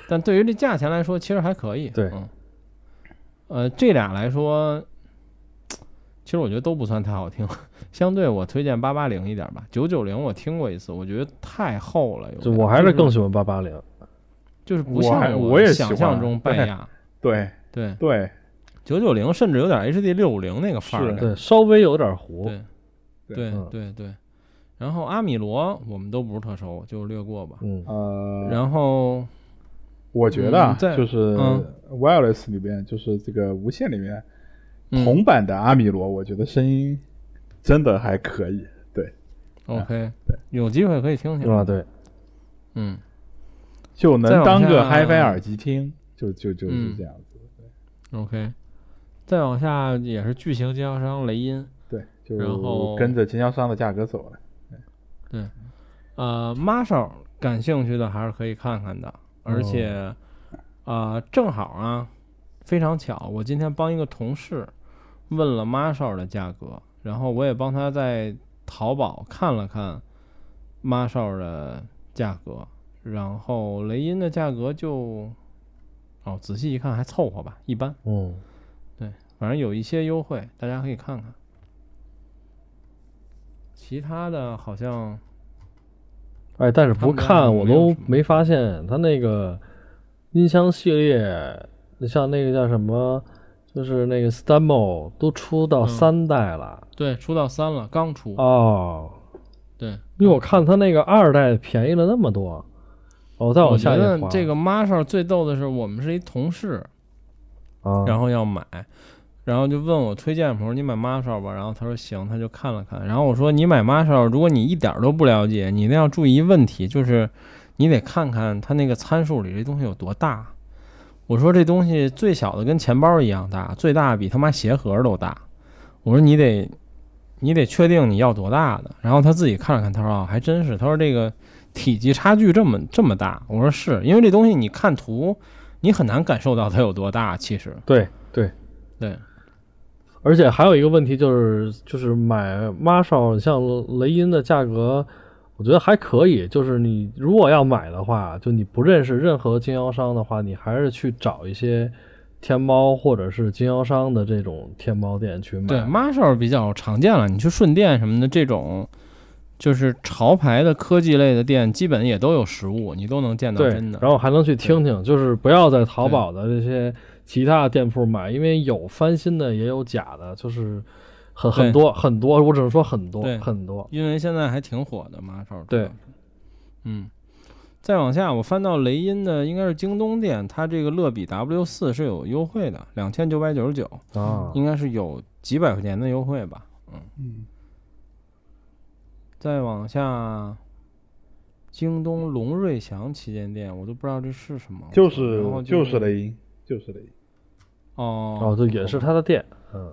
Speaker 2: 但对于这价钱来说，其实还可以。
Speaker 4: 对
Speaker 2: 嗯，呃，这俩来说，其实我觉得都不算太好听。相对我推荐八八零一点吧，九九零我听过一次，我觉得太厚了，有
Speaker 4: 就
Speaker 2: 点
Speaker 4: 我还是
Speaker 2: 就
Speaker 4: 更喜欢八八零，
Speaker 2: 就是不
Speaker 3: 我还
Speaker 2: 像
Speaker 3: 我也喜
Speaker 2: 想
Speaker 3: 欢
Speaker 2: 象 中
Speaker 3: 对
Speaker 2: 拜亚。
Speaker 3: 对
Speaker 2: 对，
Speaker 3: 对，
Speaker 2: 九九零甚至有点 HD 六五零那个范儿
Speaker 3: 是
Speaker 2: 感觉。
Speaker 4: 对，稍微有点糊，
Speaker 2: 对对
Speaker 4: 嗯
Speaker 2: 对对。然后阿米罗我们都不是特熟，就略过吧。
Speaker 4: 嗯，
Speaker 3: 呃，
Speaker 2: 然后
Speaker 3: 我觉得啊
Speaker 2: 嗯，在
Speaker 3: 就是
Speaker 2: 嗯
Speaker 3: wireless 里边，就是这个无线里面，
Speaker 2: 嗯
Speaker 3: 铜版的阿米罗，我觉得声音真的还可以。对，
Speaker 2: OK，有机会可以听听。
Speaker 4: 啊，对，
Speaker 2: 哎嗯，
Speaker 3: 就能
Speaker 2: 再往
Speaker 3: 当个
Speaker 2: 下
Speaker 3: HiFi 耳机听，就就就
Speaker 2: 嗯
Speaker 3: 是这样子。
Speaker 2: OK，再往下也是巨型经销商雷音，
Speaker 3: 对，
Speaker 2: 然后
Speaker 3: 就跟着经销商的价格走了。
Speaker 2: 呃 m a s h a l 感兴趣的还是可以看看的，而且，啊，正好啊，非常巧，我今天帮一个同事问了 m a s h a l 的价格，然后我也帮他在淘宝看了看 m a s h a l 的价格，然后雷音的价格就，哦，仔细一看还凑合吧，一般。
Speaker 4: 嗯，
Speaker 2: 反正有一些优惠，大家可以看看。其他的好像
Speaker 4: 哎，但是不
Speaker 2: 他们家
Speaker 4: 看我
Speaker 2: 没有
Speaker 4: 都
Speaker 2: 什么
Speaker 4: 没发现它那个音箱系列，像那个叫什么，就是那个 Stemo 都出到
Speaker 2: 嗯
Speaker 4: 三代了、
Speaker 2: 对，出到三了，刚出，
Speaker 4: 哦，
Speaker 2: 对。
Speaker 4: 因为我看它那个二代便宜了那么多，哦，再
Speaker 2: 我
Speaker 4: 往
Speaker 2: 觉
Speaker 4: 下
Speaker 2: 得
Speaker 4: 也划
Speaker 2: 这个 Marshall 最逗的是，我们是一同事，
Speaker 4: 啊，
Speaker 2: 然后要买，然后就问我推荐，我说你买 Marshall 吧，然后他说行，他就看了看，然后我说你买 Marshall，如果你一点儿都不了解，你一定要注意一问题，就是你得看看它那个参数里这东西有多大。我说这东西最小的跟钱包一样大，最大比他妈鞋盒都大。我说你得你得确定你要多大的。然后他自己看了看，他说啊，还真是，他说这个体积差距这么这么大。我说是因为这东西你看图，你很难感受到它有多大，其实
Speaker 4: 对对，
Speaker 2: 对。
Speaker 4: 而且还有一个问题就是，就是买 Marshall 像雷音的价格，我觉得还可以。就是你如果要买的话，就你不认识任何经销商的话，你还是去找一些天猫或者是经销商的这种天猫店去买。
Speaker 2: 对，Marshall 比较常见了，你去顺电什么的这种，就是潮牌的科技类的店，基本也都有实物，你都能见到
Speaker 4: 对
Speaker 2: 真的。
Speaker 4: 然后还能去听听，就是不要在淘宝的这些其他店铺买，因为有翻新的，也有假的，就是很
Speaker 2: 对
Speaker 4: 很多很多，我只能说很多
Speaker 2: 对
Speaker 4: 很多。
Speaker 2: 因为现在还挺火的 Marshall。
Speaker 4: 对，
Speaker 2: 嗯，再往下，我翻到雷音的应该是京东店，它这个乐比 W 四是有优惠的，两千九百九十九，
Speaker 4: 啊，
Speaker 2: 应该是有几百块钱的优惠吧。
Speaker 3: 嗯，
Speaker 2: 再往下，京东龙瑞祥旗舰店，我都不知道这是什么。
Speaker 3: 就是
Speaker 2: 然后
Speaker 3: 就是雷音，就是雷音。
Speaker 2: 哦
Speaker 4: 哦，这也是他的店，嗯，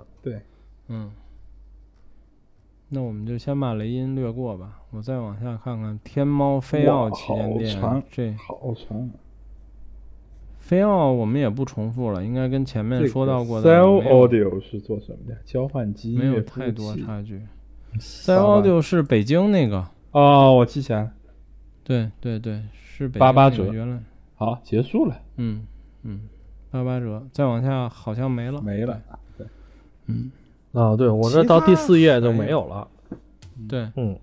Speaker 2: 嗯，那我们就先把雷音略过吧，我再往下看看天猫飞
Speaker 3: 哇
Speaker 2: 奥旗舰
Speaker 3: 好
Speaker 2: 店
Speaker 3: 长，
Speaker 2: 这
Speaker 3: 好长啊，
Speaker 2: 飞奥我们也不重复了，应该跟前面
Speaker 3: 这
Speaker 2: 嗯说
Speaker 3: 个
Speaker 2: 到过的
Speaker 3: Cell
Speaker 2: 没有
Speaker 3: Audio 是做什么的？交换机
Speaker 2: 没
Speaker 3: 音乐
Speaker 2: 有
Speaker 3: 服务
Speaker 2: 太多
Speaker 3: 器
Speaker 2: 差距。在
Speaker 3: 八万
Speaker 2: Audio 是北京那个，
Speaker 3: 哦，我记起来了。
Speaker 2: 对对对，是北京
Speaker 3: 八八
Speaker 2: 那个
Speaker 3: 折
Speaker 2: 原来
Speaker 3: 好，结束了，
Speaker 2: 嗯嗯八八折，再往下好像没了
Speaker 3: 没了。
Speaker 4: 啊，对我这
Speaker 2: 其
Speaker 4: 到第
Speaker 2: 他
Speaker 4: 四页就
Speaker 2: 还
Speaker 4: 没
Speaker 2: 有
Speaker 4: 有了，
Speaker 2: 对。
Speaker 4: 嗯，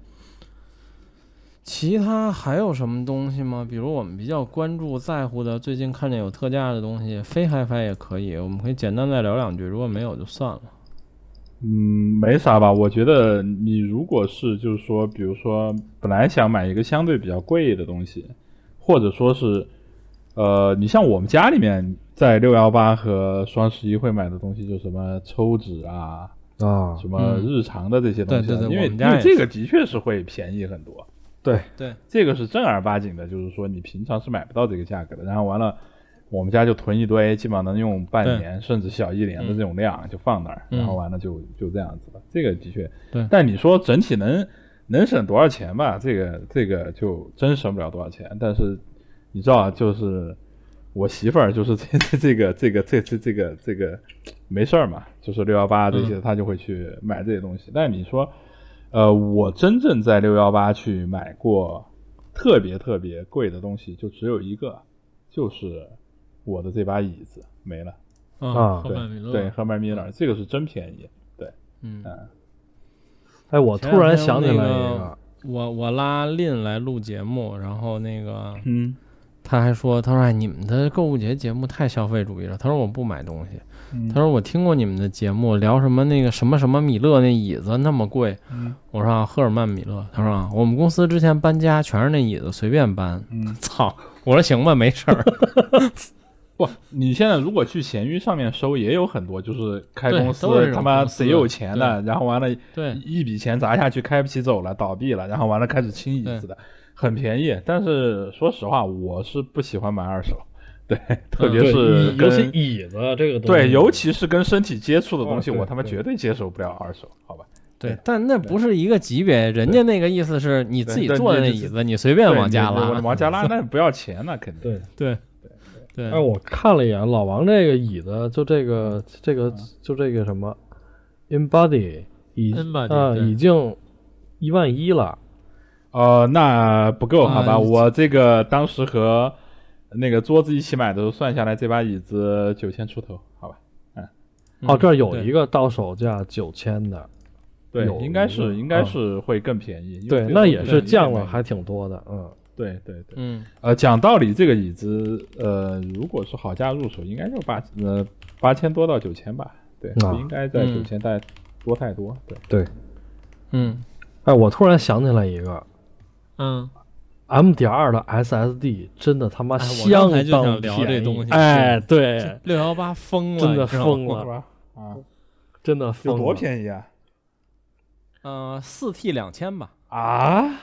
Speaker 2: 其他还有什么东西吗？比如我们比较关注、在乎的，最近看见有特价的东西，非 HiFi 也可以，我们可以简单再聊两句。如果没有就算了。
Speaker 3: 嗯，没啥吧？我觉得你如果是就是说，比如说本来想买一个相对比较贵的东西，或者说是，呃，你像我们家里面在六幺八和双十一会买的东西，就什么抽纸啊，
Speaker 4: 啊，
Speaker 3: 什么日常的这些东西
Speaker 2: 嗯对
Speaker 3: 啊、
Speaker 2: 对对
Speaker 3: 因为
Speaker 2: 我们家
Speaker 3: 因为
Speaker 2: 也是
Speaker 3: 这个的确是会便宜很多，
Speaker 4: 对
Speaker 2: 对，
Speaker 3: 这个是正儿八经的，就是说你平常是买不到这个价格的。然后完了，我们家就囤一堆，基本上能用半年甚至小一年的这种量就放那儿，
Speaker 2: 嗯
Speaker 3: 然后完了就就这样子了。这个的确，
Speaker 2: 对
Speaker 3: 但你说整体能能省多少钱吧？这个这个就真省不了多少钱。但是你知道，就是我媳妇儿就是这 这个这个这这这个这个没事儿嘛，就是六幺八这
Speaker 2: 嗯
Speaker 3: 些，她就会去买这些东西。但是你说，呃，我真正在六幺八去买过特别特别贵的东西，就只有一个，就是我的这把椅子没了。
Speaker 4: 啊
Speaker 2: 赫
Speaker 3: 对
Speaker 2: 曼米勒
Speaker 3: 对，，赫曼米勒，这个是真便宜。
Speaker 2: 嗯，
Speaker 4: 哎，我
Speaker 2: 前
Speaker 4: 突
Speaker 2: 两
Speaker 4: 然
Speaker 2: 天
Speaker 4: 想起
Speaker 2: 那
Speaker 4: 来
Speaker 2: 个
Speaker 4: 一个，
Speaker 2: 我我拉林来录节目，然后那个
Speaker 3: 嗯，
Speaker 2: 他还说，他说哎，你们的购物节节目太消费主义了。他说我不买东西，
Speaker 3: 嗯
Speaker 2: 他说我听过你们的节目，聊什么那个什么什么米勒那椅子那么贵。
Speaker 3: 嗯
Speaker 2: 我说、啊、赫尔曼米勒，他说啊，我们公司之前搬家全是那椅子随便搬。
Speaker 3: 嗯
Speaker 2: 操！我说行吧，没事 儿。
Speaker 3: 不，你现在如果去闲鱼上面搜，也有很多就是开
Speaker 2: 对
Speaker 3: 公司
Speaker 2: 都是这种
Speaker 3: 他妈
Speaker 2: 公司
Speaker 3: 贼有钱的，然后完了
Speaker 2: 对
Speaker 3: 一笔钱砸下去，开不起走了，倒闭了，然后完了开始清椅子的，很便宜。但是说实话，我是不喜欢买二手，对，特别
Speaker 2: 对
Speaker 3: 是
Speaker 4: 嗯椅尤
Speaker 3: 跟
Speaker 4: 其椅子这个东西，
Speaker 3: 对，尤其是跟身体接触的东西，
Speaker 4: 哦对
Speaker 3: 我他妈
Speaker 4: 对
Speaker 3: 绝对接受不了二手，好吧？
Speaker 2: 对，但那不是一个级别，人家那个意思是你自己
Speaker 3: 对
Speaker 2: 坐的
Speaker 3: 对
Speaker 2: 那
Speaker 3: 你
Speaker 2: 椅子，你随便
Speaker 3: 对
Speaker 2: 往家
Speaker 3: 你我
Speaker 2: 拉。
Speaker 3: 往家拉，那不要钱了，肯定。
Speaker 4: 嗯 对。
Speaker 2: 对对
Speaker 4: 哎，我看了一眼老王这个椅子，就这个这个
Speaker 2: 嗯
Speaker 4: 就这个什么，InBody 已
Speaker 2: InBody，
Speaker 4: 啊
Speaker 2: 对
Speaker 4: 已经一万一了，
Speaker 3: 呃，那不够，好吧？
Speaker 4: 嗯
Speaker 2: 啊
Speaker 3: 我这个当时和那个桌子一起买的时候，算下来这把椅子九千出头，好吧？
Speaker 2: 嗯
Speaker 4: 哦，这儿有
Speaker 2: 对
Speaker 4: 一个到手价九千的，
Speaker 3: 对
Speaker 4: 有，
Speaker 3: 应该
Speaker 4: 有
Speaker 3: 是
Speaker 4: 嗯
Speaker 3: 应该是会更便宜。因为
Speaker 4: 对，
Speaker 3: 只有
Speaker 4: 那
Speaker 3: 我
Speaker 4: 也
Speaker 3: 们
Speaker 4: 是
Speaker 3: 这
Speaker 4: 降
Speaker 3: 边
Speaker 4: 了
Speaker 3: 没
Speaker 4: 还挺多的，嗯，
Speaker 3: 对对对。
Speaker 2: 嗯，
Speaker 3: 呃，讲道理，这个椅子，呃，如果是好价入手，应该就八呃八千多到九千吧，对，
Speaker 4: 啊
Speaker 3: 不应该在
Speaker 2: 嗯
Speaker 3: 九千太多太多，对，
Speaker 2: 嗯
Speaker 4: 哎，我突然想起来一个
Speaker 2: 嗯，
Speaker 4: M 点二的 SSD，真的他妈
Speaker 2: 哎我
Speaker 4: 相
Speaker 2: 刚才就
Speaker 4: 当
Speaker 2: 想聊这
Speaker 4: 便宜
Speaker 2: 东西
Speaker 4: 哎，对，
Speaker 2: 六幺八疯了，
Speaker 4: 真的
Speaker 2: 你知道吗
Speaker 4: 疯。了，
Speaker 3: 吧？啊，
Speaker 4: 真的疯了，
Speaker 3: 便宜啊？
Speaker 2: 嗯，四 T 两千吧，
Speaker 3: 啊，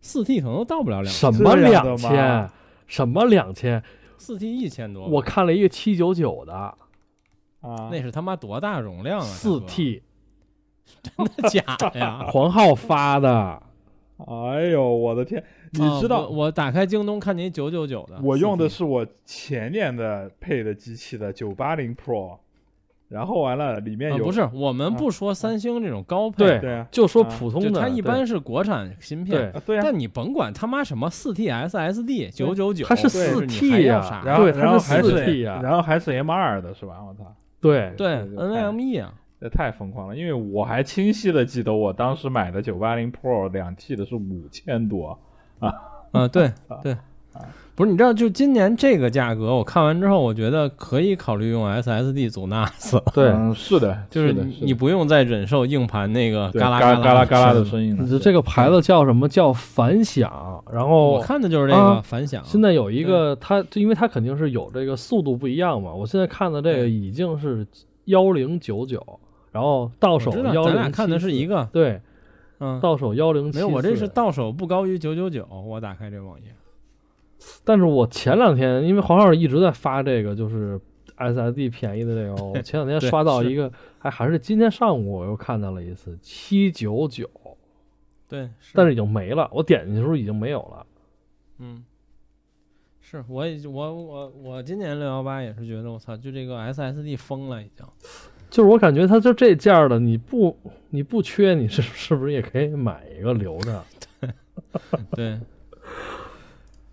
Speaker 2: 四 T 可能都到不了两千，
Speaker 4: 什么
Speaker 3: 这样
Speaker 4: 两
Speaker 3: 的
Speaker 4: 千
Speaker 3: 吗？
Speaker 4: 什么两千？
Speaker 2: 四 T 一千多吧。
Speaker 4: 我看了一个七九九的
Speaker 3: 啊，
Speaker 2: 那是他妈多大容量啊！
Speaker 4: 四
Speaker 2: 大哥
Speaker 4: T，
Speaker 2: 真的假的 呀？
Speaker 4: 黄浩发的，
Speaker 3: 哎呦，我的天，你
Speaker 2: 啊
Speaker 3: 知道、
Speaker 2: 我我打开京东看您九九九的，
Speaker 3: 我用的
Speaker 2: 4T
Speaker 3: 是我前年的配的机器的九八零 Pro，然后完了里面
Speaker 2: 啊
Speaker 3: 有、
Speaker 2: 不是，我们不说三星这种高配，
Speaker 4: 对
Speaker 3: 对啊
Speaker 4: 就说
Speaker 3: 啊
Speaker 4: 普通
Speaker 2: 就
Speaker 4: 的，
Speaker 2: 它一
Speaker 4: 对
Speaker 2: 般是国产芯片。
Speaker 4: 对
Speaker 3: 啊对啊，
Speaker 2: 但你甭管他妈什么四 T SSD 九九九，
Speaker 4: 它是
Speaker 2: 就是啊
Speaker 4: 4T
Speaker 2: 你还要
Speaker 4: 呀
Speaker 2: 啥
Speaker 3: 然后
Speaker 4: 对它
Speaker 3: 然后
Speaker 4: 是
Speaker 3: 还
Speaker 4: 4T 啊
Speaker 3: 然后还是 M 二的是吧？我操！
Speaker 4: 对
Speaker 2: 对
Speaker 3: 对对
Speaker 2: NVMe 啊，
Speaker 3: 这太疯狂了，因为我还清晰的记得我当时买的九八零 Pro 两 T 的是五 千多，
Speaker 2: 啊对对，
Speaker 3: 啊
Speaker 2: 不是你知道就今年这个价格，我看完之后，我觉得可以考虑用 SSD 组 NAS，了
Speaker 4: 对，
Speaker 3: 嗯是的，
Speaker 2: 就是
Speaker 3: 的
Speaker 2: 你
Speaker 3: 是的
Speaker 2: 你不用再忍受硬盘那个
Speaker 3: 对
Speaker 2: 嘎啦
Speaker 3: 嘎
Speaker 2: 啦
Speaker 3: 啦嘎啦的
Speaker 2: 音。
Speaker 3: 声音了，
Speaker 4: 这个牌子叫什么？叫反响。然后
Speaker 2: 我看的就是这个
Speaker 4: 啊
Speaker 2: 反响，
Speaker 4: 现在有一个它，就因为它肯定是有这个速度不一样嘛。我现在看的这个
Speaker 2: 对
Speaker 4: 已经是幺零九九，然后到
Speaker 2: 我
Speaker 4: 手
Speaker 2: 知道
Speaker 4: 幺
Speaker 2: 咱俩
Speaker 4: 零，
Speaker 2: 看的是一个，
Speaker 4: 对，
Speaker 2: 嗯，
Speaker 4: 到手幺零七。
Speaker 2: 没有，我这是，到手不高于九九九，我打开这网页。
Speaker 4: 但是我前两天因为黄老师一直在发这个就是 SSD 便宜的这个，我前两 天
Speaker 2: 对
Speaker 4: 刷到
Speaker 2: 是
Speaker 4: 一个，还还是今天上午我又看到了一次七九九，
Speaker 2: 对，
Speaker 4: 但是已经没了，我点进去的时候已经没有了。
Speaker 2: 嗯，是我也我我我今年六幺八也是觉得我操，就这个 SSD 疯了已经。
Speaker 4: 就是我感觉它就这价儿的，你不你不缺，你是是不是也可以买一个留着？
Speaker 2: 对，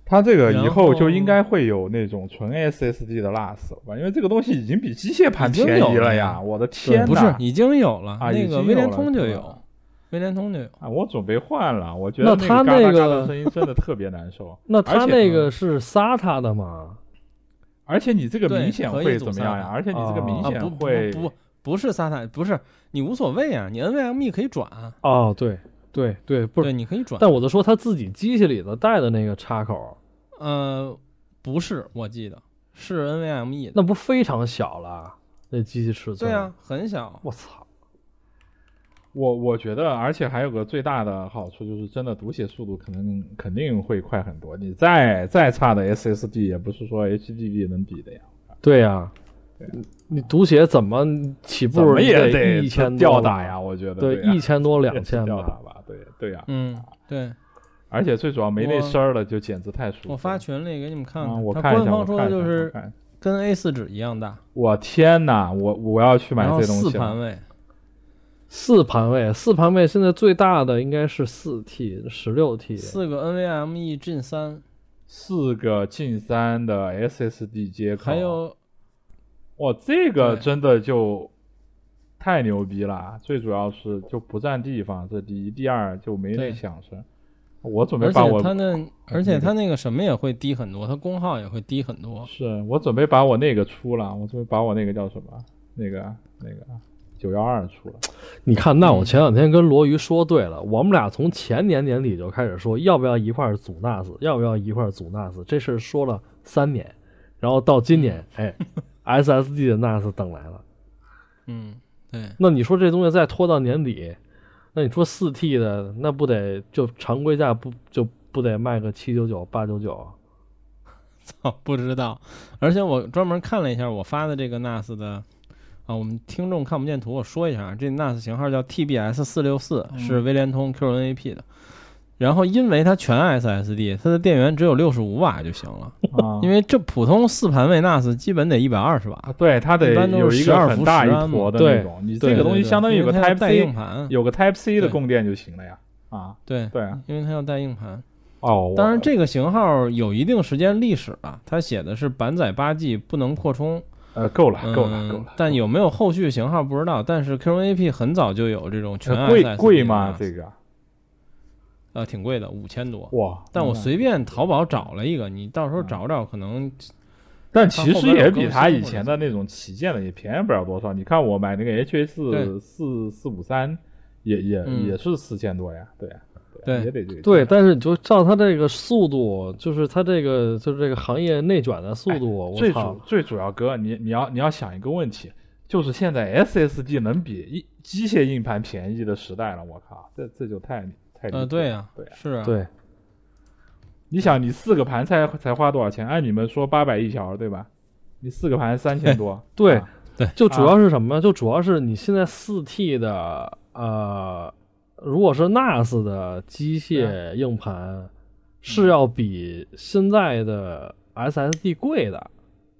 Speaker 3: 它这个
Speaker 2: 然
Speaker 3: 以
Speaker 2: 后
Speaker 3: 后就应该会有那种纯 SSD 的 NAS 了吧？因为这个东西已经比机械盘
Speaker 2: 已经
Speaker 3: 便宜
Speaker 2: 有了
Speaker 3: 了呀！我的 天
Speaker 2: 不是
Speaker 3: 哪！
Speaker 2: 已经有了，
Speaker 3: 啊
Speaker 2: 那
Speaker 3: 已
Speaker 2: 个
Speaker 3: 经
Speaker 2: 威
Speaker 3: 有
Speaker 2: 联
Speaker 3: 了
Speaker 2: 通就是有
Speaker 3: 吧，
Speaker 2: 威联通就有。
Speaker 3: 啊，我准备换了，我觉
Speaker 4: 那
Speaker 3: 得个
Speaker 4: 它
Speaker 3: 嘎啦嘎
Speaker 4: 那个
Speaker 3: 啦声音真的特别难受。
Speaker 4: 那它
Speaker 3: 而且
Speaker 4: 那个是 SATA 的吗？
Speaker 3: 而且你这个
Speaker 2: 对
Speaker 3: 明显
Speaker 2: 可以
Speaker 3: 会
Speaker 2: 组
Speaker 3: 怎么样
Speaker 2: 散
Speaker 3: 呀
Speaker 2: 的？
Speaker 3: 而且你这个明
Speaker 2: 啊
Speaker 3: 显
Speaker 2: 不不
Speaker 3: 会
Speaker 2: 不不是 SATA，不是你无所谓啊，你 NVMe 可以转，啊
Speaker 4: 哦，对对对，不
Speaker 2: 对，
Speaker 4: 是。
Speaker 2: 你可以转。
Speaker 4: 但我就说他自己机器里头带的那个插口，
Speaker 2: 呃，不是，我记得是 NVMe E 的。
Speaker 4: 那不非常小了？那机器尺寸？
Speaker 2: 对啊，，很小。
Speaker 4: 我操！
Speaker 3: 我我觉得，而且还有个最大的好处就是，真的读写速度可能肯定会快很多。你再再差的 SSD 也不是说 HDD 能比的呀，
Speaker 4: 对呀、你你读写怎么起
Speaker 3: 怎
Speaker 4: 步
Speaker 3: 么也
Speaker 4: 一千多
Speaker 3: 吊
Speaker 4: 吧
Speaker 3: 打呀，？我觉得
Speaker 4: 对，
Speaker 3: 呀
Speaker 4: 一千多两
Speaker 3: 也是
Speaker 4: 千
Speaker 3: 吊打
Speaker 4: 吧。
Speaker 3: 吧，对对呀，
Speaker 2: 嗯，对
Speaker 3: 而且最主要没那声儿了，就简直太舒服了。
Speaker 2: 我发群里给你们看
Speaker 3: 啊，
Speaker 2: 看，
Speaker 3: 我
Speaker 2: 它
Speaker 3: 看一
Speaker 2: 官
Speaker 3: 下，
Speaker 2: 方
Speaker 3: 我
Speaker 2: 说的
Speaker 3: 看一
Speaker 2: 就
Speaker 3: 下我
Speaker 2: 是
Speaker 3: 看一下
Speaker 2: 跟 A 4纸一样大，
Speaker 3: 我天哪，我我要去买
Speaker 2: 然后
Speaker 3: 这东
Speaker 2: 四
Speaker 3: 西
Speaker 2: 盘
Speaker 3: 了。
Speaker 2: 位，
Speaker 4: 四盘位，四盘位现在最大的应该是四 T、十六 T。
Speaker 2: 四个 NVMe 进 E 三，
Speaker 3: 四个近三的 SSD 接口，
Speaker 2: 还有
Speaker 3: 哇，这个
Speaker 2: 对
Speaker 3: 真的就太牛逼了！最主要是就不占地方，这第一，第二就没
Speaker 2: 对
Speaker 3: 那响声。我准备
Speaker 2: 而
Speaker 3: 把
Speaker 2: 且
Speaker 3: 我嗯
Speaker 2: 它那而且它那个什么也会低很多，它功耗也会低很多。
Speaker 3: 是我准备把我那个出了，我准备把我那个叫什么那个那个九幺二出了。
Speaker 4: 你看，那我前两天跟罗鱼说对了，我们俩从前年年底就开始说要不要一块儿组 NAS，要不要一块儿组 NAS，这事儿说了三年，然后到今年，哎，SSD 的 NAS 等来了。
Speaker 2: 嗯，对，
Speaker 4: 那你说这东西再拖到年底，那你说四 T 的那不得就常规价不就不得卖个七九九八九九？
Speaker 2: 操，哦不知道。而且我专门看了一下我发的这个 NAS 的。啊，我们听众看不见图，我说一下啊，这 NAS 型号叫 TBS 四六四，
Speaker 3: 嗯
Speaker 2: 是威联通 QNAP 的。然后因为它全 SSD，它的电源只有六十五瓦就行了，
Speaker 3: 啊
Speaker 2: 因为这普通四盘位 NAS 基本得一百二十瓦，
Speaker 3: 啊，对，它得
Speaker 2: 一般都是
Speaker 3: 有一
Speaker 2: 12
Speaker 3: 个
Speaker 2: 伏
Speaker 3: 很大一
Speaker 2: 10
Speaker 3: 坨的
Speaker 4: 嘛
Speaker 3: 那种，你
Speaker 2: 对
Speaker 3: 这个东西
Speaker 2: 对对
Speaker 3: 相当于有
Speaker 2: 因为
Speaker 3: 个
Speaker 2: 它要
Speaker 3: Type
Speaker 2: 带硬
Speaker 3: C，
Speaker 2: 盘，
Speaker 3: 有个 Type C 的
Speaker 2: 对
Speaker 3: 供电就行了呀。啊，
Speaker 2: 对，
Speaker 3: 对啊，
Speaker 2: 因为它要带硬盘。
Speaker 3: 哦，
Speaker 2: 当然，
Speaker 3: 我
Speaker 2: 这个型号有一定时间历史了，它写的是板载八 G 不能扩充，
Speaker 3: 呃，够了，
Speaker 2: 嗯
Speaker 3: 够了，够了。
Speaker 2: 但有没有后续型号不知道，但是 Q1AP 很早就有这种全
Speaker 3: 呃
Speaker 2: S
Speaker 3: 贵贵吗？
Speaker 2: 个
Speaker 3: 这个
Speaker 2: 呃挺贵的，五千多。
Speaker 3: 哇，
Speaker 2: 但我
Speaker 3: 那
Speaker 2: 随便淘宝找了一个，你到时候找找，可能
Speaker 3: 但其实也比
Speaker 2: 它
Speaker 3: 它
Speaker 2: 后边有更新
Speaker 3: 以前的那种旗舰的也便宜不了多少。你看我买那个 H 四
Speaker 2: 对
Speaker 3: 四四五三，也也、
Speaker 2: 嗯
Speaker 3: 也是四千多呀，对呀、
Speaker 2: 对
Speaker 3: 也得这个
Speaker 4: 对，
Speaker 3: 价
Speaker 4: 但是你就照它这个速度，就是它这个就是这个行业内卷的速度，我
Speaker 3: 哎最
Speaker 4: 操
Speaker 3: 主，最主要哥，你你要你要想一个问题，就是现在 SSD 能比一机械硬盘便宜的时代了，我靠，这这就太太离谱
Speaker 2: 呃
Speaker 3: 了
Speaker 2: 对呀、
Speaker 3: 对呀、
Speaker 2: 是啊，
Speaker 4: 对，，
Speaker 3: 你想，你四个盘才才花多少钱？按你们说八百一条，对吧？你四个盘三千 多
Speaker 4: 对
Speaker 3: 啊
Speaker 2: 对
Speaker 4: 就主要是什么？就主要是你现在四 T 的呃，如果是 NAS 的机械硬
Speaker 2: 嗯
Speaker 4: 盘，是要比现在的 SSD 贵的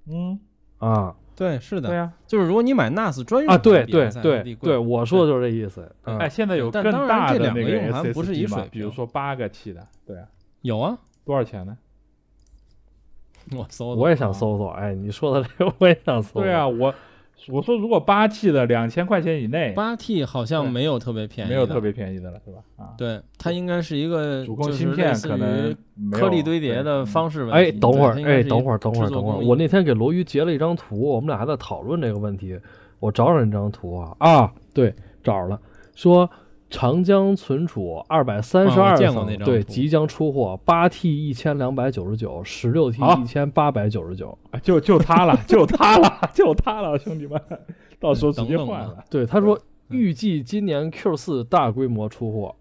Speaker 3: 嗯，
Speaker 4: 啊
Speaker 2: 对是的，
Speaker 3: 对呀、
Speaker 2: 就是如果你买 NAS 专用
Speaker 4: 啊！对
Speaker 2: 的比
Speaker 4: 对
Speaker 2: SSD
Speaker 4: 对
Speaker 2: 贵
Speaker 4: 对，我说的就是这意思。嗯
Speaker 3: 哎，现在有
Speaker 2: 但
Speaker 3: 更
Speaker 2: 当然
Speaker 3: 大
Speaker 2: 这
Speaker 3: 的
Speaker 2: 两
Speaker 3: 那
Speaker 2: 个硬盘
Speaker 3: SSD
Speaker 2: 不是一
Speaker 3: 嘛
Speaker 2: 水平
Speaker 3: 比如说八个 T 的，对啊，
Speaker 2: 有啊，
Speaker 3: 多少钱呢？
Speaker 2: 我搜的
Speaker 4: 我也想搜搜，哎，你说的这个我也想搜。
Speaker 3: 对啊，，我我说如果八 T 的两千块钱以内，
Speaker 2: 八 T 好像没有特别便宜，
Speaker 3: 没有特。别便宜的了，是吧？啊，
Speaker 2: 对，它应该是一个
Speaker 3: 主控
Speaker 2: 就是
Speaker 3: 芯片
Speaker 2: 类似
Speaker 3: 可能
Speaker 2: 于
Speaker 3: 没有嗯
Speaker 2: 颗粒堆叠的方式问题。
Speaker 4: 哎，等会儿
Speaker 2: 对，
Speaker 4: 哎，等会儿，等会
Speaker 2: 它应该是一个制作
Speaker 4: 儿，等会儿，
Speaker 2: 工艺
Speaker 4: 我那天给罗宇截了一张图，我们俩还在讨论这个问题。我找找那张图啊啊，对，找着了，说长江存储二百三十
Speaker 2: 啊
Speaker 4: 二
Speaker 2: 我见过
Speaker 4: 层
Speaker 2: 那，张
Speaker 4: 对，
Speaker 2: 图
Speaker 4: 即将出货，八 T 一千两百九十九，十六 T
Speaker 3: 好
Speaker 4: 一千八百九十九。
Speaker 3: 啊就就它了，就它了，就它了，兄弟们，到时候直接
Speaker 2: 等等
Speaker 3: 换
Speaker 2: 吧
Speaker 3: 了。
Speaker 4: 对，他说预计今年 Q 四大规模出货。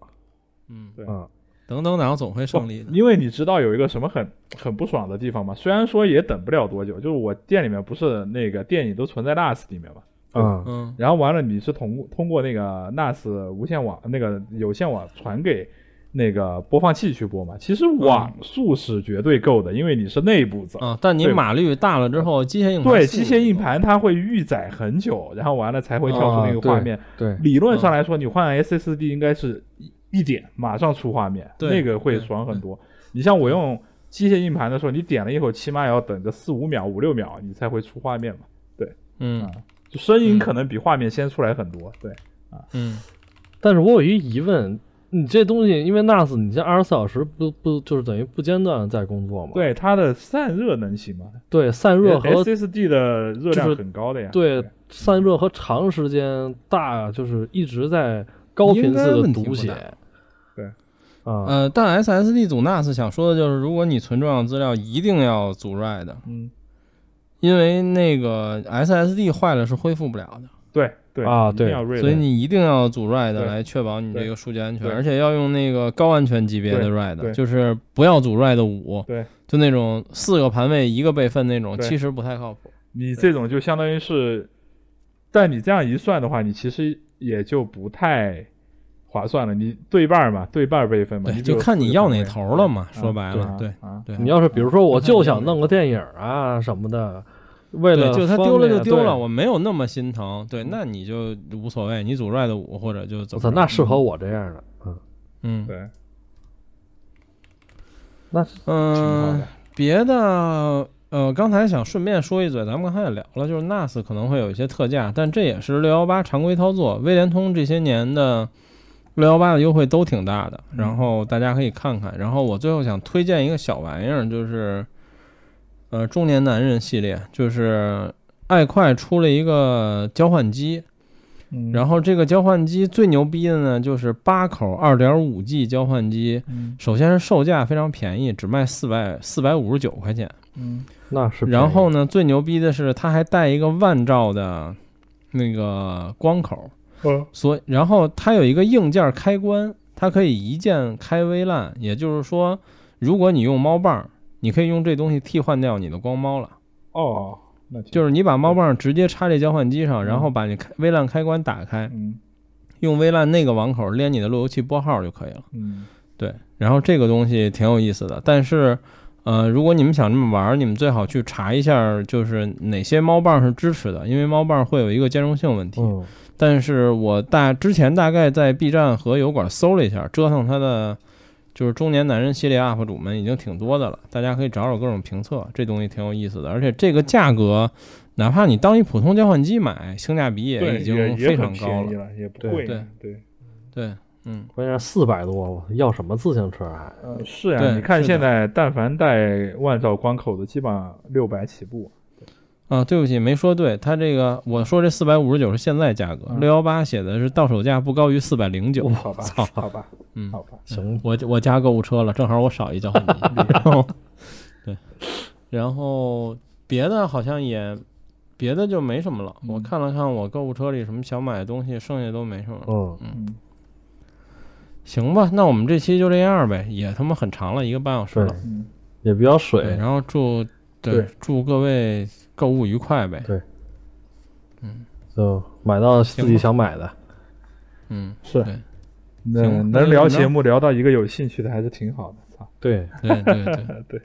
Speaker 2: 嗯，
Speaker 3: 对
Speaker 4: 嗯，
Speaker 2: 等等党总会胜利的。
Speaker 3: 因为你知道有一个什么很很不爽的地方吗？虽然说也等不了多久，就是我店里面不是那个电影都存在 NAS 里面嘛，
Speaker 4: 嗯，
Speaker 2: 嗯，
Speaker 3: 然后完了你是通通过那个 NAS 无线网那个有线网传给那个播放器去播嘛。其实
Speaker 2: 嗯
Speaker 3: 网速是绝对够的，因为你是内部走。
Speaker 2: 啊，但你
Speaker 3: 对
Speaker 2: 码率大了之后，机械硬盘
Speaker 3: 对，
Speaker 2: 速度
Speaker 3: 机械硬盘它会预载很久，然后完了才会跳出那个
Speaker 2: 啊
Speaker 3: 画面。
Speaker 4: 对，
Speaker 3: 理论
Speaker 2: 嗯
Speaker 3: 上来说，你换 SSD 应该是一一点马上出画面，
Speaker 2: 对
Speaker 3: 那个会爽很多。你像我用机械硬盘的时候，你点了以后，起码要等个四五秒、五六秒，你才会出画面嘛。
Speaker 2: 嗯
Speaker 3: 就声音
Speaker 2: 嗯
Speaker 3: 可能比画面先出来很多。对，
Speaker 2: 嗯，
Speaker 4: 但是我有一疑问，你这东西因为 NAS，你这二十四小时不不就是等于不间断的在工作吗？
Speaker 3: 对它的散热能行吗？
Speaker 4: 对，散热和
Speaker 3: SSD 的热量
Speaker 4: 就是
Speaker 3: 很高的呀。
Speaker 4: 对散热和长时间大就是一直在高频次的读
Speaker 2: 应该问题不
Speaker 4: 写
Speaker 2: 大，
Speaker 3: 对
Speaker 4: 啊，
Speaker 2: 呃，但 SSD 组 NAS 想说的就是，如果你存重要资料，一定要组 RAID，的
Speaker 3: 嗯，
Speaker 2: 因为那个 SSD 坏了是恢复不了的。
Speaker 3: 对对
Speaker 4: 啊
Speaker 3: 一定
Speaker 4: 对
Speaker 3: 要 r
Speaker 2: 所以你一定要组 RAID
Speaker 3: 对
Speaker 2: 来确保你这个数据安全，
Speaker 3: 对
Speaker 2: 而且要用那个高安全级别的
Speaker 3: 对对
Speaker 2: RAID，就是不要组 RAID 五，
Speaker 3: 对，
Speaker 2: 就那种四个盘位一个备份那种，
Speaker 3: 对
Speaker 2: 其实不太靠谱。
Speaker 3: 你这种就相当于是，但你这样一算的话，你其实也就不太划算了。你对半儿嘛，对半儿备份嘛，
Speaker 2: 对，
Speaker 3: 你就
Speaker 2: 就看你要哪头了嘛。
Speaker 3: 啊
Speaker 2: 说白了，
Speaker 3: 对
Speaker 2: 对
Speaker 3: 啊啊
Speaker 2: 对，
Speaker 4: 你要是比如说我就想弄个电影啊什么的，为
Speaker 2: 对
Speaker 4: 了
Speaker 2: 就他
Speaker 4: 方
Speaker 2: 丢了就
Speaker 4: 便
Speaker 2: 丢
Speaker 4: 对
Speaker 2: 了，我没有那么心疼。
Speaker 3: 嗯
Speaker 2: 对，那你就无所谓，你组 RAID 五或者就怎
Speaker 4: 我
Speaker 2: 么
Speaker 4: 操，
Speaker 2: 着？
Speaker 4: 那适合我这样的，嗯，
Speaker 2: 嗯
Speaker 3: 对，
Speaker 4: 那
Speaker 3: 挺
Speaker 2: 嗯
Speaker 3: 好。的。
Speaker 2: 别的，呃，刚才想顺便说一嘴，咱们刚才也聊了，就是 NAS 可能会有一些特价，但这也是六幺八常规操作。微联通这些年的六幺八的优惠都挺大的，
Speaker 3: 嗯
Speaker 2: 然后大家可以看看。然后我最后想推荐一个小玩意儿，就是呃中年男人系列，就是爱快出了一个交换机，
Speaker 3: 嗯
Speaker 2: 然后这个交换机最牛逼的呢，就是八口二点五 G 交换机，
Speaker 3: 嗯
Speaker 2: 首先是售价非常便宜，只卖四百四百五十九块钱。
Speaker 3: 嗯
Speaker 4: 那是便宜
Speaker 2: 然后呢，最牛逼的是它还带一个万兆的那个光口，
Speaker 4: 嗯
Speaker 3: 哦
Speaker 2: 所然后它有一个硬件开关，它可以一键开微 LAN，也就是说，如果你用猫棒，你可以用这东西替换掉你的光猫了。
Speaker 3: 哦，那挺
Speaker 2: 就是你把猫棒直接插这交换机
Speaker 4: 嗯
Speaker 2: 上，然后把你开微 LAN 开关打开，
Speaker 3: 嗯
Speaker 2: 用微 LAN 那个网口连你的路由器拨号就可以了。
Speaker 3: 嗯
Speaker 2: 对，然后这个东西挺有意思的，但是，呃，如果你们想这么玩儿，你们最好去查一下，就是哪些猫棒是支持的，因为猫棒会有一个兼容性问题。
Speaker 4: 嗯
Speaker 2: 但是我大之前大概在 B 站和油管搜了一下，折腾它的就是中年男人系列 UP 主们已经挺多的了，大家可以找找各种评测，这东西挺有意思的，而且这个价格。哪怕你当一普通交换机买，性价比也
Speaker 3: 对，
Speaker 2: 已
Speaker 3: 也
Speaker 2: 经
Speaker 3: 也
Speaker 2: 非
Speaker 3: 很
Speaker 2: 常高
Speaker 3: 便宜
Speaker 2: 了。
Speaker 3: 了，也不
Speaker 4: 对
Speaker 3: 贵。
Speaker 2: 对
Speaker 3: 对，
Speaker 2: 对，嗯，
Speaker 4: 关键是四百多，我要什么自行车啊？
Speaker 3: 呃，是呀、
Speaker 2: 对
Speaker 3: 你看
Speaker 2: 是的
Speaker 3: 现在但凡带万兆关口的，基本上六百起步。
Speaker 2: 啊，对不起，没说对，它这个我说这四百五十九是现在价格，
Speaker 3: 嗯
Speaker 2: 六幺八写的是到手价不高于四百零九。
Speaker 3: 好 吧，
Speaker 2: 操
Speaker 3: 好吧，
Speaker 2: 嗯，
Speaker 3: 好吧。
Speaker 4: 行，
Speaker 2: 我我加购物车了，正好我少一交换机。然后，对，然后别的好像也，别的就没什么了。我看了看我购物车里什么想买的东西，剩下都没什么了。
Speaker 4: 嗯，
Speaker 3: 嗯，
Speaker 2: 行吧，那我们这期就这样呗，也他妈很长了，一个半小时
Speaker 4: 对
Speaker 2: 了。，
Speaker 3: 嗯
Speaker 4: 也比较
Speaker 2: 对，
Speaker 4: 水。
Speaker 2: 然后祝
Speaker 3: 对
Speaker 2: 祝各位购物愉快呗。
Speaker 4: 就买到自己想买的。
Speaker 2: 嗯，
Speaker 3: 是
Speaker 2: 对，
Speaker 3: 那
Speaker 2: 行那
Speaker 3: 能
Speaker 2: 就
Speaker 3: 聊
Speaker 2: 怎么着
Speaker 3: 节目聊到一个有兴趣的，还是挺好的。操，
Speaker 4: 对，
Speaker 2: 对对对，
Speaker 3: 对，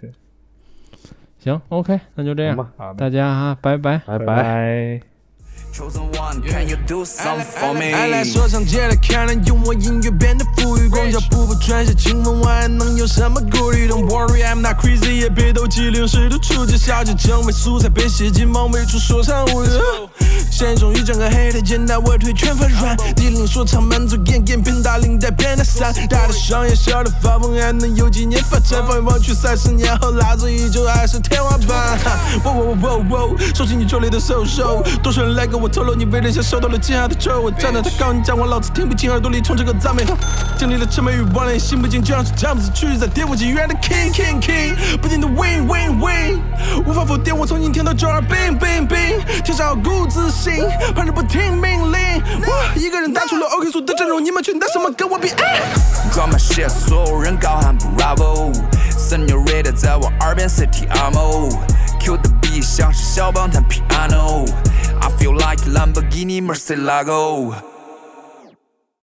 Speaker 2: 行，OK，那就这
Speaker 4: 行
Speaker 2: 样，
Speaker 4: 吧，
Speaker 3: 好的，
Speaker 2: 大家拜拜。
Speaker 4: 拜
Speaker 3: 拜拜
Speaker 5: Chosen one, can you do something for me?
Speaker 6: 爱来说唱界的 Karen，用我音乐变得富裕，光脚步步穿鞋，请问我还能有什么顾虑？Don't worry, I'm not crazy，也别斗气，零食的触及消极成为素材，被写进网美处说唱物语。现终于整个黑的肩带，我腿全发软，低龄说唱满足眼眼变大，领带变得散，大的商业，小的发疯，还能有几年发展？放眼望去，三十年后，老子依旧还是天花板。哈 哇哇哇哇哇，收起你拙劣的瘦瘦，多少人来跟我透露你为人像受到了惊吓的咒，我站在他告你讲话，老子听不清，耳朵里充斥个赞美。哈经历了魑魅与魍魉，也信不尽，就像是詹姆斯去在跌不起原来的 king king king，不停的 win win win，无法否定我从今天到这儿 bing bing bing，天上有故自信，怕人不听命令，我一个人打出了 OK 组的阵容，你们去拿什么跟我比？哎
Speaker 5: drama shit，所有人高喊 Bravo。Senorita 在我耳边 say T M O。Q 的 B 像是肖邦弹 piano。I feel like Lamborghini Murcielago。